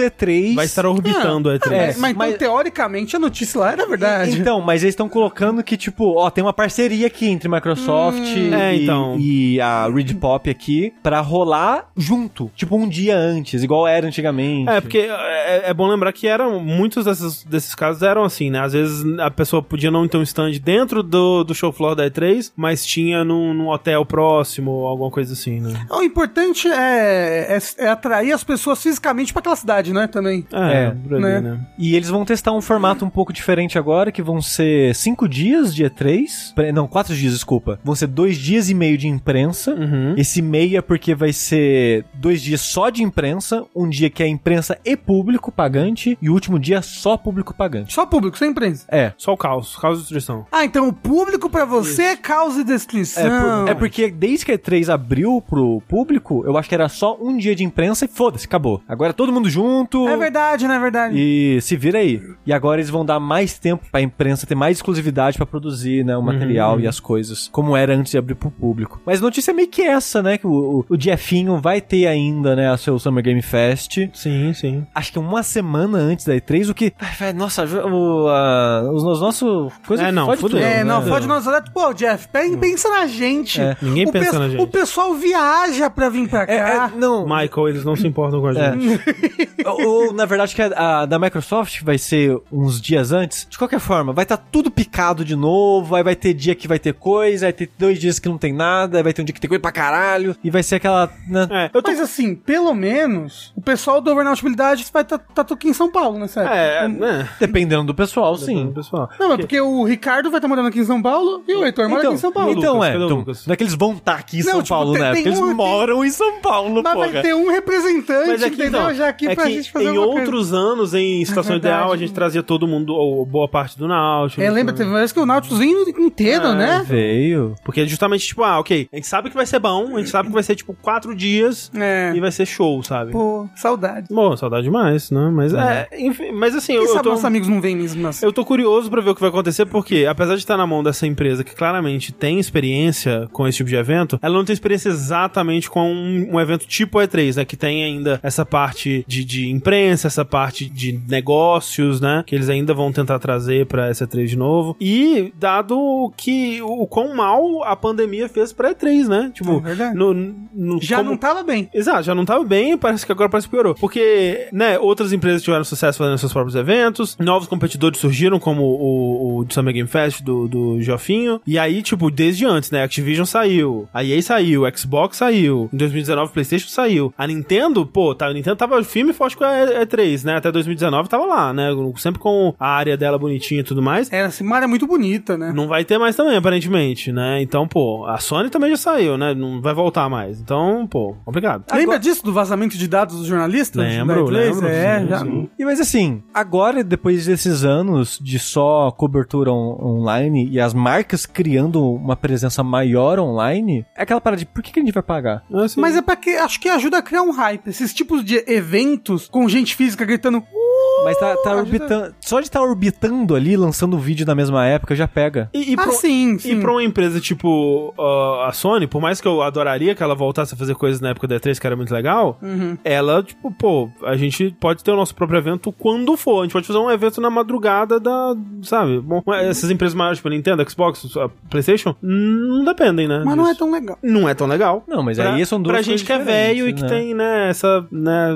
Speaker 1: Vai
Speaker 2: E3.
Speaker 3: então,
Speaker 1: estar orbitando a E3.
Speaker 2: É,
Speaker 3: mas, mas então,
Speaker 2: mas-
Speaker 3: teoricamente, a notícia lá era verdade.
Speaker 2: Então, mas eles estão colocando que, tipo, ó, tem uma parceria aqui entre Microsoft e,
Speaker 1: É, então.
Speaker 2: e a Ridge Pop aqui pra rolar junto. Tipo, um dia antes, igual era antigamente.
Speaker 1: É, porque é, é bom lembrar que eram muitos desses, desses casos eram assim, né? Às vezes a pessoa podia não ter um stand dentro do, do show floor da E3, 3, mas tinha num, num hotel próximo, alguma coisa assim, né?
Speaker 3: O importante é, é, é atrair as pessoas fisicamente pra aquela cidade, né? Também.
Speaker 1: É,
Speaker 2: É,
Speaker 1: por ali,
Speaker 3: né?
Speaker 1: né?
Speaker 2: E eles vão testar um formato um pouco diferente agora, que vão ser cinco dias de E3. Pre- Não, quatro dias, desculpa. Vão ser dois dias e meio de imprensa.
Speaker 1: Uhum.
Speaker 2: Esse meio é porque vai ser dois dias só de imprensa, um dia que é imprensa e público pagante, e o último dia só público pagante.
Speaker 3: Só público, sem imprensa.
Speaker 2: É.
Speaker 1: Só o caos, caos e destruição.
Speaker 3: Ah, então o público pra você é causa e
Speaker 2: É, por-
Speaker 3: destruição.
Speaker 2: é porque desde que a E3 abriu pro público, eu acho que era só um dia de imprensa e foda-se, acabou. Agora é todo mundo junto.
Speaker 3: É verdade, não é verdade?
Speaker 2: E se vira aí. E agora eles vão dar mais tempo pra imprensa ter mais exclusividade pra produzir, né, o material
Speaker 3: Uhum.
Speaker 2: e as coisas, como era antes de abrir pro público. Mas a notícia é meio que essa, né, que o, o, o Jeffinho vai ter ainda, né, a seu Summer Game Fest.
Speaker 1: Sim, sim.
Speaker 2: Acho que uma semana antes da E3, o que... Ai, velho, Nossa, o, a, os nossos... Nosso, coisa
Speaker 1: É, não,
Speaker 2: fode
Speaker 1: fudeu,
Speaker 2: tudo,
Speaker 1: não,
Speaker 3: É, não,
Speaker 1: né?
Speaker 3: fode nós olhar. Pô, Jeff, pe- pensa na gente.
Speaker 2: É,
Speaker 1: ninguém
Speaker 3: O
Speaker 1: pensa
Speaker 3: pe-
Speaker 1: na gente.
Speaker 3: O pessoal viaja pra vir pra cá.
Speaker 2: É, é, não,
Speaker 1: Michael, eles não se importam com a
Speaker 2: É.
Speaker 1: gente.
Speaker 2: [laughs] ou, ou, na verdade, que é a, a da Microsoft vai ser uns dias antes. De qualquer forma, vai estar tudo picado de novo. Aí vai ter dia que vai ter coisa, aí ter dois dias que não tem nada, aí vai ter um dia que tem coisa pra caralho. E vai ser aquela. né?
Speaker 1: É, eu tô
Speaker 3: Mas assim, pelo menos, o pessoal do Overnautibilidade vai estar tá, tudo aqui em São Paulo, né, sério?
Speaker 1: É, né?
Speaker 2: Dependendo do pessoal, sim.
Speaker 1: pessoal.
Speaker 3: Não, é porque o Ricardo vai estar morando aqui em São Paulo e o Heitor mora aqui em São Paulo.
Speaker 2: então
Speaker 1: Lucas,
Speaker 2: é.
Speaker 1: cadê o
Speaker 2: Então,
Speaker 1: Lucas?
Speaker 2: não é que eles vão estar aqui em
Speaker 3: Não,
Speaker 2: São
Speaker 3: tipo,
Speaker 2: Paulo,
Speaker 3: tem-
Speaker 2: né?
Speaker 3: tem
Speaker 2: Porque eles
Speaker 3: um- tem-
Speaker 2: moram em São Paulo,
Speaker 3: Mas
Speaker 2: porra.
Speaker 3: vai ter um representante,
Speaker 1: Mas é que,
Speaker 3: entendeu?
Speaker 1: então,
Speaker 3: Já aqui
Speaker 1: é
Speaker 3: pra
Speaker 1: que
Speaker 3: gente fazer
Speaker 1: em
Speaker 3: alguma coisa.
Speaker 1: outros anos, em Estação
Speaker 3: É verdade.
Speaker 1: Ideal, a gente trazia todo mundo, ou boa parte do Nautilus.
Speaker 3: É, lembra,
Speaker 1: né?
Speaker 3: teve uma vez que o Nautilus inteiro,
Speaker 1: É,
Speaker 3: né?
Speaker 2: Veio.
Speaker 1: Porque é justamente, tipo, ah, ok, a gente sabe que vai ser bom, a gente sabe que vai ser, tipo, quatro dias
Speaker 3: É.
Speaker 1: e vai ser show, sabe?
Speaker 3: Pô, saudade.
Speaker 1: Bom, saudade demais, né? Mas, é, enfim, mas assim, eu,
Speaker 3: Quem
Speaker 1: eu
Speaker 3: sabe
Speaker 1: tô...
Speaker 3: nossos amigos não vêm mesmo assim.
Speaker 1: Eu tô curioso pra ver o que vai acontecer, porque apesar de estar na mão dessa empresa que claramente tem experiência com esse tipo de evento, ela não tem experiência exatamente com um, um evento tipo E3, né? Que tem ainda essa parte de, de imprensa, essa parte de negócios, né? Que eles ainda vão tentar trazer pra essa E3 de novo. E dado que o, o quão mal a pandemia fez pra E3, né?
Speaker 3: É
Speaker 1: Tipo,
Speaker 3: verdade.
Speaker 1: no, no-
Speaker 3: Já
Speaker 1: como-
Speaker 3: não tava bem.
Speaker 1: Exato, já não tava bem, parece que agora parece que piorou. Porque, né, outras empresas tiveram sucesso fazendo seus próprios eventos, novos competidores surgiram, como o, o do Summer Game Fest do, do Jofinho. E aí, tipo, desde antes, né? Activision saiu, a EA saiu, a Xbox saiu, em 2019 o Playstation saiu. A Nintendo, pô, tá, a Nintendo tava firme e forte com a E3, né? Até 2019 tava lá, né? Sempre com a área dela bonitinha e tudo mais.
Speaker 3: Era assim, uma área muito bonita, né?
Speaker 1: Não vai ter mais também, aparentemente, né? Então, pô, a Sony também já saiu, né? Não vai voltar mais. Então, pô, complicado.
Speaker 3: Lembra disso, do vazamento de dados dos jornalistas?
Speaker 1: Lembro,
Speaker 3: Da E3?
Speaker 1: lembro,
Speaker 3: É,
Speaker 1: sim,
Speaker 3: já.
Speaker 1: sim.
Speaker 2: E mas assim, agora depois desses anos de só cobertura on- online e as marcas criando uma presença maior online, é aquela parada de por que, que a gente vai pagar?
Speaker 1: Assim,
Speaker 3: Mas é pra que acho que ajuda a criar um hype. Esses tipos de eventos com gente física gritando. "Uh!"
Speaker 2: Mas tá, tá
Speaker 3: ajuda.
Speaker 2: orbitando, só de estar orbitando ali, lançando um vídeo na mesma época, já pega.
Speaker 1: E, e
Speaker 3: Ah,
Speaker 1: pra- um,
Speaker 3: sim, sim.
Speaker 1: E pra uma empresa tipo ó, a Sony, por mais que eu adoraria que ela voltasse a fazer coisas na época da E3, que era muito legal,
Speaker 3: Uhum.
Speaker 1: ela, tipo, pô, a gente pode ter o nosso próprio evento quando for. A gente pode fazer um evento na madrugada da. Sabe? Bom, essas empresas maiores, tipo Nintendo, Xbox, a PlayStation, não dependem, né?
Speaker 3: Mas não é
Speaker 1: disso.
Speaker 3: tão legal.
Speaker 1: Não é tão legal.
Speaker 2: Não, mas
Speaker 1: Pra-
Speaker 2: aí são duas
Speaker 1: Pra gente
Speaker 2: coisas
Speaker 1: que é velho e que
Speaker 2: diferentes,
Speaker 1: tem, né, essa. né,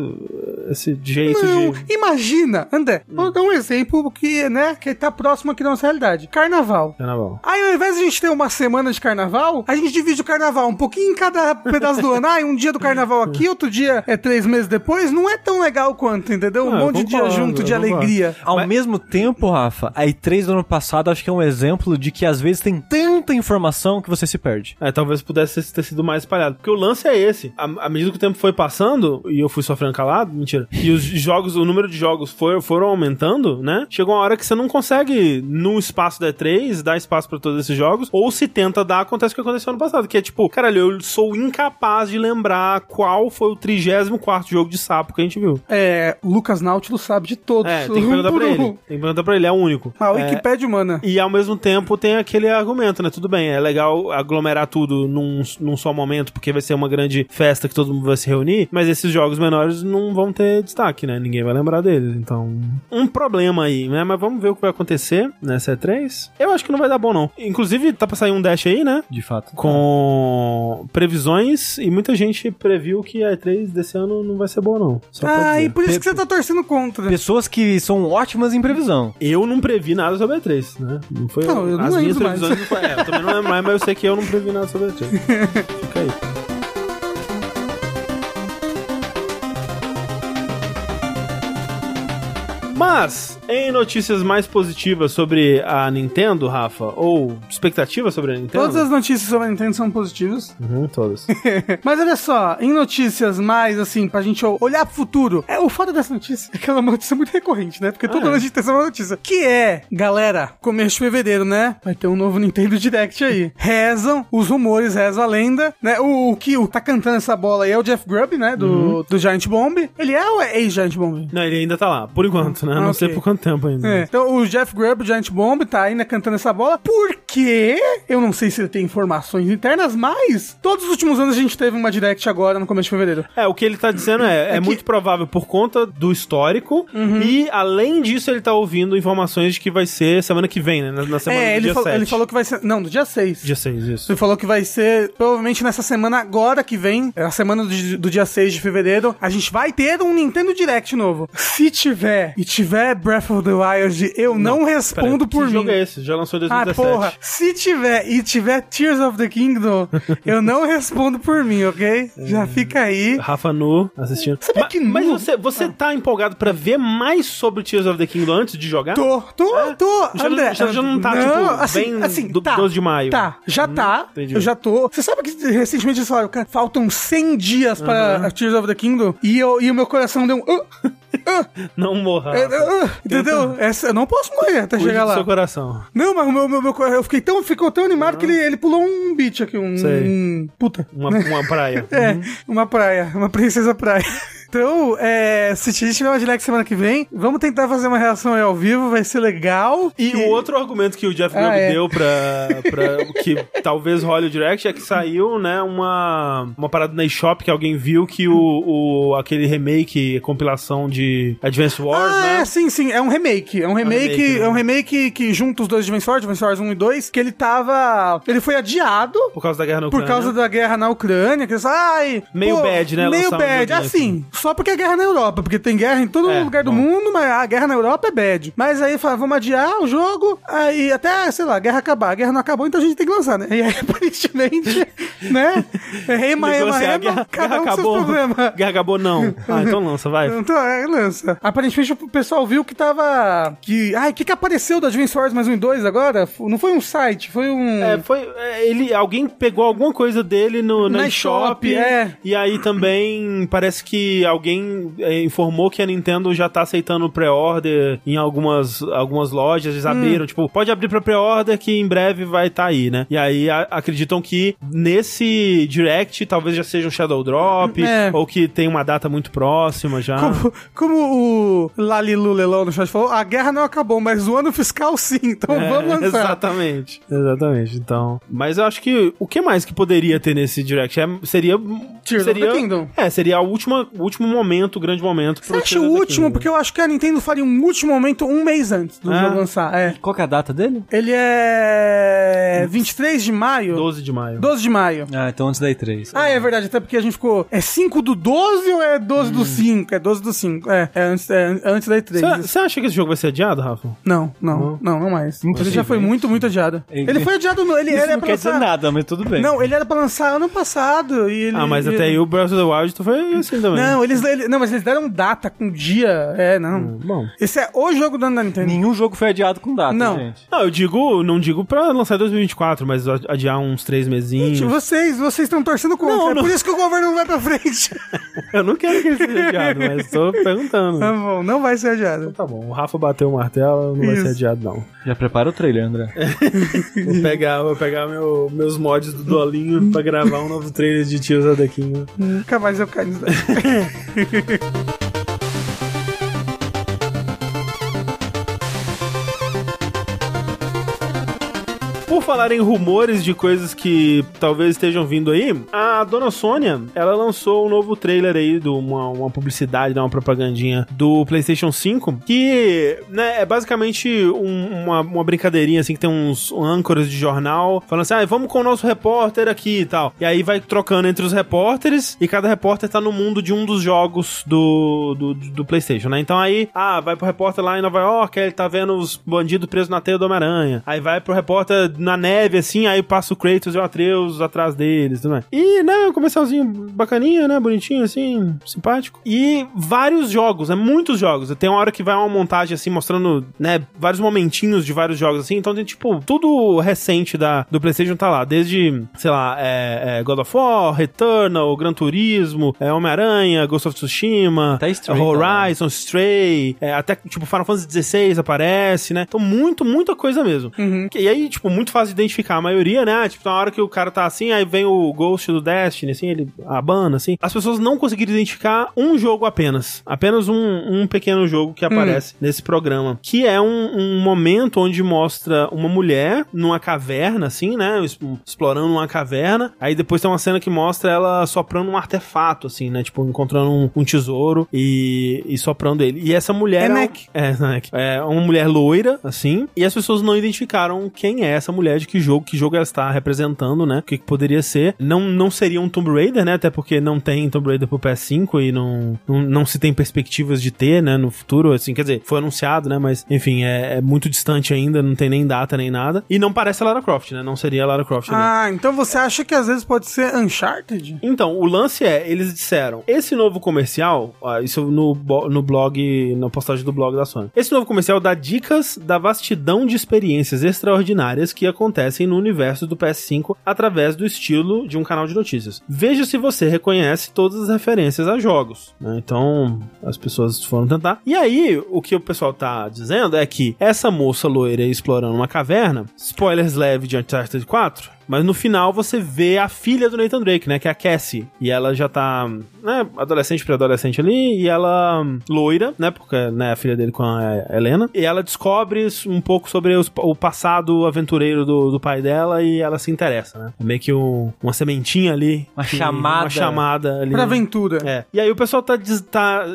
Speaker 1: esse jeito
Speaker 3: Não,
Speaker 1: de.
Speaker 3: imagina, André, vou dar um exemplo que, né, que tá próximo aqui da nossa realidade. Carnaval.
Speaker 1: Carnaval.
Speaker 3: Aí, ao invés de a gente ter uma semana de carnaval, a gente divide o carnaval um pouquinho em cada pedaço do ano. Ah, um dia do carnaval aqui, outro dia é três meses depois. Não é tão legal quanto, entendeu? Um
Speaker 1: Ah, eu
Speaker 3: monte de dia
Speaker 1: concordo,
Speaker 3: junto,
Speaker 1: eu
Speaker 3: de
Speaker 1: concordo.
Speaker 3: alegria.
Speaker 2: Ao mesmo tempo, Rafa, a E3 do ano passado acho que é um exemplo de que às vezes tem tanta informação que você se perde.
Speaker 1: É, talvez pudesse ter sido mais espalhado. Porque o lance é esse. À, à medida que o tempo foi passando, e eu fui sofrendo calado, mentira, e os jogos, o número de jogos foi, foram aumentando, né? Chegou uma hora que você não consegue, no espaço da E3, dar espaço pra todos esses jogos, ou se tenta dar, acontece o que aconteceu ano passado, que é tipo, caralho, eu sou incapaz de lembrar qual foi o 34 jogo de sapo que a gente viu.
Speaker 3: É, Lucas Nautilus sabe de todos.
Speaker 1: É, tem que
Speaker 3: um [laughs]
Speaker 1: perguntar
Speaker 3: por
Speaker 1: pra ele.
Speaker 3: um.
Speaker 1: Tem que perguntar pra ele, é o único.
Speaker 3: A
Speaker 1: É,
Speaker 3: Wikipédia humana.
Speaker 1: e ao mesmo tempo tem aquele argumento, né? Tudo bem, é legal aglomerar tudo num, num só momento, porque vai ser uma grande festa que todo mundo vai se reunir, mas esses jogos menores não vão ter destaque, né? Ninguém vai lembrar deles. enfrenta um, um problema aí, né? Mas vamos ver o que vai acontecer nessa E3. Eu acho que não vai dar bom, não. Inclusive, tá pra sair um Dash aí, né?
Speaker 2: De fato.
Speaker 1: Com previsões, e muita gente previu que a E3 desse ano não vai ser boa, não. Só pra
Speaker 3: Ah,
Speaker 1: Então dizer.
Speaker 3: e por isso que
Speaker 2: Pe-
Speaker 3: você tá torcendo contra.
Speaker 2: Pessoas que são ótimas em previsão.
Speaker 1: Eu não previ nada sobre a E3, né? Não foi
Speaker 3: Não, eu não
Speaker 1: As minhas
Speaker 3: lembro mais.
Speaker 1: previsões não foi. É, eu também não lembro mais, mas eu sei que eu não previ nada sobre a
Speaker 3: [laughs]
Speaker 1: E3. Fica aí. Mas, em notícias mais positivas sobre a Nintendo, Rafa, ou expectativas sobre a Nintendo?
Speaker 3: Todas as notícias sobre a Nintendo são positivas. [laughs]
Speaker 1: Uhum, todas.
Speaker 3: Mas olha só, em notícias mais assim, pra gente olhar pro futuro, é, o foda dessa notícia é que ela é uma notícia muito recorrente, né? Porque
Speaker 1: Ah,
Speaker 3: toda
Speaker 1: é.
Speaker 3: ano a gente tem essa notícia. Que é, galera, começo de fevereiro, né? Vai ter um novo Nintendo Direct aí. Rezam os rumores, reza a lenda, né? O, o que o- tá cantando essa bola aí é o Jeff Grubb, né? Do, do Giant Bomb. Ele é o ex-Giant Bomb?
Speaker 1: não, ele ainda tá lá, por enquanto, né?
Speaker 3: Ah,
Speaker 1: não
Speaker 3: ok.
Speaker 1: sei por quanto tempo ainda.
Speaker 3: É, então o Jeff Grubb, Giant Bomb, tá ainda cantando essa bola, porque eu não sei se ele tem informações internas, mas todos os últimos anos a gente teve uma direct agora no começo de fevereiro.
Speaker 1: É, o que ele tá dizendo é, é,
Speaker 3: que- Uhum.
Speaker 1: muito provável por conta do histórico e, além disso, ele tá ouvindo informações de que vai ser semana que vem, né? Na, na semana
Speaker 3: é,
Speaker 1: do
Speaker 3: ele,
Speaker 1: dia
Speaker 3: falou-
Speaker 1: 7.
Speaker 3: ele falou que vai ser. Não, do dia 6.
Speaker 1: Dia 6, isso.
Speaker 3: Ele falou que vai ser provavelmente nessa semana agora que vem, é a semana do, do dia 6 de fevereiro, a gente vai ter um Nintendo Direct novo. Se tiver e tiver Breath of the Wild, eu não, respondo
Speaker 1: Pera,
Speaker 3: por
Speaker 1: que
Speaker 3: mim.
Speaker 1: jogo é esse? Já lançou em
Speaker 3: Ah,
Speaker 1: 2017.
Speaker 3: porra, se tiver e tiver Tears of
Speaker 1: [laughs]
Speaker 3: the Kingdom, eu não respondo por mim, ok?
Speaker 1: Hum.
Speaker 3: Já fica aí.
Speaker 1: Rafa Nu assistindo.
Speaker 3: Sabia
Speaker 1: Ma-
Speaker 3: que
Speaker 1: mas
Speaker 3: Nu- Ah.
Speaker 1: você, você tá empolgado pra ver mais sobre Tears of the Kingdom antes de jogar?
Speaker 3: Tô, tô, tô.
Speaker 1: É? Já não-
Speaker 3: André, assim,
Speaker 1: já- já não tá, tipo, bem do- 12 de maio. Hum,
Speaker 3: Tá, já tá.
Speaker 1: entendi.
Speaker 3: Eu já tô. Você sabe que recentemente eles falaram, cara, faltam 100 dias pra Tears of the Kingdom e, eu, e o meu coração deu um. "Ah, ah,
Speaker 1: Não morra.
Speaker 3: ah, ah", entendeu? Essa, eu não posso morrer até
Speaker 1: Cuide
Speaker 3: chegar
Speaker 1: do
Speaker 3: lá.
Speaker 1: seu coração.
Speaker 3: Não, mas o meu, meu, meu coração. Eu fiquei tão, ficou tão animado que ele, ele pulou um beat aqui, um.
Speaker 1: Sei.
Speaker 3: um- puta.
Speaker 1: Uma, uma praia.
Speaker 3: [laughs] É, uma praia, uma princesa praia. [laughs] Então, é, se a gente tiver uma direct semana que vem, vamos tentar fazer uma reação aí ao vivo, vai ser legal.
Speaker 1: E o outro argumento que o Jeff
Speaker 3: Ah,
Speaker 1: Grubb
Speaker 3: é.
Speaker 1: deu pra, pra que talvez role o Direct é que saiu, né, uma, uma parada na eShop que alguém viu que o, o- aquele remake, compilação de Advance Wars,
Speaker 3: Ah,
Speaker 1: né?
Speaker 3: é, sim, sim, é um remake. É um remake,
Speaker 1: remake, né?
Speaker 3: é um remake que junta os dois Dimension Swords, Dimension Swords 1 e 2, que ele tava. Ele foi adiado.
Speaker 1: Por causa da guerra na
Speaker 3: Por
Speaker 1: Ucrânia.
Speaker 3: causa da guerra na Ucrânia, que eles, ai.
Speaker 1: Meio bad, né,
Speaker 3: Meio
Speaker 1: lançar um
Speaker 3: bad.
Speaker 1: joguinho
Speaker 3: Assim, só porque é guerra na Europa, porque tem guerra em todo
Speaker 1: É,
Speaker 3: lugar do
Speaker 1: bom.
Speaker 3: mundo, mas a guerra na Europa é bad. Mas aí fala, vamos adiar o jogo, aí até, sei lá, a guerra acabar. A guerra não acabou, então a gente tem que lançar, né? [laughs] E aí, aparentemente, né? É rema,
Speaker 1: Negócio
Speaker 3: rema,
Speaker 1: é, a
Speaker 3: rema,
Speaker 1: guerra,
Speaker 3: cada um
Speaker 1: guerra
Speaker 3: com
Speaker 1: acabou.
Speaker 3: seus problemas.
Speaker 1: Guerra acabou, não. Ah, então lança, vai.
Speaker 3: Então, é, lança. Aparentemente o pessoal viu que tava. Que. Ai, o que, que apareceu do Advance Wars mais um e dois agora? F- Não foi um site, foi um.
Speaker 1: É, foi. é, Ele, alguém pegou alguma coisa dele no, na
Speaker 3: Na
Speaker 1: eShop.
Speaker 3: eShop, é.
Speaker 1: E aí também parece que alguém é, informou que a Nintendo já tá aceitando pré-order em algumas, algumas lojas.
Speaker 3: Hum.
Speaker 1: Eles abriram, tipo, pode abrir pra pré-order que em breve vai tá aí, né? E aí a- acreditam que nesse direct talvez já seja um Shadow Drop
Speaker 3: É.
Speaker 1: ou que tem uma data muito próxima já.
Speaker 3: Como, como o Lalilu Lelão no chat falou, a guerra não acabou, mas o ano fiscal sim, então
Speaker 1: É,
Speaker 3: [laughs] vamos lançar.
Speaker 1: [laughs] Exatamente. Exatamente. Então. Mas eu acho que o que mais que poderia ter nesse direct é, seria.
Speaker 3: Tears of
Speaker 1: seria,
Speaker 3: the Kingdom.
Speaker 1: É, seria a última, o último momento, o grande momento. pro
Speaker 3: Você
Speaker 1: Tears
Speaker 3: acha o
Speaker 1: of the
Speaker 3: último?
Speaker 1: Kingdom.
Speaker 3: Porque eu acho que a Nintendo faria um último momento um mês antes do
Speaker 1: né? Ah.
Speaker 3: jogo lançar. É.
Speaker 2: Qual que é a data dele?
Speaker 3: Ele é. 23 de maio?
Speaker 1: 12 de maio.
Speaker 3: 12 de maio.
Speaker 2: Ah, então antes da E3.
Speaker 3: Ah, é verdade, até porque a gente ficou. É 5 do 12 ou é 12 do 5? É 12 do 5. É, é antes, é antes da E3. isso.
Speaker 1: Você acha que esse jogo vai ser adiado, Rafa?
Speaker 3: Não, não, não, não mais. Ele já foi muito, muito adiado.
Speaker 2: Ele-
Speaker 3: Ele, foi adiado no. Ele, ele
Speaker 2: Isso
Speaker 3: era
Speaker 2: não
Speaker 3: pra
Speaker 2: quer dizer
Speaker 3: lançar-
Speaker 2: nada, mas tudo bem.
Speaker 3: Não, ele era pra lançar ano passado e ele.
Speaker 1: Ah, mas
Speaker 3: ele-
Speaker 1: até aí o Breath of the Wild tu foi assim também.
Speaker 3: Não, eles, ele- não, mas eles deram data com dia. É, não.
Speaker 1: Hum, Bom. Hum.
Speaker 3: Esse é o jogo da da Nintendo.
Speaker 2: Nenhum jogo foi adiado com data,
Speaker 3: Não.
Speaker 2: gente.
Speaker 1: Não, eu digo, não digo pra lançar em 2024, mas a- adiar uns três mesinhos.
Speaker 3: Gente, Tipo, vocês, vocês estão torcendo contra.
Speaker 1: Não,
Speaker 3: é
Speaker 1: não.
Speaker 3: por isso que o governo não vai pra frente. [laughs]
Speaker 1: Eu não quero que ele seja adiado, mas tô perguntando.
Speaker 3: tá bom, não vai ser adiado.
Speaker 1: Tá bom, o Rafa bateu o martelo, não vai
Speaker 3: Isso.
Speaker 1: ser adiado, não.
Speaker 2: Já prepara o trailer, André.
Speaker 1: Vou pegar, vou pegar meu- meus mods do Dolinho pra gravar um novo trailer de Tears of the Kingdom.
Speaker 3: Nunca mais eu caio
Speaker 1: [laughs]
Speaker 3: nisso. daí.
Speaker 1: Por falar em rumores de coisas que talvez estejam vindo aí, a dona Sônia, ela lançou um novo trailer aí, de uma, uma publicidade, né, uma propagandinha do PlayStation 5, que né, é basicamente um- uma, uma brincadeirinha assim, que tem uns âncoras de jornal falando assim: ah, vamos com o nosso repórter aqui e tal. E aí vai trocando entre os repórteres e cada repórter tá no mundo de um dos jogos do, do, do PlayStation, né? Então aí, ah, vai pro repórter lá em Nova York, aí ele tá vendo os bandidos presos na teia do Homem-Aranha. Aí vai pro repórter na neve, assim, aí passa o Kratos e o Atreus atrás deles, tudo mais. E, né, um comercialzinho bacaninha, né, bonitinho, assim, simpático. E vários jogos, é muitos jogos. Tem uma hora que vai uma montagem, assim, mostrando, né, vários momentinhos de vários jogos, assim. Então tem, tipo, tudo recente da, do PlayStation tá lá. Desde, sei lá, é, é God of War, Returnal, Gran Turismo, é, Homem-Aranha, Ghost of Tsushima,
Speaker 2: Tá Stray, tá
Speaker 1: Horizon.
Speaker 2: lá.
Speaker 1: Horizon, Stray, é, até tipo Final Fantasy XVI aparece, né? Então, muito, muita coisa mesmo. E aí, tipo, muito fácil de identificar a maioria, né? Tipo, na hora que o cara tá assim, aí vem o Ghost do Destiny, assim, ele abana, assim. As pessoas não conseguiram identificar um jogo apenas. Apenas um, um pequeno jogo
Speaker 3: Hum.
Speaker 1: que aparece nesse programa. Que é um, um momento onde mostra uma mulher numa caverna, assim, né? Es- Explorando uma caverna. Aí depois tem uma cena que mostra ela soprando um artefato, assim, né? Tipo, encontrando um, um tesouro e, e soprando ele. E essa mulher.
Speaker 3: É
Speaker 1: um-
Speaker 3: Mac.
Speaker 1: é, Nike. É uma mulher loira, assim, e as pessoas não identificaram quem é essa mulher, de que jogo, que jogo ela está representando, né? O que, que poderia ser. Não, não seria um Tomb Raider, né? Até porque não tem Tomb Raider pro PS5 e não, não, não se tem perspectivas de ter, né? No futuro, assim, quer dizer, foi anunciado, né? Mas, enfim, é, é muito distante ainda, não tem nem data nem nada. E não parece a Lara Croft, né? Não seria a Lara Croft. né?
Speaker 3: Ah, então você acha que às vezes pode ser Uncharted?
Speaker 1: Então, o lance é, eles disseram, esse novo comercial, ah, isso no, bo- no blog, na postagem do blog da Sony, esse novo comercial dá dicas da vastidão de experiências extraordinárias que acontecem no universo do PS5 através do estilo de um canal de notícias. Veja se você reconhece todas as referências a jogos. né? Então, as pessoas foram tentar. E aí, o que o pessoal tá dizendo é que essa moça loira explorando uma caverna, spoilers leve de Uncharted 4, mas no final você vê a filha do Nathan Drake, né? Que é a Cassie. E ela já tá, né? Adolescente pra adolescente ali. E ela hum, loira, né? Porque né, é a filha dele com a Helena. E ela descobre um pouco sobre os- o passado aventureiro do, do pai dela. E ela se interessa, né? É meio que um- uma sementinha ali.
Speaker 2: Uma
Speaker 1: que-
Speaker 2: chamada.
Speaker 1: Uma chamada ali.
Speaker 3: Pra aventura.
Speaker 1: É. E aí o pessoal tá, diz- tá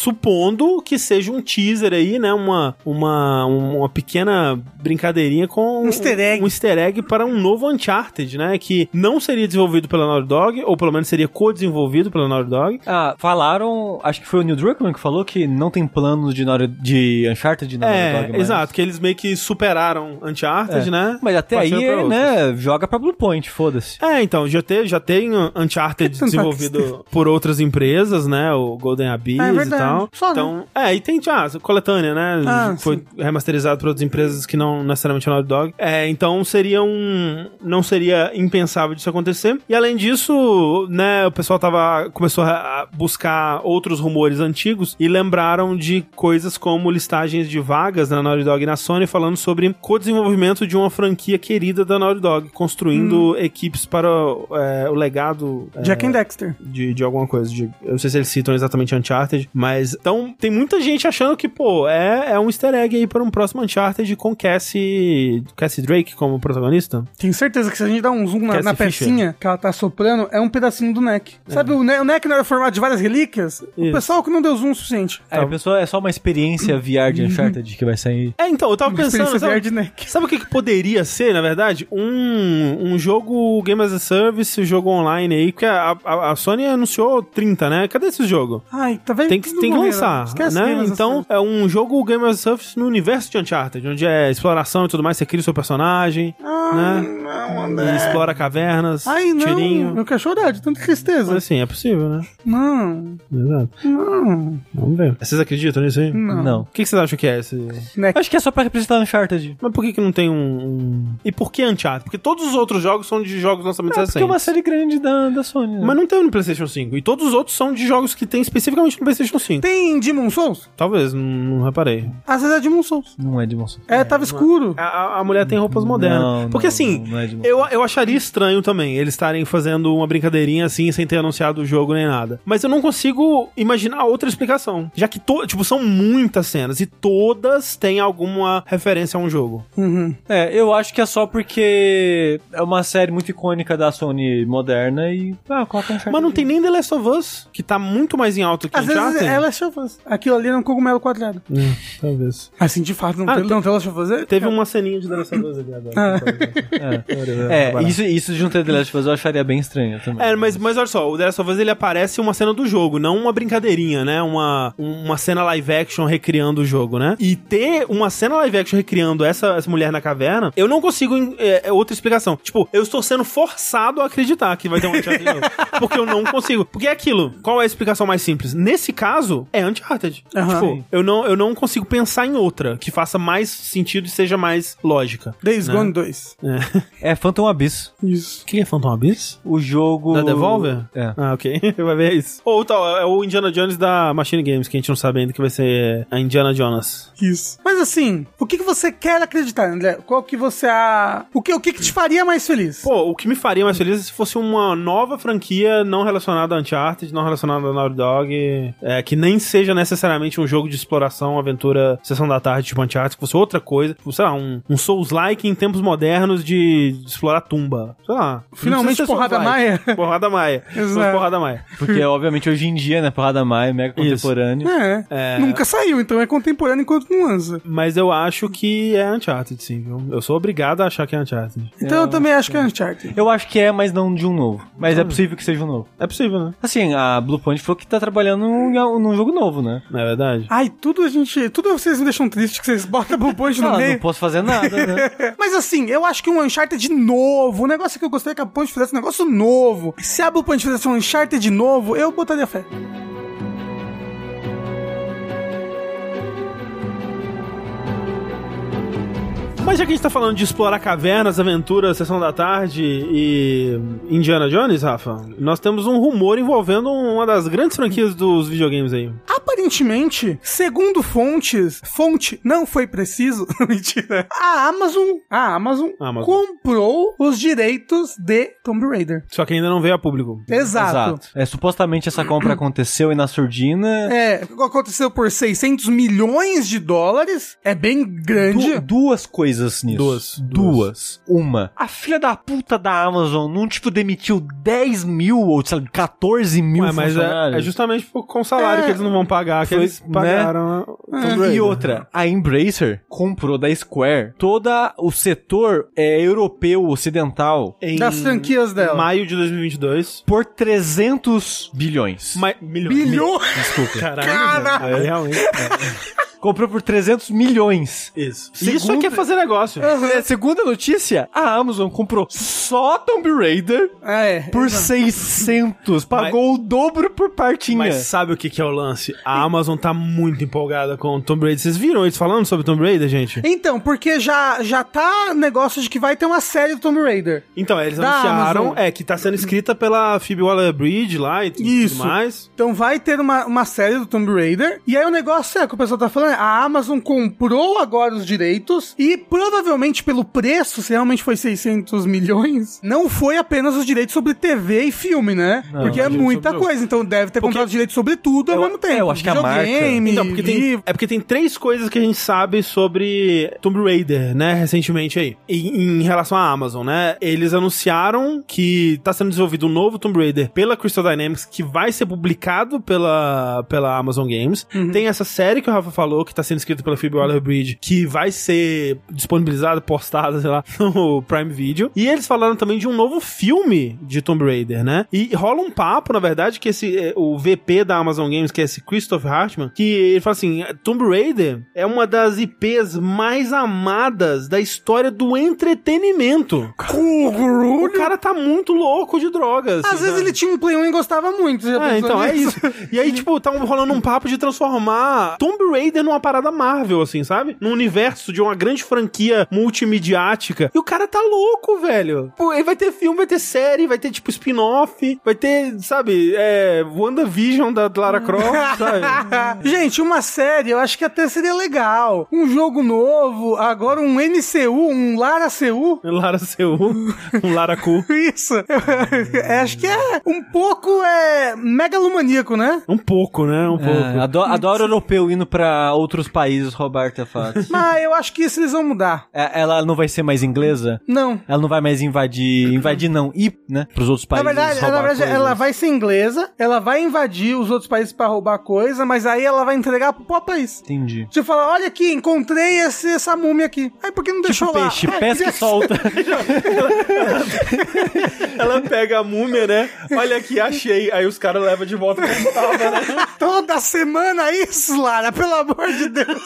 Speaker 1: supondo que seja um teaser aí, né? Uma, uma, uma pequena brincadeirinha com...
Speaker 3: Um easter egg.
Speaker 1: Um easter egg para um novo Uncharted, né? Que não seria desenvolvido pela Naughty Dog, ou pelo menos seria co-desenvolvido pela Naughty Dog.
Speaker 2: Ah, falaram, acho que foi o Neil Druckmann que falou que não tem plano de, Naughty- de Uncharted na Naughty
Speaker 1: É,
Speaker 2: Dog mais.
Speaker 1: exato. Que eles meio que superaram Uncharted,
Speaker 2: É.
Speaker 1: né?
Speaker 2: Mas até
Speaker 1: Partindo pra
Speaker 2: aí,
Speaker 1: outros.
Speaker 2: né, joga pra Blue Point, foda-se.
Speaker 1: É, então, já tem, já tem um Uncharted
Speaker 2: [laughs]
Speaker 3: Tanto
Speaker 1: desenvolvido por outras empresas, né? O Golden Abyss
Speaker 3: É
Speaker 1: e
Speaker 3: verdade.
Speaker 1: tal.
Speaker 3: Só, né?
Speaker 1: então, é, e tem já, coletânea, né?
Speaker 3: Ah,
Speaker 1: Foi remasterizado por outras empresas que não necessariamente a Naughty Dog. É, então seria um não seria impensável disso acontecer. E além disso, né, o pessoal tava começou a a buscar outros rumores antigos e lembraram de coisas como listagens de vagas na Naughty Dog e na Sony falando sobre co-desenvolvimento de uma franquia querida da Naughty Dog, construindo equipes para é, o legado é,
Speaker 3: Jack and Dexter.
Speaker 1: de, de alguma coisa. de- eu não sei se eles citam exatamente Uncharted, mas. Então, tem muita gente achando que, pô, é, é um easter egg aí para um próximo Uncharted com Cassie, Cassie Drake como protagonista.
Speaker 3: Tenho certeza que se a gente dá um zoom na,
Speaker 1: Cassie
Speaker 3: na pecinha que ela tá soprando, é um pedacinho do neck. Sabe, o, ne o neck não era formado de várias relíquias? O
Speaker 1: É. Isso.
Speaker 3: pessoal que não deu zoom o suficiente.
Speaker 2: É, a pessoa é só uma experiência VR de Uncharted que vai sair.
Speaker 1: É, então, eu
Speaker 3: [laughs]
Speaker 1: tava
Speaker 3: Uma
Speaker 1: pensando.
Speaker 3: experiência VR
Speaker 1: Sabe,
Speaker 3: de neck.
Speaker 1: sabe o que, que poderia ser, na verdade? Um, um jogo Game as a Service, jogo online aí, porque a, a, a Sony anunciou 30, né? Cadê esse jogo?
Speaker 3: Ai, tá vendo?
Speaker 1: Tem que,
Speaker 3: Tudo
Speaker 1: tem que
Speaker 3: morreu.
Speaker 1: lançar,
Speaker 3: Esquece
Speaker 1: né?
Speaker 3: Games,
Speaker 1: Então, é um jogo Game as a Service no universo de Uncharted, onde é exploração e tudo mais, você cria o seu personagem,
Speaker 3: Ah,
Speaker 1: né? E explora cavernas,
Speaker 3: Ai, não.
Speaker 1: tirinho.
Speaker 3: Eu quero chorar de tanta
Speaker 1: Mas
Speaker 3: tristeza.
Speaker 1: assim, é possível, né?
Speaker 3: Não,
Speaker 1: Exato.
Speaker 3: não,
Speaker 1: Vamos ver. Vocês acreditam nisso aí?
Speaker 3: não. Né,
Speaker 2: Não.
Speaker 1: O que que vocês acham que é esse...
Speaker 3: Neck.
Speaker 2: Acho que é só pra representar Uncharted.
Speaker 1: Mas por que que não tem um... um- E por que Uncharted? Porque todos os outros jogos são de jogos lançamentos
Speaker 2: É porque é
Speaker 1: recentes.
Speaker 2: uma série grande da, da Sony. né?
Speaker 1: Mas não tem um no PlayStation 5. E todos os outros são de jogos que tem especificamente no PlayStation 5.
Speaker 3: Tem Demon Souls?
Speaker 1: Talvez, não, não reparei.
Speaker 3: Às vezes é Demon Souls.
Speaker 2: Não é de monstro.
Speaker 3: É, tava escuro.
Speaker 1: A, a- a mulher tem roupas modernas.
Speaker 2: Não,
Speaker 1: Porque
Speaker 2: não,
Speaker 1: assim,
Speaker 2: não, não é de monstro.
Speaker 1: Eu, eu acharia estranho também eles estarem fazendo uma brincadeirinha assim sem ter anunciado o jogo nem nada. Mas eu não consigo imaginar outra explicação. Já que, to, tipo, são muitas cenas e todas têm alguma referência a um jogo.
Speaker 3: Uhum.
Speaker 2: É, eu acho que é só porque é uma série muito icônica da Sony moderna e. Ah, coloca um certo
Speaker 1: Mas não tem nem The Last of Us, que tá muito mais em alto que
Speaker 3: Às vezes
Speaker 1: Uncharted.
Speaker 3: ela é chavosa. Aquilo ali era um cogumelo quadrado.
Speaker 1: Hum, talvez.
Speaker 3: Assim, de fato, não,
Speaker 1: Ah,
Speaker 3: tem, não tem ela chavosa?
Speaker 1: Teve um- uma ceninha de The Last of Us ali agora. [laughs]
Speaker 2: É, isso, isso de não ter The Last of Us eu acharia bem estranho também.
Speaker 1: É, mas, mas olha só, o The Last of Us ele aparece em uma cena do jogo, não uma brincadeirinha, né? Uma, um- uma cena live action recriando o jogo, né? E ter uma cena live action recriando essa, essa mulher na caverna, eu não consigo. É, é outra explicação. Tipo, eu estou sendo forçado a acreditar que vai ter um Uncharted [laughs] novo. Porque eu não consigo. Porque é aquilo. Qual é a explicação mais simples? Nesse caso, é Uncharted.
Speaker 3: Aham.
Speaker 1: Tipo, eu não, eu não consigo pensar em outra que faça mais sentido e seja mais lógica.
Speaker 3: Days
Speaker 1: né?
Speaker 3: Gone 2.
Speaker 1: É.
Speaker 2: É Phantom Abyss.
Speaker 3: Isso.
Speaker 1: O que é Phantom Abyss?
Speaker 2: O jogo.
Speaker 1: Da Devolver?
Speaker 2: É.
Speaker 1: Ah, ok. [laughs] Vai ver isso. Ou tal, é o Indiana Jones da Machine Games, que a gente não sabe ainda que vai ser é, a Indiana Jonas.
Speaker 3: Isso. Mas assim, o que, que você quer acreditar, André? Qual que você a. O que, o que, que te faria mais feliz?
Speaker 1: Pô, o que me faria mais feliz é se fosse uma nova franquia não relacionada a Uncharted, não relacionada a Naughty Dog, é, que nem seja necessariamente um jogo de exploração, aventura, sessão da tarde, tipo Uncharted, que fosse outra coisa, tipo, sei lá, um, um Souls-like em tempos modernos de explorar tumba. Sei lá. Não
Speaker 3: Finalmente
Speaker 1: precisa ser
Speaker 3: porrada
Speaker 1: Souls-like. [laughs]
Speaker 3: maia.
Speaker 1: Porrada maia. Se fosse
Speaker 3: Exato.
Speaker 1: Porrada maia. [laughs]
Speaker 2: Porque, obviamente, hoje em dia, né? Porrada Maia, mega
Speaker 1: Isso.
Speaker 2: contemporâneo.
Speaker 3: [laughs] É.
Speaker 1: É.
Speaker 3: Nunca saiu, então é contemporâneo enquanto não lança.
Speaker 1: Mas eu acho que é Uncharted, sim, viu? Eu sou obrigado a achar que é Uncharted.
Speaker 3: Então eu também acho que é Uncharted.
Speaker 2: Eu acho que é, mas não de um novo. Mas
Speaker 1: Hum.
Speaker 2: é possível que seja um novo.
Speaker 1: É possível, né?
Speaker 2: Assim, a Bluepoint falou que tá trabalhando num, num jogo novo, né?
Speaker 1: Não é verdade?
Speaker 3: Ai, tudo a gente. Tudo vocês me deixam triste que vocês botam Blue Point
Speaker 2: Ah,
Speaker 3: no
Speaker 2: não
Speaker 3: meio.
Speaker 2: posso fazer nada,
Speaker 1: [laughs]
Speaker 2: né?
Speaker 3: Mas assim, eu acho que um Uncharted novo, o negócio que eu gostaria que a Bluepoint fizesse um negócio novo. Se a Bluepoint fizesse um Uncharted novo, eu botaria fé.
Speaker 1: Mas já que a gente tá falando de explorar cavernas, aventuras, sessão da tarde e Indiana Jones, Rafa, nós temos um rumor envolvendo uma das grandes franquias dos videogames aí.
Speaker 3: Aparentemente, segundo fontes, fonte não foi preciso, [laughs] mentira. A Amazon, a Amazon,
Speaker 1: Amazon.
Speaker 3: comprou os direitos de Tomb Raider.
Speaker 1: Só que ainda não veio a público.
Speaker 3: Exato.
Speaker 2: É, supostamente
Speaker 1: [clears throat]
Speaker 2: essa compra aconteceu e na surdina.
Speaker 3: É, aconteceu por 600 milhões de dólares. É bem grande.
Speaker 2: Du- duas coisas nisso.
Speaker 1: Duas,
Speaker 2: Duas. Uma. A filha da puta da Amazon não, tipo, demitiu 10 mil ou, sei lá, 14 mil
Speaker 1: Ué, mas é,
Speaker 2: funcionários.
Speaker 1: é justamente por- com o salário
Speaker 3: É.
Speaker 1: que eles não vão pagar, que
Speaker 2: Foi,
Speaker 1: eles pagaram. né? Tomb Raider.
Speaker 2: E outra, a Embracer comprou da Square toda o setor é, europeu ocidental
Speaker 1: Em
Speaker 3: das franquias dela.
Speaker 1: maio de 2022.
Speaker 2: por 300 bilhões.
Speaker 1: Ma milhões.
Speaker 3: Bilhões?
Speaker 1: Desculpa. Caralho.
Speaker 3: Caralho.
Speaker 1: meu. É, realmente. é.
Speaker 2: Comprou por 300 milhões.
Speaker 1: Isso. Isso
Speaker 2: Segunda-
Speaker 1: aqui é fazer negócio.
Speaker 2: [laughs] É, segunda notícia, a Amazon comprou só Tomb Raider
Speaker 3: É.
Speaker 2: por 600, pagou o dobro por partinha.
Speaker 1: Mas sabe o que, que é o lance? A Amazon tá muito empolgada com o Tomb Raider. Vocês viram eles falando sobre Tomb Raider,
Speaker 3: [laughs]
Speaker 1: gente?
Speaker 3: Então, porque já, já tá negócio de que vai ter uma série do Tomb Raider.
Speaker 1: Então, eles
Speaker 3: Da
Speaker 1: anunciaram
Speaker 3: Amazon.
Speaker 1: é, que tá sendo escrita pela Phoebe Waller-Bridge lá e tudo
Speaker 3: Isso.
Speaker 1: mais.
Speaker 3: Então vai ter uma, uma série do Tomb Raider. E aí o negócio é que o pessoal tá falando, a Amazon comprou agora os direitos e provavelmente pelo preço, se realmente foi 600 milhões, não foi apenas os direitos sobre TV e filme, né? porque é
Speaker 1: imagina,
Speaker 3: muita
Speaker 1: sobre-
Speaker 3: coisa, então deve ter comprado direito sobre tudo
Speaker 2: Eu-
Speaker 3: ao mesmo tempo.
Speaker 2: é, eu acho que a marca-
Speaker 3: Videogame,
Speaker 1: Então, porque tem, [laughs]
Speaker 3: livro.
Speaker 1: é porque tem três coisas que a gente sabe sobre Tomb Raider, né, recentemente aí. Em, em relação à Amazon, né? Eles anunciaram que tá sendo desenvolvido um novo Tomb Raider pela Crystal Dynamics, que vai ser publicado pela, pela Amazon Games.
Speaker 3: Uhum.
Speaker 1: Tem essa série que o Rafa falou, que tá sendo escrita pela Phoebe Waller-Bridge, que vai ser disponibilizada, postada, [laughs] sei lá, no Prime Video. E eles falaram também de um novo filme de Tomb Raider, né? E rola um papo, na verdade, que esse eh, o VP da Amazon Games, que é esse Christopher Hartman, que ele fala assim, Tomb Raider é uma das IPs mais amadas da história do entretenimento. O cara tá muito louco de drogas.
Speaker 3: Às vezes
Speaker 1: né?
Speaker 3: ele tinha um Play 1 e gostava muito. você já
Speaker 1: Ah,
Speaker 3: pensou
Speaker 1: então é
Speaker 3: nisso?
Speaker 1: isso. E aí, tipo, tá um- rolando um papo de transformar Tomb Raider numa parada Marvel, assim, sabe? Num universo de uma grande franquia multimediática. E o cara tá louco, velho. Pô, ele vai ter filme, vai ter série, vai ter, tipo, spin-off, vai ter, sabe, é, WandaVision da Lara Croft,
Speaker 3: [laughs]
Speaker 1: sabe?
Speaker 3: Gente, uma série eu acho que até seria legal. Um jogo novo, agora um MCU, um Lara CU.
Speaker 1: Lara Seu, um Lara Cu.
Speaker 3: Isso. [laughs] É, acho que é um pouco é, megalomaníaco, né?
Speaker 1: Um pouco, né? Um pouco.
Speaker 2: É, ado- adoro europeu indo pra outros países roubar artefatos. [laughs]
Speaker 3: Mas eu acho que isso eles vão mudar.
Speaker 2: É, Ela não vai ser mais inglesa?
Speaker 3: Não.
Speaker 2: Ela não vai mais invadir. Invadir não, ir, né? Pros outros
Speaker 3: Na
Speaker 2: países.
Speaker 3: verdade,
Speaker 2: roubar
Speaker 3: na verdade,
Speaker 2: coisas.
Speaker 3: ela vai ser inglesa, ela vai invadir os outros países pra roubar coisa, mas aí ela vai entregar pro próprio país.
Speaker 2: Entendi.
Speaker 3: Você fala, olha aqui, encontrei esse, essa múmia aqui. Aí por que não deixou
Speaker 2: Tipo
Speaker 3: lá?
Speaker 2: peixe,
Speaker 3: [laughs] É,
Speaker 2: pesca e solta. [laughs]
Speaker 1: Ela pega a múmia, né? Olha aqui, achei. Aí os caras levam de volta como tava, né?
Speaker 3: Toda semana isso, Lara, pelo amor de Deus.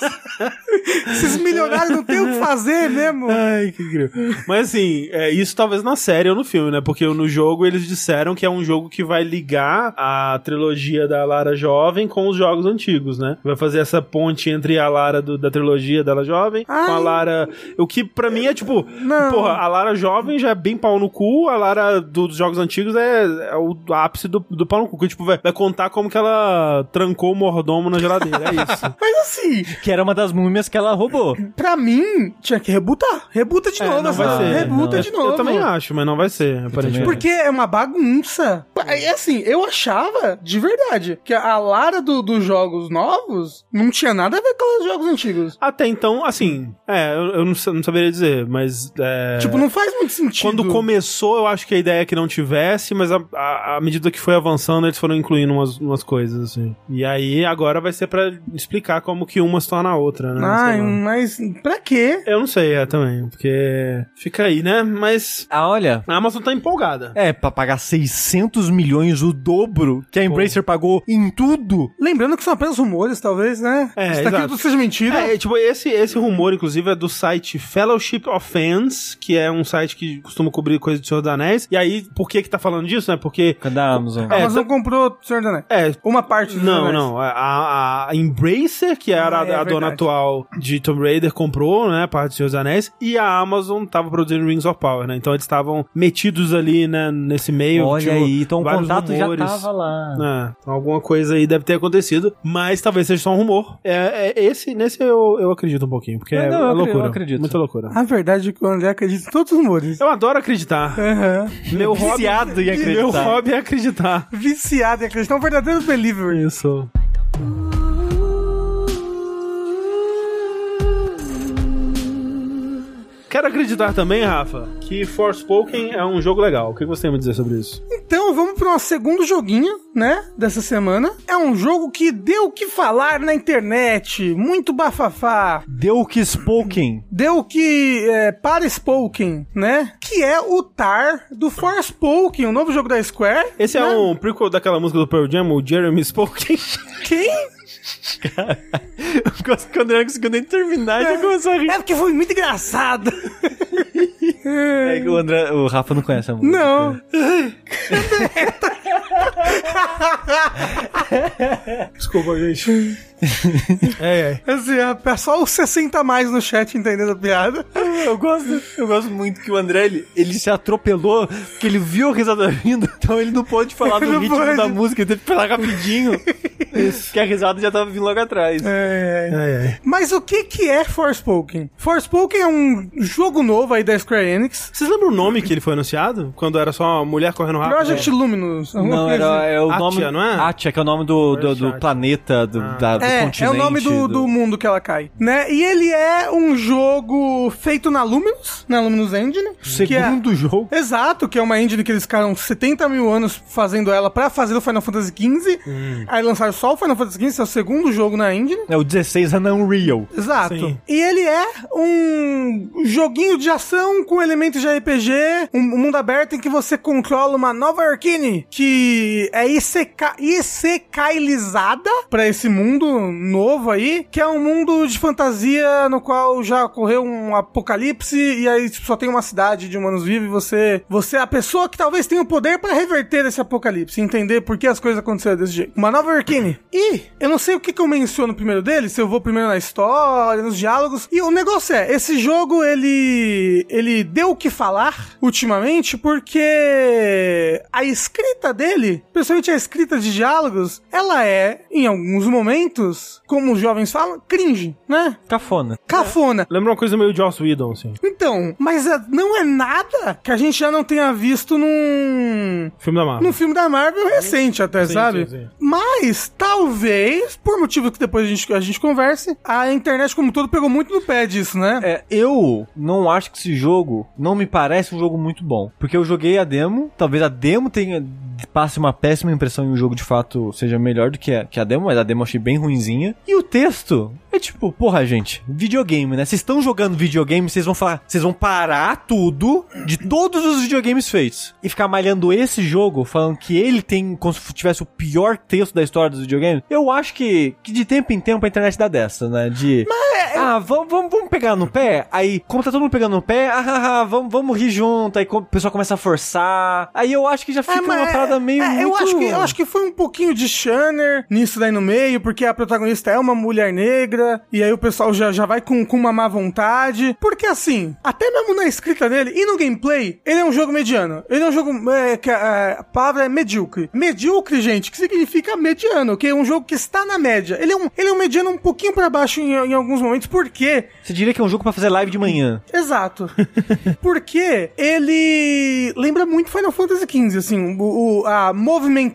Speaker 3: Esses milionários não tem o que fazer mesmo.
Speaker 1: Ai, que incrível. Mas assim, é, isso talvez na série ou no filme, né? Porque no jogo eles disseram que é um jogo que vai ligar a trilogia da Lara Jovem com os jogos antigos, né? Vai fazer essa ponte entre a Lara do- da trilogia dela jovem com a
Speaker 3: Ai.
Speaker 1: Lara. O que pra mim é tipo,
Speaker 3: Não.
Speaker 1: porra, a Lara jovem já é bem pau no cu, a Lara do- dos jogos antigos é, é o ápice do, do pau no cu. Que, tipo, vai, vai contar como que ela trancou o mordomo na geladeira. É isso.
Speaker 3: Mas assim,
Speaker 2: que era uma das múmias que ela roubou.
Speaker 3: pra mim, tinha que rebutar. Rebuta de
Speaker 1: É,
Speaker 3: novo, essa-
Speaker 2: ser,
Speaker 3: rebuta
Speaker 1: Eu-
Speaker 3: [laughs] de novo.
Speaker 1: Eu também acho, mas não vai ser, aparentemente.
Speaker 3: Porque é uma bagunça. É assim, eu achava, de verdade, que a Lara do- dos jogos novos não tinha nada a ver com os jogos antigos.
Speaker 1: Até então, assim, é, eu, eu não, sa- não saberia dizer, mas. é,
Speaker 3: Tipo, não faz muito sentido.
Speaker 1: quando começou, eu acho que a ideia é que não tivesse, mas a- a- à medida que foi avançando, eles foram incluindo umas, umas coisas, assim. E aí, agora vai ser pra explicar como que uma se torna a outra, né?
Speaker 3: Ai,
Speaker 1: Sei lá.
Speaker 3: mas pra quê?
Speaker 1: Eu não sei, é, também, porque fica aí, né? Mas
Speaker 2: Ah, olha.
Speaker 1: a Amazon tá empolgada.
Speaker 2: É, pra pagar 600 milhões, o dobro que a Embracer pagou em tudo.
Speaker 3: Lembrando que são apenas rumores, talvez, né?
Speaker 1: É,
Speaker 3: Isso daqui
Speaker 1: exato.
Speaker 3: tudo seja mentira.
Speaker 1: É, tipo, esse, esse rumor, inclusive, é do site Fellowship of Fans, que é um site que costuma cobrir coisa do Senhor dos Anéis. E aí, por que que tá falando disso, né? Porque
Speaker 2: Cadê a Amazon?
Speaker 3: A
Speaker 1: é,
Speaker 3: Amazon comprou o Senhor dos Anéis.
Speaker 1: É,
Speaker 3: Uma
Speaker 2: né,
Speaker 3: parte dos
Speaker 1: não,
Speaker 3: anéis.
Speaker 1: não. é, A, a- a Embracer, que era
Speaker 3: Ah,
Speaker 1: a,
Speaker 3: é
Speaker 1: a dona
Speaker 3: verdade.
Speaker 1: atual de Tomb Raider, comprou, né? Parte dos Senhor dos Anéis. E a Amazon tava produzindo Rings of Power, né? Então eles estavam metidos ali, né? Nesse meio.
Speaker 2: olha
Speaker 1: tinha
Speaker 2: aí, então o
Speaker 1: vários
Speaker 2: contato
Speaker 1: rumores.
Speaker 2: já tava lá.
Speaker 1: É, então alguma coisa aí deve ter acontecido, mas talvez seja só um rumor. É, é esse, nesse eu, eu acredito um pouquinho, porque
Speaker 2: É,
Speaker 1: é,
Speaker 2: não, eu
Speaker 1: é
Speaker 2: acre- eu
Speaker 1: loucura.
Speaker 2: acredito.
Speaker 1: Muita loucura.
Speaker 3: A verdade é que o André acredita em todos os rumores.
Speaker 1: Eu adoro acreditar.
Speaker 3: Aham.
Speaker 1: Meu hobby,
Speaker 2: [laughs] Viciado em acreditar.
Speaker 1: meu hobby é acreditar.
Speaker 3: [laughs] Viciado em acreditar. É um verdadeiro believer.
Speaker 1: Isso. Quero acreditar também, Rafa, que Forspoken é um jogo legal. O que você tem a me dizer sobre isso?
Speaker 3: Então vamos pro nosso segundo joguinho, né? Dessa semana. É um jogo que deu o que falar na internet. Muito bafafá.
Speaker 2: Deu o que spoken.
Speaker 3: Deu o que é, para Spoken, né? Que é o Tar do Forspoken, o novo jogo da Square.
Speaker 1: Esse é
Speaker 3: né?
Speaker 1: um prequel daquela música do Pearl Jam, o Jeremy Spoken.
Speaker 3: Quem?
Speaker 2: [laughs] Quando eu não conseguiu nem terminar, já começou a rir.
Speaker 3: É porque foi muito engraçado. [laughs]
Speaker 2: É que o, André, o Rafa não conhece a música.
Speaker 3: Não.
Speaker 1: Desculpa, gente. é,
Speaker 3: Assim, é só os 60 a mais no chat entendendo a piada.
Speaker 2: Eu gosto, eu gosto muito que o André, ele, ele se atropelou, porque ele viu a risada vindo, então ele não pôde falar do
Speaker 3: Não
Speaker 2: ritmo
Speaker 3: pôde.
Speaker 2: da música, ele teve que falar rapidinho. Isso. Que a risada já tava vindo logo atrás.
Speaker 3: É,
Speaker 1: é. é, é.
Speaker 3: Mas o que que é Forspoken? Forspoken é um jogo novo aí da Square Enix.
Speaker 1: Vocês lembram o nome que ele foi anunciado? Quando era só uma mulher correndo rápido?
Speaker 3: Project Luminous. alguma
Speaker 2: Ah, é. Não,
Speaker 3: coisa
Speaker 2: era,
Speaker 3: assim.
Speaker 2: é o
Speaker 1: Atia,
Speaker 2: nome.
Speaker 1: não é? Ah.
Speaker 2: Atia, que é o nome do, do, do
Speaker 1: Atia.
Speaker 2: planeta, do, da, do
Speaker 3: É, é o
Speaker 2: continente,
Speaker 3: nome do, do mundo que ela cai, né? E ele é um jogo feito na Luminous, na Luminous Engine. que é-
Speaker 2: Segundo jogo.
Speaker 3: Exato, que é uma engine que eles ficaram 70 mil anos fazendo ela pra fazer o Final Fantasy XV.
Speaker 2: Hum.
Speaker 3: Aí lançaram só o Final Fantasy XV, é o segundo jogo na engine.
Speaker 2: É o 16 é não real.
Speaker 3: Exato.
Speaker 1: Sim.
Speaker 3: E ele é um joguinho de ação com elementos de RPG, um um mundo aberto em que você controla uma nova Arkane que é iseca isecailizada pra esse mundo, ano novo aí, que é um mundo de fantasia no qual já ocorreu um apocalipse e aí tipo, só tem uma cidade de humanos vivos e você, você é a pessoa que talvez tenha o poder pra É reverter esse apocalipse, entender por que as coisas aconteceram desse jeito. Uma nova Arkane. E eu não sei o que, que eu menciono primeiro dele, se eu vou primeiro na história, nos diálogos. E o negócio é, esse jogo ele ele deu o que falar ultimamente porque a escrita dele, principalmente a escrita de diálogos, ela é em alguns momentos, como os jovens falam, cringe, né?
Speaker 2: Cafona.
Speaker 3: Cafona.
Speaker 1: Lembra uma coisa meio Joss Whedon, assim.
Speaker 3: Então, mas é- não é nada que a gente já não tenha visto num
Speaker 1: Filme da Marvel.
Speaker 3: num filme da Marvel recente até,
Speaker 1: Sim,
Speaker 3: sabe?
Speaker 1: sim, sim.
Speaker 3: Mas, talvez, por motivos que depois a gente, a gente converse, a internet como um todo pegou muito no pé disso, né?
Speaker 2: É, eu não acho que esse jogo não me parece um jogo muito bom. Porque eu joguei a demo, talvez a demo tenha passe uma péssima impressão e o jogo de fato seja melhor do que a, que a demo, mas a demo eu achei bem ruinzinha. E o texto é tipo, porra, gente, videogame, né? Vocês estão jogando videogame, vocês vão falar, vocês vão parar tudo de todos os videogames feitos e ficar malhando esse jogo, falando que ele tem como se tivesse o pior texto da história dos videogames. Eu acho que, que de tempo em tempo a internet dá dessa, né? De
Speaker 3: É,
Speaker 2: ah, vamos, vamos, vamos pegar no pé? Aí, como tá todo mundo pegando no pé, ah, ah, ah, vamos, vamos rir junto. Aí co- o pessoal começa a forçar. Aí eu acho que já fica uma
Speaker 3: É, mas
Speaker 2: parada meio.
Speaker 3: é, eu,
Speaker 2: muito-
Speaker 3: acho que, eu acho que foi um pouquinho de Shanner nisso daí no meio, porque a protagonista é uma mulher negra, e aí o pessoal já, já vai com, com uma má vontade. Porque assim, até mesmo na escrita dele e no gameplay, ele é um jogo mediano. Ele é um jogo é, que a, a palavra é medíocre. Medíocre, gente, que significa mediano, que é um jogo que está na média. Ele é um, ele é um mediano um pouquinho pra baixo em, em alguns momentos, porque
Speaker 2: Você diria que é um jogo pra fazer live de manhã.
Speaker 3: Exato. [laughs] Porque ele lembra muito Final Fantasy XV, assim, o, o- a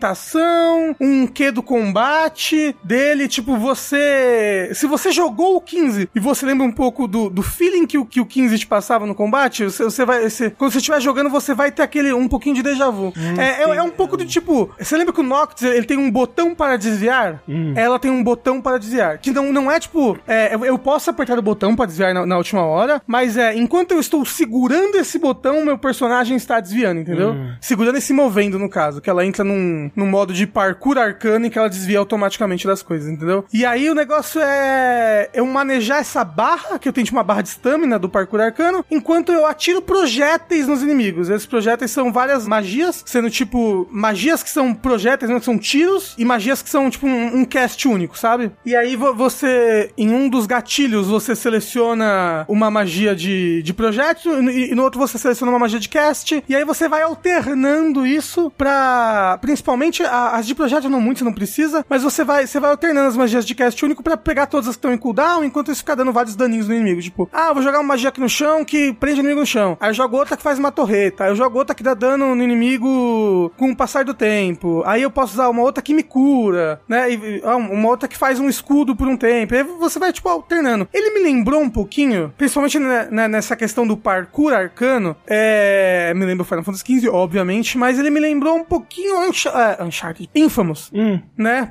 Speaker 3: movimentação, um quê do combate dele, tipo, você... Se você jogou o 15 e você lembra um pouco do, do feeling que o, que o 15 te passava no combate, você, você vai... você- quando você estiver jogando, você vai ter aquele, um pouquinho de déjà vu. É, é, é um pouco do tipo... Você lembra que o Noctis, ele tem um botão para desviar? Ela tem um botão para desviar. Que não, não é tipo, é, eu, eu posso apertar o botão para desviar na, na última hora, mas é, enquanto eu estou segurando esse botão, meu personagem está desviando, entendeu? Segurando e se movendo, no caso, que ela entra num, num modo de parkour arcano em que ela desvia automaticamente das coisas, entendeu? E aí o negócio é eu manejar essa barra, que eu tenho tipo, uma barra de stamina do parkour arcano, enquanto eu atiro projéteis nos inimigos. Esses projéteis são várias magias, sendo tipo magias que são projéteis, né, que são tiros, e magias que são tipo um, um cast único, sabe? E aí vo- você, em um dos gatilhos, você seleciona uma magia de, de projétil, e, e no outro você seleciona uma magia de cast, e aí você vai alternando isso pra. Principalmente a- as de projétil não muito, você não precisa, mas você vai, você vai alternando as magias de cast único pra pegar todas as que estão em cooldown, enquanto isso fica dando vários daninhos no inimigo. Tipo, ah, eu vou jogar uma magia aqui no chão que prende o inimigo no chão. Aí eu jogo outra que faz uma torreta. Aí eu jogo outra que dá dano no inimigo com o passar do tempo. Aí eu posso usar uma outra que me cura, né? E, e, ah, uma outra que faz um escudo por um tempo. Aí você vai, tipo, alternando. Ele me lembrou um pouquinho, principalmente né, né, nessa questão do parkour arcano. É. Me lembro Final Fantasy XV, obviamente, mas ele me lembrou um pouquinho Uncha- é, Uncharted. Infamous. Né?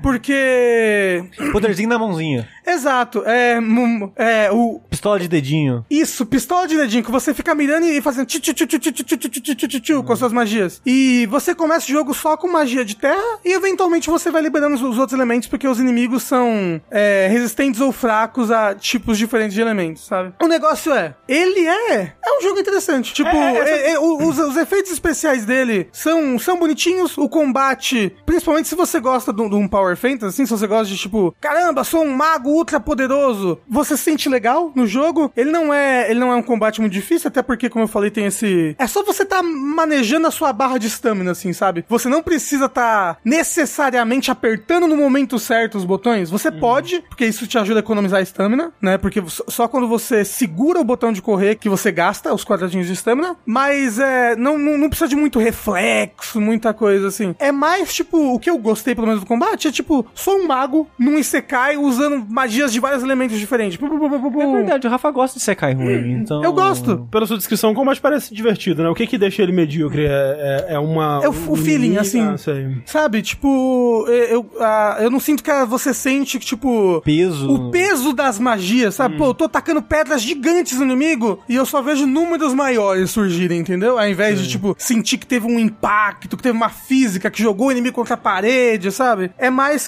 Speaker 3: Porque.
Speaker 2: Poderzinho na mãozinha.
Speaker 3: Exato. É. mum- é o,
Speaker 2: Pistola de dedinho.
Speaker 3: isso, pistola de dedinho, que você fica mirando e fazendo tchu tchu tchu tchu tchu tchu tchu tchu tchu tchu tchu tchu com as suas magias. E você começa o jogo só com magia de terra e eventualmente você vai liberando os- os outros elementos porque os inimigos são é, resistentes ou fracos a tipos diferentes de elementos, sabe? O negócio é, ele é... É um jogo interessante. Tipo, é- é- o- os, os efeitos especiais dele são, são bonitinhos, o combate, principalmente se você gosta de um- de um Power Fantasy, assim, se você gosta de tipo, caramba, sou um mago ultra poderoso, você se sente legal no jogo. Ele não é, ele não é um combate muito difícil, até porque, como eu falei, tem esse. É só você tá manejando a sua barra de stamina, assim, sabe? Você não precisa tá necessariamente apertando no momento certo os botões. Você
Speaker 2: Uhum.
Speaker 3: pode, porque isso te ajuda a economizar a stamina, né? Porque só- só quando você segura o botão de correr que você gasta os quadradinhos de stamina. Mas é. Não, não, não precisa de muito reflexo, muita coisa assim. É mais tipo. O que eu gostei, pelo menos, do combate é tipo. Sou um mago num Isekai usando magias de vários elementos diferentes. Pu, pu, pu, pu, pu, pu.
Speaker 2: É verdade, o Rafa gosta de secar ruim, então.
Speaker 3: Hum. Eu gosto.
Speaker 1: Pela sua descrição, como mais parece divertido, né? O que que deixa ele medíocre? É, é, é uma...
Speaker 3: É o- o feeling, assim.
Speaker 1: Ah, sei.
Speaker 3: Sabe, tipo, eu, eu, ah, eu não sinto que ah, você sente que, tipo,
Speaker 2: Peso.
Speaker 3: o peso das magias, sabe? Pô, eu tô atacando pedras gigantes no inimigo e eu só vejo números maiores surgirem, entendeu? Ao invés de, tipo, sentir que teve um impacto, que teve uma física que jogou o inimigo contra contra a parede, sabe? É mais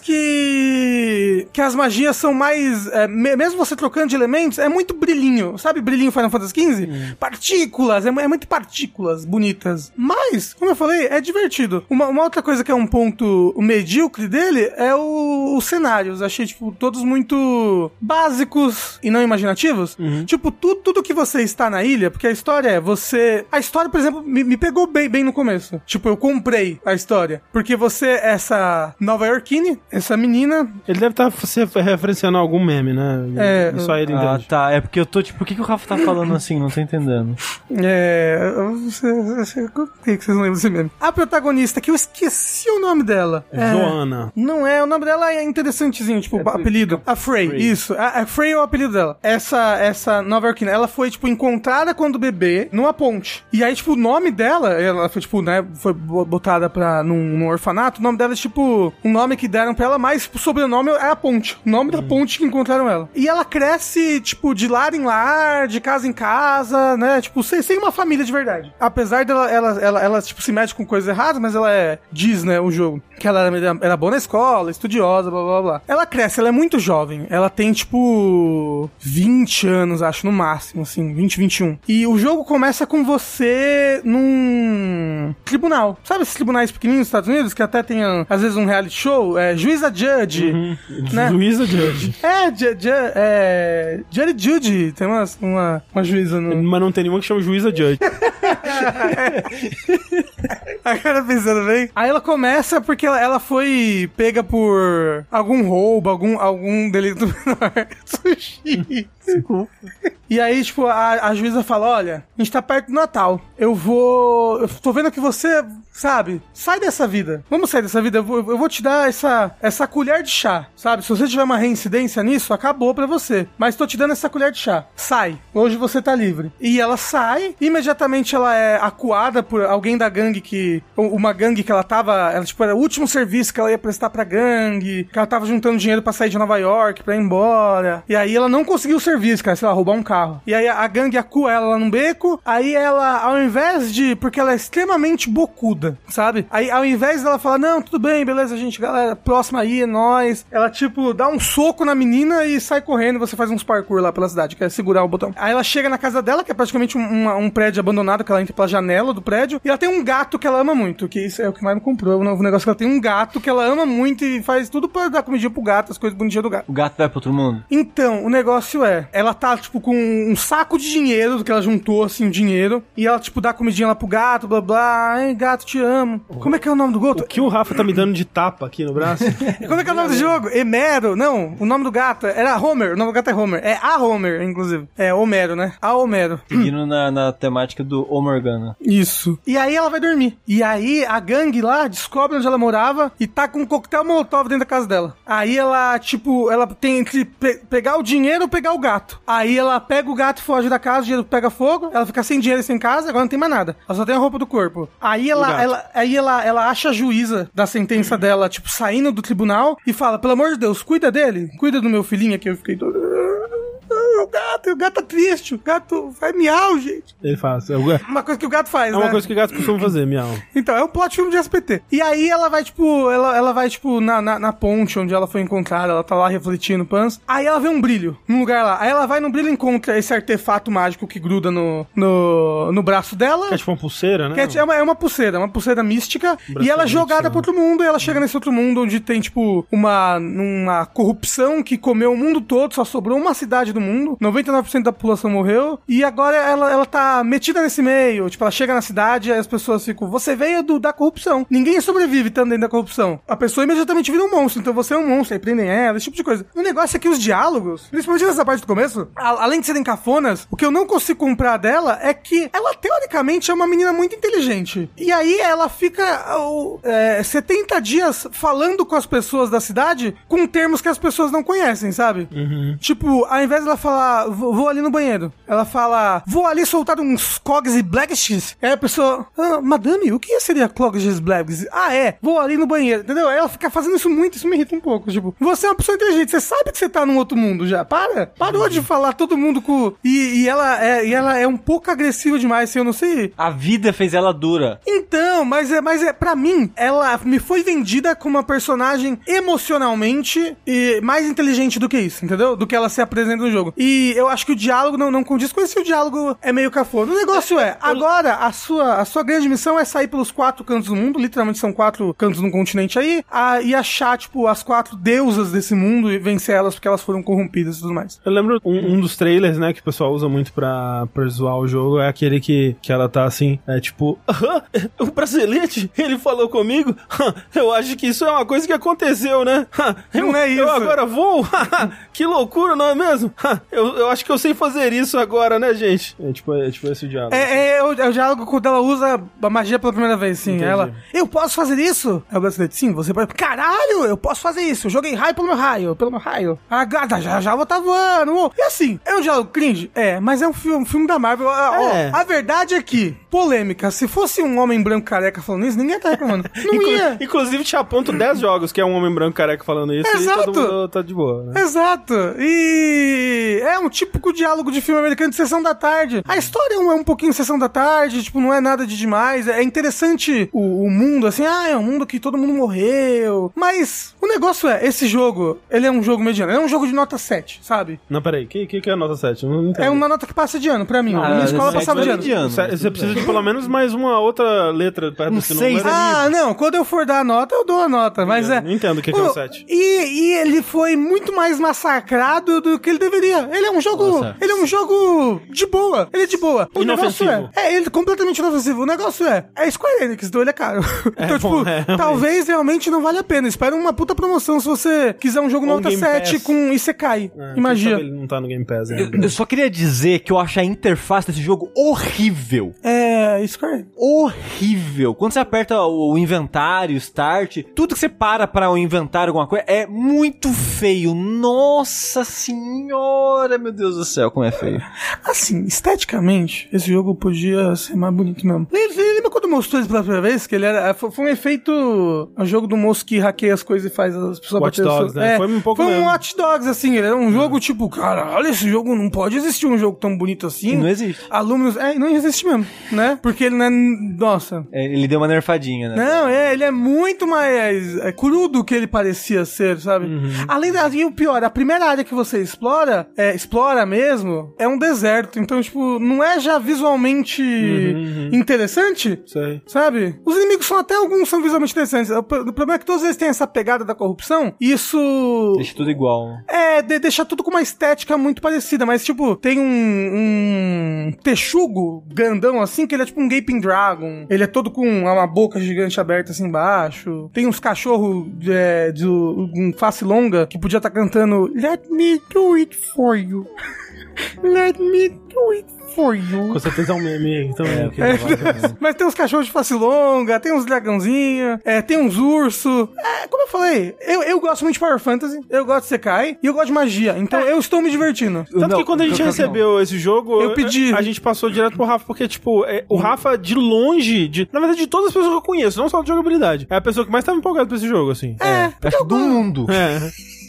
Speaker 3: que. que as magias são mais. é, me- mesmo você trocando de elementos, é muito brilhinho, sabe? Brilhinho Final Fantasy XV? Partículas, é, mu- é muito partículas bonitas. Mas, como eu falei, é divertido. Uma, uma outra coisa que é um ponto medíocre dele é o- os cenários. Achei, tipo, todos muito básicos e não imaginativos. Tipo, tu, tudo que você está na ilha, porque a história é você. A história, por exemplo, me, me pegou bem, bem no começo. Tipo, eu comprei a história. Porque você, é essa nova Yorkine, essa menina.
Speaker 1: Ele deve estar se referenciando a algum meme, né?
Speaker 3: É,
Speaker 1: Só ele
Speaker 2: Ah,
Speaker 1: entende.
Speaker 2: tá. É porque eu tô tipo, o que, que o Rafa tá falando assim? Não tô entendendo.
Speaker 3: É. Você, por que que vocês não lembram desse meme? A protagonista, que eu esqueci o nome dela. É,
Speaker 1: Joana.
Speaker 3: Não é, o nome dela é interessantezinho, tipo, apelido. A Frey, isso. A, a Frey é o apelido dela. Essa, essa Nova Yorkina, ela foi, tipo, encontrada quando bebê numa ponte. E aí, tipo, o nome dela, ela foi, tipo, né, foi bo- botada pra, num, num orfanato. O nome dela é, tipo, um nome que deram pra ela, mas o sobrenome é a ponte. O nome da ponte que encontraram ela. E ela cresce, tipo, de lar em lar, de casa em casa, né? Tipo, sem, sem uma família de verdade. Apesar dela, ela, ela, ela, tipo, se mete com coisas erradas, mas ela é, diz, né, o jogo, que ela era, era boa na escola, estudiosa, blá, blá, blá. Ela cresce, ela é muito jovem. Ela tem, tipo, 20 anos, acho, no máximo, assim, 20, 21. E o jogo começa com você num tribunal. Sabe esses tribunais pequeninos nos Estados Unidos, que até tem, ah, às vezes, um reality show? É, juíza judge, né?
Speaker 1: Luísa Judge.
Speaker 3: É, ju, ju, é, Jury Judy, tem uma, uma, uma juíza no...
Speaker 1: Mas não tem nenhuma que chama Juíza Judge.
Speaker 3: A cara pensando bem. Aí ela começa porque ela, ela foi pega por algum roubo, algum, algum delito [laughs] menor. Sushi. E aí, tipo, a, a juíza fala: olha, a gente tá perto do Natal. Eu vou. Eu tô vendo que você, sabe, sai dessa vida. Vamos sair dessa vida. Eu vou, eu vou te dar essa, essa colher de chá, sabe? Se você tiver uma reincidência nisso, acabou pra você. Mas tô te dando essa colher de chá. Sai. Hoje você tá livre. E ela sai, imediatamente ela é acuada por alguém da gangue que. u- Uma gangue que ela tava. Ela, tipo, era o último serviço que ela ia prestar pra gangue. Que ela tava juntando dinheiro pra sair de Nova York, pra ir embora. E aí ela não conseguiu o serviço, cara, sei lá, roubar um carro. E aí a a gangue acua ela lá num beco. Aí ela, ao invés de. Porque ela é extremamente bocuda, sabe? Aí ao invés dela falar, não, tudo bem, beleza, gente, galera, próxima aí, é nóis. Ela, tipo, dá um soco na menina e sai correndo. Você faz uns parkour lá pela cidade, quer segurar o botão. Aí ela chega na casa dela, que é praticamente um, uma- um prédio abandonado, que ela entra pela janela do prédio. E ela tem um gato que ela ama muito, que isso é o que mais me comprou. O novo negócio que ela tem um gato que ela ama muito e faz tudo pra dar comidinha pro gato, as coisas bonitinhas do gato.
Speaker 2: O gato vai pro outro mundo?
Speaker 3: Então, o negócio é, ela tá, tipo, com um saco de dinheiro, do que ela juntou, assim, o dinheiro, e ela, tipo, dá comidinha lá pro gato, blá blá, ai, gato, te amo. Como é que é o nome do gato?
Speaker 1: O que o Rafa tá me dando de tapa aqui no braço?
Speaker 3: Como é que é o nome do jogo? Emero, não, o nome do gato era Homer, o nome do gato é Homer, é a Homer, inclusive. É Homero, né? A Homero.
Speaker 2: Seguindo na, na temática do O Morgana.
Speaker 3: Isso. E aí ela vai dormir. E aí a gangue lá descobre onde ela morava e tá com um coquetel molotov dentro da casa dela. Aí ela, tipo, ela tem entre pe- pegar o dinheiro ou pegar o gato. Aí ela pega o gato, foge da casa, o dinheiro pega fogo, ela fica sem dinheiro e sem casa, agora não tem mais nada. Ela só tem a roupa do corpo. Aí ela,
Speaker 1: gato. Uhum.
Speaker 3: ela, aí ela, ela acha a juíza da sentença dela, tipo, saindo do tribunal e fala: pelo amor de Deus, cuida dele, cuida do meu filhinho aqui. Eu fiquei. todo- O gato, o gato tá triste, o gato vai miau, gente.
Speaker 1: Ele fala. assim, É
Speaker 3: Uma coisa que o gato faz, né?
Speaker 1: uma coisa que gatos costumam fazer, miau.
Speaker 3: Então, é um plot filme de SPT. E aí ela vai, tipo, ela, ela vai, tipo, na, na, na ponte onde ela foi encontrada, ela tá lá refletindo, pans. Aí ela vê um brilho num lugar lá. Aí ela vai no brilho e encontra esse artefato mágico que gruda no, no, no braço dela.
Speaker 1: Que é tipo uma pulseira, né?
Speaker 3: Que é, é uma, é uma pulseira, uma pulseira mística. e ela é jogada pra outro mundo, e ela chega nesse outro mundo onde tem, tipo, uma, uma corrupção que comeu o mundo todo, só sobrou uma cidade do mundo, 99% da população morreu, e agora ela, ela tá metida nesse meio. Tipo, ela chega na cidade, aí as pessoas ficam, você veio do, da corrupção. Ninguém sobrevive estando dentro da corrupção. A pessoa imediatamente vira um monstro, então você é um monstro, aí prendem ela, esse tipo de coisa. O negócio é que os diálogos, principalmente nessa parte do começo, a- além de serem cafonas, o que eu não consigo comprar dela é que ela, teoricamente, é uma menina muito inteligente. E aí ela fica ó, é, 70 dias falando com as pessoas da cidade com termos que as pessoas não conhecem, sabe? Tipo, ao invés dela falar falar, vou, vou ali no banheiro. Ela fala, vou ali soltar uns cogs e blacks. Aí a pessoa, ah, madame, o que seria cogs e blacks? Ah, é, vou ali no banheiro, entendeu? Aí ela fica fazendo isso muito, isso me irrita um pouco. Tipo, você é uma pessoa inteligente, você sabe que você tá num outro mundo já. Para, parou de falar todo mundo com. E, e ela, é, e ela é um pouco agressiva demais, assim, eu não sei.
Speaker 2: A vida fez ela dura.
Speaker 3: Então, mas é, mas é, pra mim, ela me foi vendida como uma personagem emocionalmente e mais inteligente do que isso, entendeu? Do que ela se apresenta no jogo. E eu acho que o diálogo não, não condiz com isso, o diálogo é meio cafona. O negócio é, agora, a sua, a sua grande missão é sair pelos quatro cantos do mundo, literalmente são quatro cantos no continente aí, a, e achar, tipo, as quatro deusas desse mundo e vencer elas porque elas foram corrompidas e tudo mais.
Speaker 1: Eu lembro um, um dos trailers, né, que o pessoal usa muito pra, pra zoar o jogo, é aquele que, que ela tá assim, é tipo, aham, o bracelete, ele falou comigo, Hã, eu acho que isso é uma coisa que aconteceu, né? Hã, eu,
Speaker 3: Não é isso.
Speaker 1: Eu agora vou? [laughs] que loucura, não é mesmo? Hã, eu, eu acho que eu sei fazer isso agora, né, gente? É tipo, é tipo esse diálogo.
Speaker 3: É, é, é o, é o diálogo quando ela usa a magia pela primeira vez, sim.
Speaker 1: Entendi.
Speaker 3: Ela, eu posso fazer isso? É o bracelete, sim, você pode. Caralho, eu posso fazer isso. Eu joguei raio pelo meu raio, pelo meu raio. Ah, gata, já, já vou tá voando. uou. E assim, é um diálogo cringe? É, mas é um filme, um filme da Marvel. Ah, ó,
Speaker 1: É.
Speaker 3: a verdade é que, polêmica, se fosse um homem branco careca falando isso, ninguém tá reclamando. Não
Speaker 1: Inclu-
Speaker 3: ia.
Speaker 1: Inclusive, te aponto 10 jogos que é um homem branco careca falando isso e
Speaker 3: Exato.
Speaker 1: todo mundo tá de boa, né?
Speaker 3: Exato. E é um típico diálogo de filme americano de sessão da tarde. A história é um, é um pouquinho sessão da tarde, tipo, não é nada de demais. É interessante o, o mundo, assim, ah, é um mundo que todo mundo morreu. Mas o negócio é, esse jogo, ele é um jogo mediano, ele é um jogo de nota 7, sabe?
Speaker 1: Não, peraí, o que, que, que é a nota 7? Não entendo.
Speaker 3: É uma nota que passa de ano pra mim. Minha escola
Speaker 2: Ah, sete
Speaker 3: passava
Speaker 2: vai
Speaker 3: de ano.
Speaker 2: mediano,
Speaker 1: Você-
Speaker 2: mas
Speaker 1: Você
Speaker 2: tudo
Speaker 1: precisa
Speaker 2: bem.
Speaker 1: de pelo menos mais uma outra letra perto
Speaker 2: Um
Speaker 1: desse
Speaker 2: seis.
Speaker 1: número. É,
Speaker 3: Ah, não, quando eu for dar a nota, eu dou a nota, mas
Speaker 1: Eu
Speaker 3: é...
Speaker 1: não entendo o que que é um sete.
Speaker 3: E, e ele foi muito mais massacrado do que ele deveria. Ele é um jogo...
Speaker 2: Nossa.
Speaker 3: Ele é um jogo de boa. Ele é de boa. O
Speaker 1: Inofensivo.
Speaker 3: negócio é... É, ele é completamente inofensivo. O negócio é... É Square Enix, então ele é caro. então,
Speaker 1: bom, [laughs]
Speaker 3: tipo,
Speaker 1: é, realmente.
Speaker 3: talvez realmente não valha a pena. Espera uma puta promoção se você quiser um jogo
Speaker 1: Ou um
Speaker 3: nota
Speaker 1: Game
Speaker 3: 7
Speaker 1: Pass.
Speaker 3: com Isekai.
Speaker 1: Ah, quem sabe
Speaker 3: Imagina.
Speaker 1: Ele não tá no Game Pass ainda.
Speaker 2: Eu só queria dizer que eu acho a interface desse jogo horrível.
Speaker 3: É, Square
Speaker 2: horrível. Quando você aperta o o inventário, start, tudo que você para para o inventário, alguma coisa, é muito feio. Nossa senhora, meu Deus do céu, como é feio.
Speaker 3: Assim, esteticamente, esse jogo podia ser mais bonito mesmo. Lembra, lembra quando mostrou isso pela primeira vez? Que ele era. Foi, foi um efeito. O jogo do moço que hackeia as coisas e faz as pessoas
Speaker 1: Watch
Speaker 3: baterem
Speaker 1: Dogs,
Speaker 3: so-
Speaker 1: né? Foi um pouco
Speaker 3: Foi um
Speaker 1: mesmo.
Speaker 3: Watch Dogs, assim. Ele era um jogo tipo, caralho, esse jogo não pode existir um jogo tão bonito assim.
Speaker 2: E não existe.
Speaker 3: Alunos. É, não existe mesmo, né? Porque ele não é. Nossa.
Speaker 2: É, Ele deu uma nerfadinha, né?
Speaker 3: Não, é, ele é muito mais é, cru do que ele parecia ser, sabe? Além da, e o pior, a primeira área que você explora, é, explora mesmo, é um deserto. Então, tipo, não é já visualmente interessante,
Speaker 1: Sei.
Speaker 3: sabe? Os inimigos são até alguns são visualmente interessantes. O pro- o problema é que todos eles têm essa pegada da corrupção. E isso
Speaker 2: Deixa tudo igual.
Speaker 3: é, de, deixar tudo com uma estética muito parecida, mas tipo, tem um, um texugo grandão assim, que ele é tipo um gaping dragon. Ele é todo com uma boca gigante aberta assim embaixo. Tem uns cachorros é, de um face longa que podia estar cantando Let me do it for you. [laughs] Let me do it for you.
Speaker 1: Com certeza é um meme aí também. que-
Speaker 3: tá [laughs] Mas tem uns cachorros de face longa, tem uns dragãozinhos, é, tem uns urso. É, como eu falei, eu, eu gosto muito de Power Fantasy, eu gosto de Sekai e eu gosto de magia. Então eu estou me divertindo.
Speaker 1: [laughs] É. Tanto
Speaker 2: Não, é
Speaker 1: que quando a gente
Speaker 2: não, não.
Speaker 1: recebeu esse jogo,
Speaker 3: Eu pedi. Hum.
Speaker 1: a gente passou direto pro Rafa, porque, tipo, é, o Rafa, de longe, de, na verdade, de todas as pessoas que eu conheço, não só de jogabilidade, é a pessoa que mais tava empolgada pra esse jogo, assim.
Speaker 3: É, porque
Speaker 2: Acho
Speaker 3: eu,
Speaker 2: do mundo.
Speaker 1: É.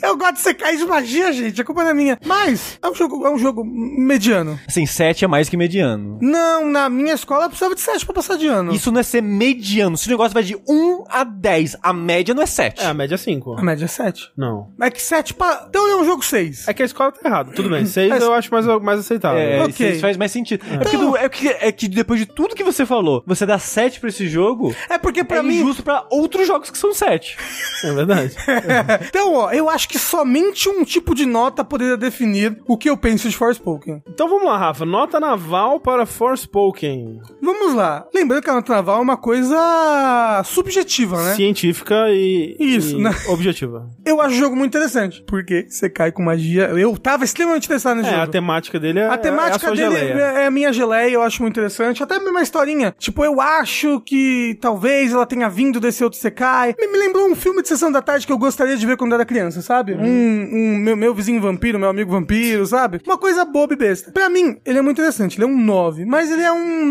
Speaker 3: eu gosto de Sekai e de magia, gente. A culpa não é minha. Mas é um jogo, é um jogo mediano.
Speaker 2: Assim, 7 é mais que mediano.
Speaker 3: Não, na minha escola eu precisava de 7 pra passar de ano.
Speaker 2: Isso não é ser mediano. Se o negócio vai de 1 a 10, a média não é 7.
Speaker 1: É, a média é 5.
Speaker 3: A média é 7.
Speaker 1: Não.
Speaker 3: Mas que 7 pra. Então ele é um jogo 6.
Speaker 1: É que a escola tá errada, tudo bem.
Speaker 3: É,
Speaker 1: 6 eu acho mais, mais aceitável.
Speaker 2: É,
Speaker 3: Ok.
Speaker 2: isso, isso faz mais sentido. É, porque do- é que, é que depois de tudo que você falou, você dá 7 pra esse jogo,
Speaker 3: É porque pra
Speaker 2: é
Speaker 3: mim.
Speaker 2: injusto pra outros jogos que são 7.
Speaker 1: É verdade.
Speaker 3: [laughs] Então, ó, eu acho que somente um tipo de nota poderia definir o que eu penso de Forspoken.
Speaker 1: Então vamos lá, Rafa. Nota naval para Forspoken.
Speaker 3: Vamos lá. Lembrando que a nota naval é uma coisa subjetiva, né?
Speaker 1: Científica e.
Speaker 3: Isso,
Speaker 1: e
Speaker 3: né? [laughs]
Speaker 1: Objetiva.
Speaker 3: Eu acho o jogo muito interessante. Porque você cai com magia. Eu tava extremamente interessado nesse
Speaker 1: É,
Speaker 3: jogo.
Speaker 1: a temática dele é.
Speaker 3: A temática
Speaker 1: é a sua
Speaker 3: dele
Speaker 1: geleia.
Speaker 3: é é a minha geleia, eu acho muito interessante. Até a mesma historinha. Tipo, eu acho que talvez ela tenha vindo desse outro Sekai. Me, me lembrou um filme de sessão da tarde que eu gostaria de ver quando era criança, sabe?
Speaker 1: Uhum.
Speaker 3: Um, um meu, meu vizinho vampiro, meu amigo vampiro, sabe? Uma coisa boba e besta. Pra mim, ele é muito interessante, ele é um 9, mas ele é um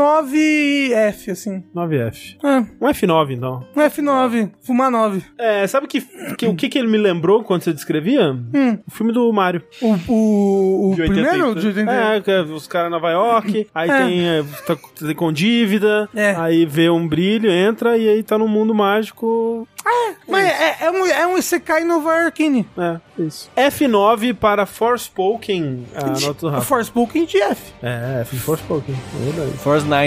Speaker 3: 9F, assim.
Speaker 1: 9F.
Speaker 3: É,
Speaker 1: Um F9, então.
Speaker 3: um F9, fumar 9.
Speaker 1: É, sabe que, que- o que, que ele me lembrou quando você descrevia?
Speaker 3: Hum.
Speaker 1: O filme do Mario.
Speaker 3: O, o, o
Speaker 1: De 88.
Speaker 3: primeiro de 88?
Speaker 1: É, que é os caras em Nova York, aí
Speaker 3: É.
Speaker 1: tem, é, tá tem com dívida,
Speaker 3: É.
Speaker 1: aí vê um brilho, entra e aí tá num mundo mágico.
Speaker 3: Mas é, é um, é um Isekai Nova Arkane.
Speaker 1: É, isso. F9 para Forspoken. Ah, nota do Rafa.
Speaker 3: Forspoken de F.
Speaker 1: É, F de Forspoken. é verdade.
Speaker 2: Force 9.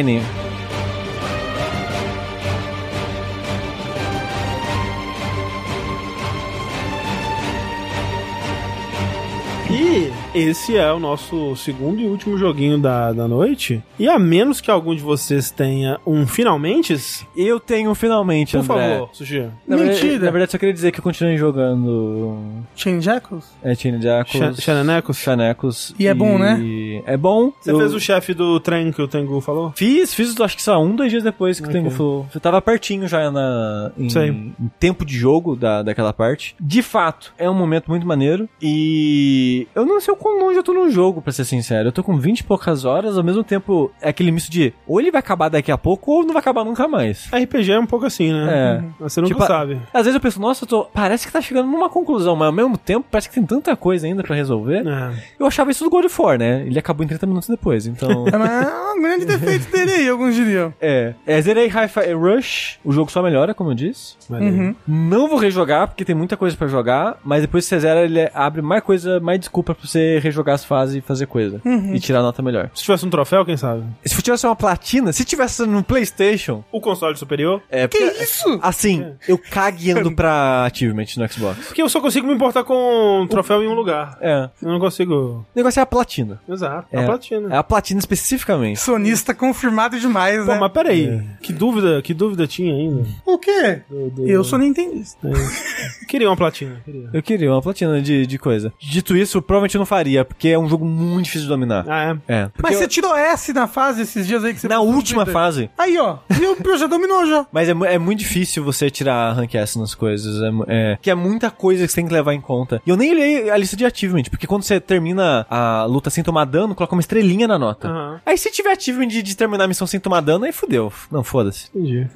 Speaker 1: E esse é o nosso segundo e último joguinho da, da noite. E a menos que algum de vocês tenha um finalmente,
Speaker 2: Eu tenho finalmente,
Speaker 1: por
Speaker 2: André.
Speaker 1: favor, Sushi.
Speaker 2: Na Verdade,
Speaker 3: Mentira.
Speaker 2: na verdade, só queria dizer que eu continuei jogando
Speaker 3: Chain Jackals?
Speaker 2: é, Chain Jackals.
Speaker 1: Xa- Xanenecos?
Speaker 2: Xanecos.
Speaker 3: E é bom, né?
Speaker 2: É bom.
Speaker 1: Você
Speaker 2: Eu-
Speaker 1: fez o chefe do trem que o Tengu falou?
Speaker 2: Fiz, fiz, acho que só um, dois dias depois que o
Speaker 1: Ok.
Speaker 2: Tengu falou. Eu tava pertinho já na, em,
Speaker 1: Sei.
Speaker 2: em tempo de jogo da, daquela parte. De fato, é um momento muito maneiro. E eu não sei o quão longe eu tô no jogo, pra ser sincero. Eu tô com 20 e poucas horas, ao mesmo tempo é aquele misto de ou ele vai acabar daqui a pouco ou não vai acabar nunca mais.
Speaker 1: RPG é um pouco assim, né?
Speaker 2: É.
Speaker 1: Você nunca
Speaker 2: Tipo,
Speaker 1: sabe.
Speaker 2: Às vezes eu penso, nossa, eu tô, parece que tá chegando numa conclusão, mas ao mesmo tempo parece que tem tanta coisa ainda pra resolver.
Speaker 1: É.
Speaker 2: Eu achava isso do God of War, né? Ele acabou em 30 minutos depois, então...
Speaker 3: É, mas é um grande defeito dele aí, alguns diriam.
Speaker 2: É, é zerei Hi-Fi Rush, o jogo só melhora, como eu disse.
Speaker 1: Maneiro.
Speaker 3: Uhum.
Speaker 2: Não vou rejogar, porque tem muita coisa pra jogar, mas depois que você zera, ele abre mais coisa, mais desculpa pra você rejogar as fases e fazer coisa. E tirar a nota melhor.
Speaker 1: Se tivesse um troféu, quem sabe?
Speaker 2: Se tivesse uma platina, se tivesse no Playstation...
Speaker 1: O console superior?
Speaker 2: É,
Speaker 3: Que
Speaker 2: porque-
Speaker 3: isso?
Speaker 2: Assim, eu cagueando pra achievement no Xbox.
Speaker 1: Porque eu só consigo me importar com um troféu em um lugar.
Speaker 2: É, o
Speaker 1: Eu não consigo.
Speaker 2: negócio é a platina.
Speaker 1: Exato. É
Speaker 2: É.
Speaker 1: a platina.
Speaker 2: É a platina especificamente.
Speaker 3: Sonista confirmado
Speaker 2: É.
Speaker 3: demais,
Speaker 1: Pô,
Speaker 3: né?
Speaker 1: mas peraí. Que dúvida, que dúvida tinha ainda?
Speaker 3: O quê?
Speaker 1: Do- do-
Speaker 3: Eu sou nintendista.
Speaker 1: É. Queria uma platina, queria.
Speaker 2: Eu queria uma platina de, de coisa. Dito isso, provavelmente eu não faria, porque é um jogo muito difícil de dominar.
Speaker 1: Ah, é.
Speaker 2: É. porque
Speaker 3: Mas
Speaker 2: eu-
Speaker 3: você tirou S na fase esses dias aí que você...
Speaker 2: na
Speaker 3: postou no
Speaker 2: última
Speaker 3: Twitter?
Speaker 2: fase.
Speaker 3: Aí, ó. Viu? Pô, Já dominou, já.
Speaker 2: Mas é, mu- é muito difícil você tirar rank S nas coisas. É, mu- é, que é muita coisa que você tem que levar em conta. E eu nem olhei a lista de achievement, porque quando você termina a luta sem tomar dano, coloca uma estrelinha na nota.
Speaker 1: Aham.
Speaker 2: Aí se tiver achievement de, de terminar a missão sem tomar dano, aí fudeu. Não, foda-se.
Speaker 1: Entendi.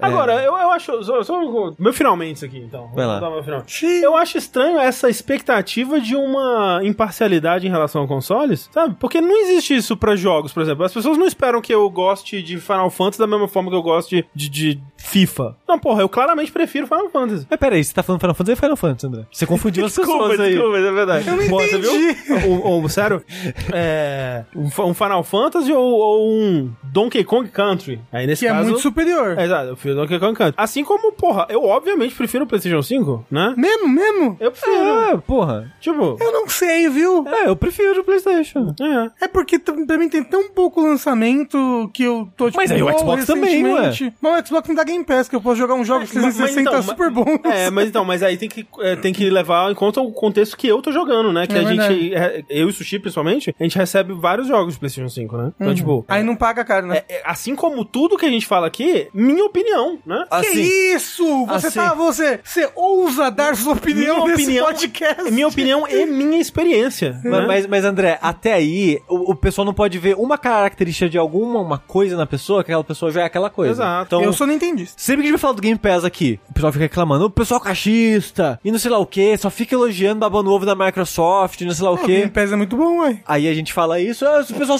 Speaker 1: Agora, eu, eu acho. Só, só- meu finalmente isso aqui, então.
Speaker 2: Vai lá.
Speaker 1: Vou dar meu final.
Speaker 3: Xiii.
Speaker 1: Eu acho estranho essa expectativa de uma imparcialidade em relação a consoles, sabe? Porque não existe isso pra jogos, por exemplo. As pessoas não esperam que eu goste de Final Fantasy da mesma forma que eu gosto de, de, de FIFA. Não, porra, eu claramente prefiro Final Fantasy.
Speaker 2: Mas peraí, você tá falando Final Fantasy ou Final Fantasy, André? Você confundiu as pessoas aí.
Speaker 1: [laughs] desculpa, mas é verdade.
Speaker 3: Eu não
Speaker 1: Pô, você
Speaker 3: entendi.
Speaker 1: viu? Ou, ou, Um, sério? É, um, fa- um Final Fantasy ou, ou um Donkey Kong Country? Aí nesse
Speaker 3: Que é
Speaker 1: caso...
Speaker 3: muito superior.
Speaker 1: É, [laughs] Exato, eu prefiro Donkey Kong Country. Assim como, porra, eu obviamente prefiro o PlayStation 5, né?
Speaker 3: Mesmo, mesmo?
Speaker 1: Eu prefiro.
Speaker 2: É, porra.
Speaker 1: Tipo.
Speaker 3: Eu não sei, viu?
Speaker 2: É, eu prefiro o Playstation.
Speaker 1: É.
Speaker 3: É porque t- pra mim tem tão pouco lançamento que eu tô tipo.
Speaker 2: Mas aí o
Speaker 3: "Uou,
Speaker 2: Xbox também,
Speaker 3: recentemente." Mas o Xbox me dá Game Pass, que eu posso jogar um uns jogos
Speaker 1: Mas- mas
Speaker 3: 360
Speaker 1: então,
Speaker 3: super bons.
Speaker 1: É, mas então, mas aí tem que, é, tem que levar em conta o contexto que eu tô jogando, né? Que
Speaker 3: É
Speaker 1: a gente,
Speaker 3: verdade.
Speaker 1: é, eu e o Sushi, principalmente, a gente recebe vários jogos de PlayStation 5, né? Então, tipo,
Speaker 3: [laughs] Uhum. Aí não paga caro, né?
Speaker 1: é, assim como tudo que a gente fala aqui, minha opinião, né?
Speaker 3: que isso? Você
Speaker 2: É, assim-
Speaker 3: tá. Você, você ousa dar sua opinião
Speaker 1: Minha
Speaker 3: nesse
Speaker 1: opinião-
Speaker 2: é
Speaker 3: podcast?
Speaker 1: É Minha opinião e minha experiência.
Speaker 2: Ma-
Speaker 1: né?
Speaker 2: Mas, mas, André, até aí, o, o pessoal não pode ver uma característica de alguma uma coisa na pessoa, que aquela pessoa já é aquela coisa.
Speaker 1: Exato.
Speaker 2: Então,
Speaker 3: Eu só não entendi.
Speaker 2: sempre que a gente vai falar do Game Pass aqui, o pessoal fica reclamando, o pessoal é cachista, e não sei lá o que, só fica elogiando babando ovo da Microsoft, e não sei lá o
Speaker 3: O Game
Speaker 2: que.
Speaker 3: Pass é muito bom, ué. Aí
Speaker 2: Aí a gente fala isso, ah, o pessoal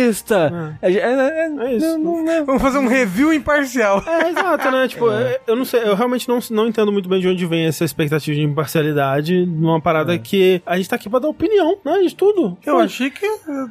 Speaker 2: sonista. É, é- é-
Speaker 1: É isso.
Speaker 2: Não, não, não.
Speaker 3: Vamos fazer um review
Speaker 2: [laughs]
Speaker 3: imparcial.
Speaker 1: É, exato, né? Tipo, é, eu não sei, eu realmente não, não entendo muito bem de onde vem essa expectativa de imparcialidade numa parada que a gente tá aqui pra dar opinião, né? De tudo.
Speaker 3: É. Eu
Speaker 1: Pô,
Speaker 3: achei
Speaker 2: É,
Speaker 3: que.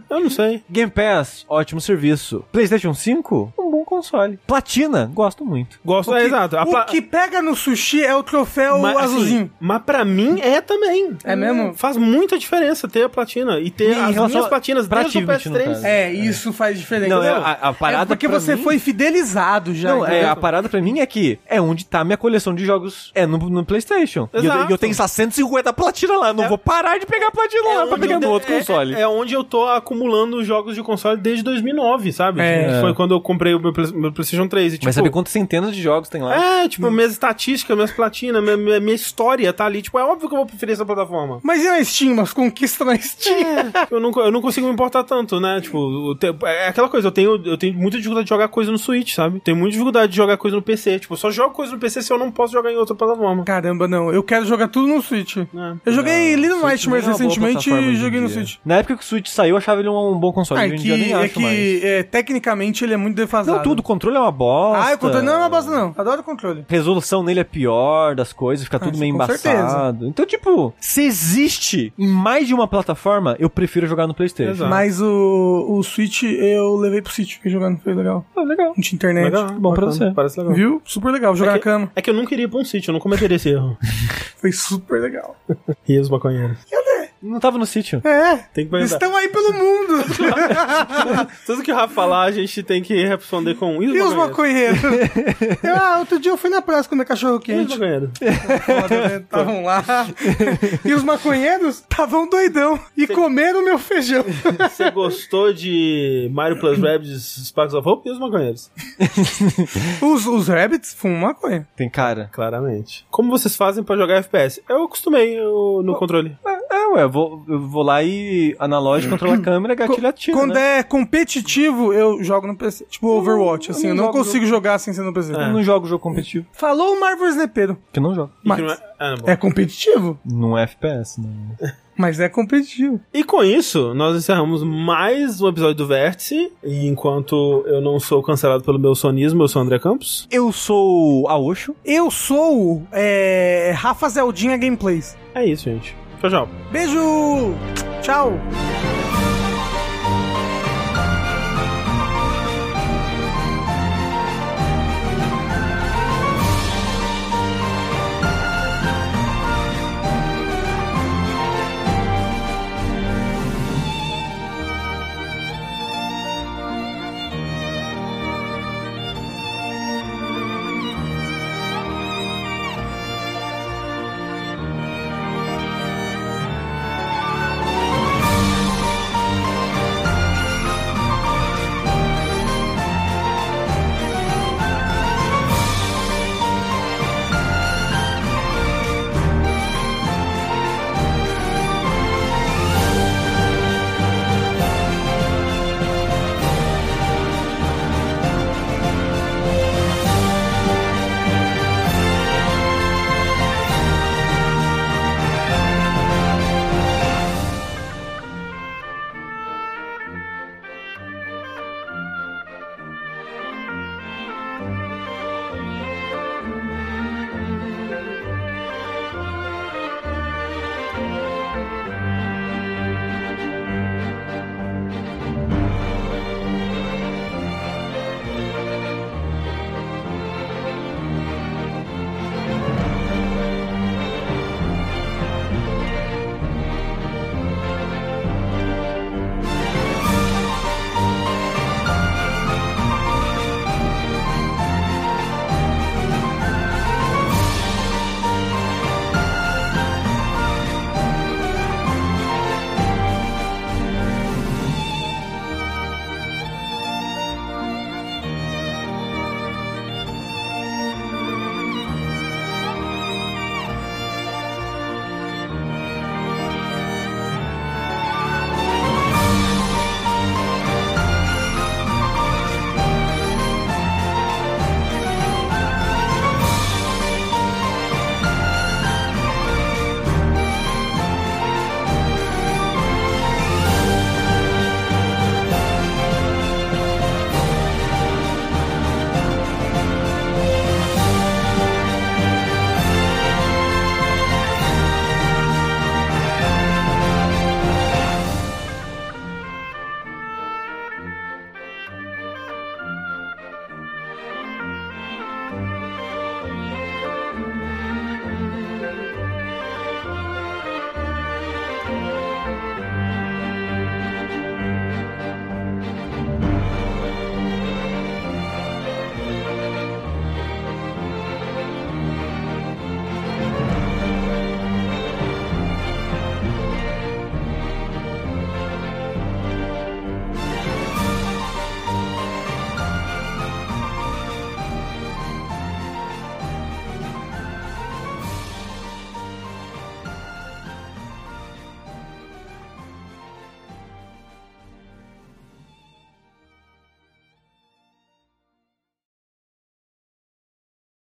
Speaker 1: Eu não sei.
Speaker 2: Game Pass, ótimo serviço. PlayStation 5, um bom console. Platina, gosto muito.
Speaker 1: Gosto,
Speaker 3: o
Speaker 1: é,
Speaker 3: que-
Speaker 1: exato. A
Speaker 3: o
Speaker 1: pla-
Speaker 3: que pega no sushi é o troféu
Speaker 1: Mas, assim,
Speaker 3: azulzinho.
Speaker 1: mas pra mim é também.
Speaker 3: É mesmo?
Speaker 1: Faz muita diferença ter a platina e ter
Speaker 2: E em
Speaker 1: as
Speaker 2: relação
Speaker 1: minhas
Speaker 2: a-
Speaker 1: platinas
Speaker 2: pra
Speaker 1: desde o
Speaker 2: achievement, no
Speaker 1: PS3.
Speaker 2: caso.
Speaker 3: É, isso isso faz diferença.
Speaker 2: Não, é
Speaker 3: entendeu?
Speaker 2: a- a parada
Speaker 3: É porque
Speaker 2: pra
Speaker 3: você
Speaker 2: mim-
Speaker 3: foi fidelizado já.
Speaker 2: Não, é,
Speaker 3: entendeu?
Speaker 2: a parada pra mim é que é onde tá a minha coleção de jogos. É no, no PlayStation. E eu,
Speaker 1: Exato.
Speaker 2: e eu tenho só 150 platina lá.
Speaker 3: É.
Speaker 2: Não vou parar de pegar platina lá pra
Speaker 1: onde
Speaker 2: pegar
Speaker 1: eu-
Speaker 2: no outro
Speaker 1: é-
Speaker 2: console.
Speaker 1: É, onde eu tô acumulando jogos de console desde 2009, sabe?
Speaker 3: É.
Speaker 1: Tipo, Foi quando eu comprei o meu, Play- meu PlayStation 3. E, tipo,
Speaker 2: Mas sabe quantas centenas de jogos tem lá?
Speaker 1: É, tipo, minhas estatísticas, minhas platinas, minha, minha, minha história tá ali. Tipo, é óbvio que eu vou preferir essa plataforma.
Speaker 3: Mas e na Steam? Mas conquista na Steam?
Speaker 1: Eu não, eu não consigo me importar tanto, né? Tipo, eu te- é aquela coisa, eu tenho, eu tenho muita dificuldade de jogar coisa no Switch, sabe? Tenho muita dificuldade de jogar coisa no PC. Tipo, eu só jogo coisa no PC se eu não posso jogar em outra plataforma.
Speaker 3: Caramba, não. Eu quero jogar tudo no Switch. Eu joguei Little
Speaker 2: Switch nem
Speaker 3: Nightmares
Speaker 2: é uma boa
Speaker 3: recentemente
Speaker 2: plataforma
Speaker 3: e
Speaker 2: hoje em
Speaker 3: joguei no
Speaker 2: dia.
Speaker 3: Switch.
Speaker 2: Na época que o Switch saiu, eu achava ele um, um bom console.
Speaker 3: Ah, é
Speaker 2: Hoje em dia eu
Speaker 3: que,
Speaker 2: nem
Speaker 3: é
Speaker 2: acho mais.
Speaker 3: que é, tecnicamente ele é muito defasado.
Speaker 2: Não, tudo. O controle é uma bosta.
Speaker 3: Ah, o controle não é uma bosta, não. Adoro o controle.
Speaker 2: resolução nele é pior das coisas, fica tudo
Speaker 3: Ah, isso
Speaker 2: meio
Speaker 3: com
Speaker 2: embaçado.
Speaker 3: certeza.
Speaker 2: Então, tipo, se existe em mais de uma plataforma, eu prefiro jogar no PlayStation.
Speaker 1: Exato. Tá.
Speaker 3: Mas o, o Switch eu levei pro Switch, fiquei jogando, foi legal.
Speaker 2: Ah, legal.
Speaker 3: Não tinha internet.
Speaker 2: bom pra
Speaker 1: bacana,
Speaker 2: você.
Speaker 1: Parece legal.
Speaker 3: Viu? Super legal, jogar
Speaker 1: É
Speaker 3: na cama.
Speaker 1: que, é que eu nunca iria pra um sítio, eu não cometeria esse erro.
Speaker 3: Foi super legal.
Speaker 1: E os maconheiros.
Speaker 2: Não tava no sítio.
Speaker 3: É,
Speaker 1: Tem que
Speaker 3: eles
Speaker 1: pensar.
Speaker 3: estão aí [laughs] pelo mundo.
Speaker 1: Então, Tudo que o Rafa falar, a gente tem que responder com.
Speaker 3: e
Speaker 2: [laughs]
Speaker 3: os maconheiros? Eu, ah, outro dia eu fui na praça comer
Speaker 1: E
Speaker 3: cachorro
Speaker 1: os
Speaker 3: quente.
Speaker 1: maconheiros?
Speaker 3: Estavam né? lá. E os maconheiros estavam doidão e comeram meu feijão.
Speaker 1: Você gostou de Mario Plus Rabbids Sparks of Hope e os maconheiros?
Speaker 3: Os, os rabbits fumam maconha.
Speaker 2: Tem cara.
Speaker 1: Claramente. Como vocês fazem pra jogar FPS? Eu acostumei eu- no controle.
Speaker 2: É, é, ué, eu vou, eu vou lá e analógico, controla a câmera, gatilho atira.
Speaker 3: Quando
Speaker 2: né?
Speaker 3: é competitivo, eu jogo no PC. Tipo Overwatch, assim,
Speaker 2: eu
Speaker 3: eu
Speaker 2: não
Speaker 3: não
Speaker 2: jogo
Speaker 3: consigo jogar sem ser no PC.
Speaker 2: Eu não jogo jogo competitivo.
Speaker 3: Falou o Marvel Snepeiro.
Speaker 2: Porque eu É. não jogo.
Speaker 1: E que
Speaker 3: Mas
Speaker 1: não é- ah, não, bom.
Speaker 3: é competitivo,
Speaker 2: Não é FPS, né?
Speaker 3: mas é competitivo.
Speaker 1: E com isso, nós encerramos mais um episódio do Vértice. E enquanto eu não sou cancelado pelo meu sonismo, eu sou André Campos.
Speaker 2: Eu sou Aoxo.
Speaker 3: Eu sou é, Rafa Zeldinha Gameplays.
Speaker 1: É isso, gente. Tchau, tchau.
Speaker 3: Beijo! Tchau!